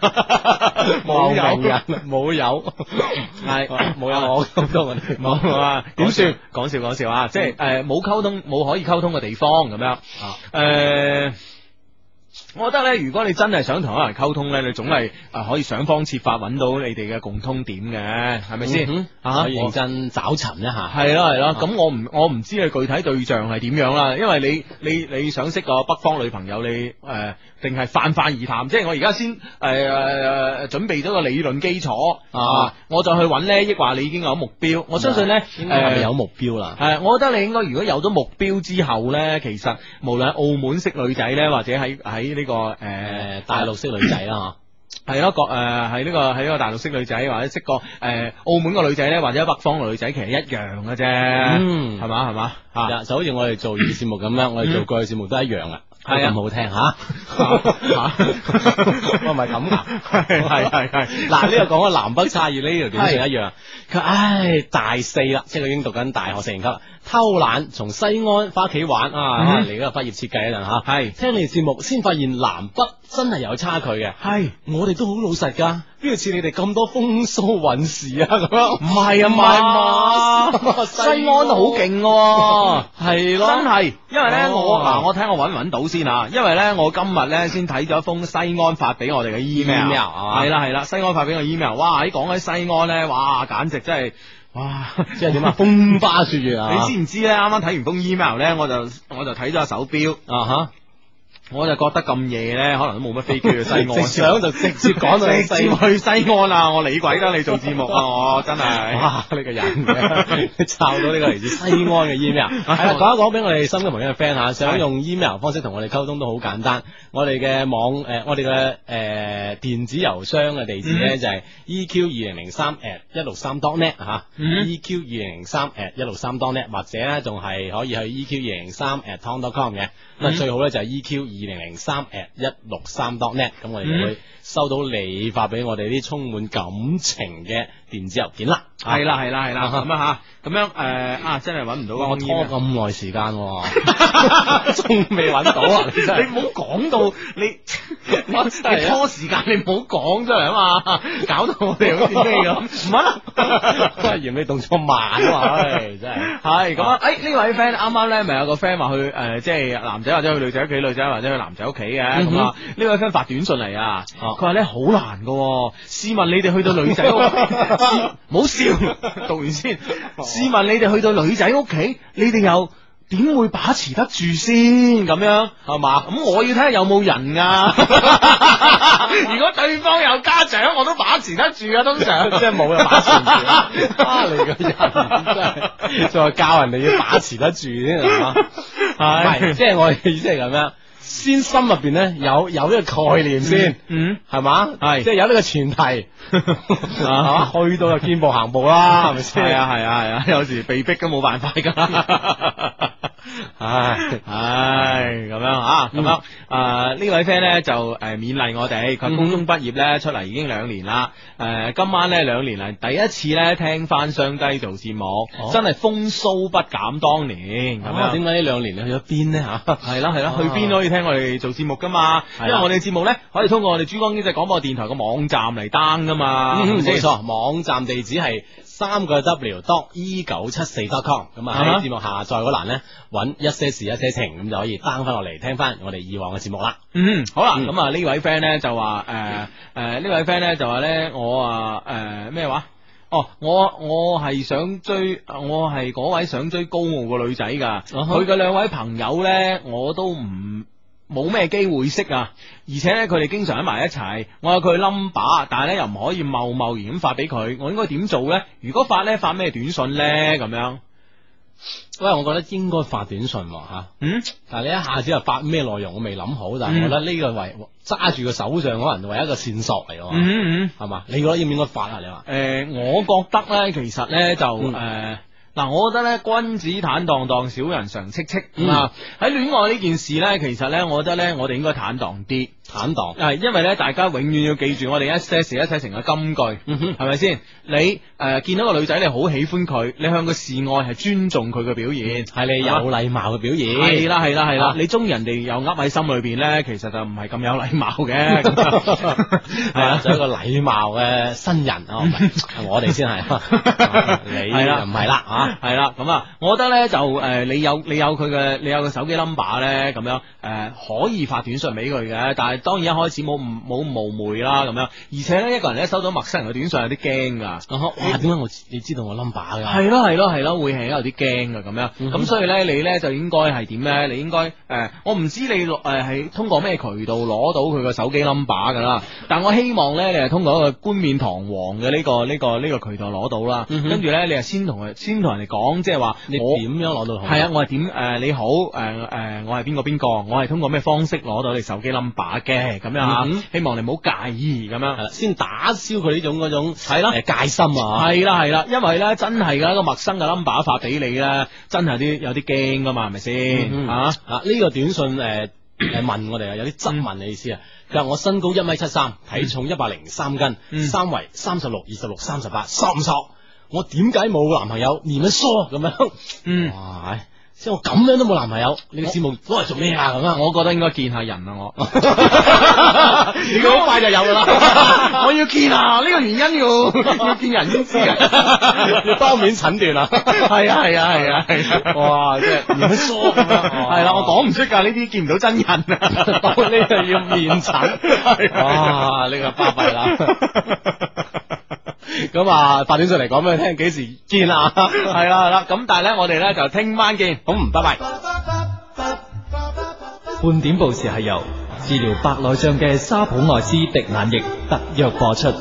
Speaker 1: 冇
Speaker 3: 冇名
Speaker 1: 有
Speaker 3: 人冇有，
Speaker 1: 係
Speaker 3: 冇有我咁多我哋
Speaker 1: 冇啊？點算？講笑講笑啊！即係诶，誒冇溝通，冇可以溝通嘅地方咁樣。诶、我覺得咧，如果你真係想同一個人溝通咧，你總係诶可以想方設法揾到你哋嘅共通點嘅，係咪
Speaker 3: 嗯
Speaker 1: 先？啊
Speaker 3: 哼所以認真找尋一下。
Speaker 1: 係咯係咯，咁我唔我唔知你具體對象係點樣啦，因為你你你想識個北方女朋友，你誒定係泛泛而談，即係我而家先誒呃誒準備咗個理論基礎啊，我再去揾呢，抑或你已經有目標，我相信呢，
Speaker 3: 應該係咪
Speaker 1: 誒
Speaker 3: 有目標啦。
Speaker 1: 係，我覺得你應該如果有咗目標之後呢，其實無論喺澳門識女仔呢，或者喺喺呢個誒、
Speaker 3: 誒大陸識女仔啦
Speaker 1: 係咯，個誒喺呢個喺呢個大陸識女仔，或者識個誒、澳門個女仔呢，或者北方個女仔，其實一樣嘅啫，
Speaker 3: 嗯
Speaker 1: 係嘛係嘛
Speaker 3: 嚇，係
Speaker 1: 嚇。
Speaker 3: 啊就好似我哋做粵語節目咁樣，我哋做國語節目都一樣啊，都
Speaker 1: 嗯係啊啊
Speaker 3: 咁好聽吓。我唔係咁啊，
Speaker 1: 係係係係
Speaker 3: 嗱呢個講個南北差異呢條短
Speaker 1: 係
Speaker 3: 信一樣。佢話唉大四啦，即係佢已經讀緊大學四年級啦，偷懶從西安翻屋企玩啊，可能嚟嗰個畢業設計嗰陣嚇。
Speaker 1: 嗯係
Speaker 3: 聽你哋節目先發現南北真係有差距嘅。
Speaker 1: 係，
Speaker 3: 我哋都好老實㗎，邊度似你哋咁多風騷韻事啊咁樣？
Speaker 1: 唔係啊嘛，
Speaker 3: 啊
Speaker 1: 西安好勁喎，
Speaker 3: 係咯
Speaker 1: 真係，因為咧
Speaker 3: 哦
Speaker 1: 我嗱我睇我揾唔揾到先啊，因為咧我今日咧先睇咗一封西安發俾我哋嘅 email，
Speaker 3: email 啊係嘛
Speaker 1: 係啦係啦，西安發俾我 email，哇！喺講起西安咧，哇，簡直真係哇，
Speaker 3: 即係點啊？風花雪月啊！
Speaker 1: 你知唔知咧？啱啱睇完封 email 咧，我就我就睇咗下手錶，
Speaker 3: 啊哈！
Speaker 1: 我就覺得咁夜咧，可能都冇乜飛機去西
Speaker 3: 直
Speaker 1: 安，
Speaker 3: 想就直接講到 去
Speaker 1: 直
Speaker 3: 西
Speaker 1: 接
Speaker 3: 安
Speaker 1: 去西安啦！我理鬼得你做節 目啊！我真係。
Speaker 3: 哇！呢個人 嘅，抄到呢個嚟自西安嘅 email，係啦講一講俾我哋心嘅朋友嘅 friend 嚇，想用 email 方式同我哋溝通都好簡單。我哋嘅網誒、呃我哋嘅誒電子郵箱嘅地址咧
Speaker 1: 嗯
Speaker 3: 就係 eq 二零零三 at 一六三 dot net 嚇
Speaker 1: 嗯
Speaker 3: ，eq 二零零三 at 一六三 dot net，或者咧仲係可以去 eq 二零零三 at tom dot com 嘅。咁啊
Speaker 1: 嗯
Speaker 3: 最好咧就係 eq 二零零三 at 一六三 dot net，咁我哋就
Speaker 1: 嗯
Speaker 3: 會收到你發俾我哋啲充滿感情嘅電子郵件啦。
Speaker 1: 系啦系啦 系啦，
Speaker 3: 啊
Speaker 1: 咁啊吓，咁样诶啊，真系搵唔到
Speaker 3: 哇！我拖
Speaker 1: email
Speaker 3: 咁耐時間 喎，仲未揾到啊！你真係
Speaker 1: 你唔好講到你
Speaker 3: 我
Speaker 1: 你
Speaker 3: 真係啊
Speaker 1: 你拖時間，你唔好講出嚟啊 嘛，搞到我哋好似咩咁，唔好啦。
Speaker 3: 都係嫌你動作慢啊 嘛！唉，真係
Speaker 1: 係咁啊！诶，呢位 friend 啱啱咧，咪有個 friend 話去诶，即係男仔或者去女仔屋企，女仔或者去男仔屋企嘅咁啊。呢位 friend 發短信嚟啊，
Speaker 3: 嗯哦
Speaker 1: 佢話咧好難噶，試問你哋去到女仔屋， 試唔好笑，讀完先。
Speaker 3: 哦
Speaker 1: 試問你哋去到女仔屋企，你哋又？點會把持得住先咁樣係嘛？咁我要睇下有冇人啊！如果對方有家長，我都把持得住啊！通 常
Speaker 3: 真係冇人把持 住啊！你個人真係，再教人哋要把持得住先係嘛？唔係，即係我嘅意思係咁樣，先心入邊咧有有呢個概念先。
Speaker 1: 嗯
Speaker 3: 係嘛？
Speaker 1: 係
Speaker 3: 即係有呢個前提，係嘛？啊去到就 見步行步啦，係咪 先？
Speaker 1: 係啊係啊係啊，有時被逼都冇辦法㗎。唉唉，咁樣啊，
Speaker 3: 嗯
Speaker 1: 咁樣啊，呢位 friend 咧就诶勉勵我哋，
Speaker 3: 嗯
Speaker 1: 佢高中畢業咧出嚟已經兩年啦，诶今晚咧兩年嚟第一次咧聽翻雙低做節目，真係風騷不減當年咁樣。
Speaker 3: 啊哦點解呢兩年你去咗邊呢？吓？
Speaker 1: 係啦係啦，去邊都可以聽我哋做節目噶嘛，因
Speaker 3: 係啦
Speaker 1: 為我哋節目咧可以通過我哋珠江經濟廣播電台個網站嚟 down 噶嘛，係
Speaker 3: 嗯
Speaker 1: 咪先
Speaker 3: 冇錯，網站地址係三個 W dot e 九七四 dot com，咁
Speaker 1: 啊哈
Speaker 3: 啊喺節目下載嗰欄咧揾一些事一些情，咁就可以 down 翻落嚟聽翻我哋以往嘅節目啦。
Speaker 1: 嗯，好啦，咁啊呢位 friend 咧就話誒誒呢位 friend 咧就話咧我啊誒咩話？哦，我我係想追，我係嗰位想追高傲個女仔㗎，佢嘅兩位朋友咧我都唔。冇咩機會識啊，而且咧佢哋經常喺埋一齊，我有佢 number，但係咧又唔可以貿貿然咁發俾佢，我應該點做咧？如果發咧發咩短信咧咁樣？
Speaker 3: 喂，我覺得應該發短信喎吓，
Speaker 1: 嗯，
Speaker 3: 但係你一下子又發咩內容，我未諗好，但係
Speaker 1: 嗯
Speaker 3: 我覺得呢個為揸住個手上，可能為一個線索嚟喎，
Speaker 1: 嗯嗯
Speaker 3: 係嘛？你覺得應唔應該發啊？你話？
Speaker 1: 诶、呃我覺得咧，其實咧就
Speaker 3: 嗯
Speaker 1: 诶。嗱，我覺得咧，君子坦蕩蕩，小人常戚戚
Speaker 3: 嗯
Speaker 1: 啊！喺戀愛呢件事咧，其實咧，我覺得咧，我哋應該坦蕩啲，
Speaker 3: 坦蕩
Speaker 1: 係因為咧，大家永遠要記住我哋一些事一些情嘅金句，
Speaker 3: 嗯
Speaker 1: 係咪先？你诶、呃、見到個女仔，你好喜歡佢，你向佢示愛係尊重佢嘅表現，
Speaker 3: 係你有禮貌嘅表現，
Speaker 1: 係啦係啦係啦
Speaker 3: 嗯啊，
Speaker 1: 你中人哋又噏喺心裏邊咧，其實就唔係咁有禮貌 嘅，係
Speaker 3: 係啊，做一個禮貌嘅新人 啊，唔係係我哋先係，啊你
Speaker 1: 係啦
Speaker 3: 就唔係啦啊。
Speaker 1: 系啦，咁啊，我覺得咧就诶、呃你有你有佢嘅，你有個手機 number 咧，咁樣诶、呃可以發短信俾佢嘅，但係當然一開始冇誤冇冒昧啦，咁樣，而且咧一個人咧收到陌生人嘅短信有啲驚㗎。
Speaker 3: 啊
Speaker 1: 啊
Speaker 3: 哇！點解我知你知道我 number 㗎？
Speaker 1: 哦係咯係咯係咯，會係有啲驚㗎咁樣，咁、所以咧你咧就應該係點咧？你應該誒、呃我唔知你攞誒係通過咩渠道攞到佢個手機 number 㗎啦，但我希望咧你係通過一個冠冕堂皇嘅呢、個呢、個呢、個渠道攞到啦，
Speaker 3: 嗯哼
Speaker 1: 跟住咧你係先同佢先同人哋講，即係話
Speaker 3: 你
Speaker 1: 我
Speaker 3: 點樣攞到號碼
Speaker 1: 係啊，我係點誒你好誒誒、呃我係邊個邊個，我係通過咩方式攞到你手機 number 嘅咁樣啊？
Speaker 3: 嗯哼啊
Speaker 1: 希望你唔好介意咁樣。
Speaker 3: 先打消佢呢種嗰種
Speaker 1: 係啦
Speaker 3: 誒戒心啊，
Speaker 1: 系啦系啦，因為咧真係噶一個陌生嘅 number 發俾你咧，真係啲有啲驚噶嘛，係咪先
Speaker 3: 嗯
Speaker 1: 吓？啊
Speaker 3: 啊呢個短信誒誒問我哋啊，有啲質問嘅意思啊。佢話我身高一米七三，
Speaker 1: 嗯
Speaker 3: 體重一百零三斤，三圍三十六、二十六、三十八、三十。我點解冇男朋友？念一疏咁樣，
Speaker 1: 嗯，
Speaker 3: 哇！唉即係我咁樣都冇男朋友，你個節目攞嚟做咩啊？咁樣，
Speaker 1: 我覺得應該見下人啊， 我
Speaker 3: 如果好快就有噶啦。
Speaker 1: 我要見啊，呢個原因要要見人先知啊，
Speaker 3: 要當面診斷啊！
Speaker 1: 係啊係啊係啊係啊，
Speaker 3: 哇！即 係念一疏咁樣，
Speaker 1: 係啦，我講唔出㗎，呢啲見唔到真人 啊，
Speaker 3: 當呢個要面 診，哇！啊呢個巴 閉啦。咁啊，發短信嚟講俾佢聽，幾時見啊？
Speaker 1: 係啦係啦，咁但係咧，我哋咧就聽晚見，
Speaker 3: 好嗯唔拜拜。
Speaker 27: 半點報時係由治療白內障嘅沙普愛斯滴眼液特約播出。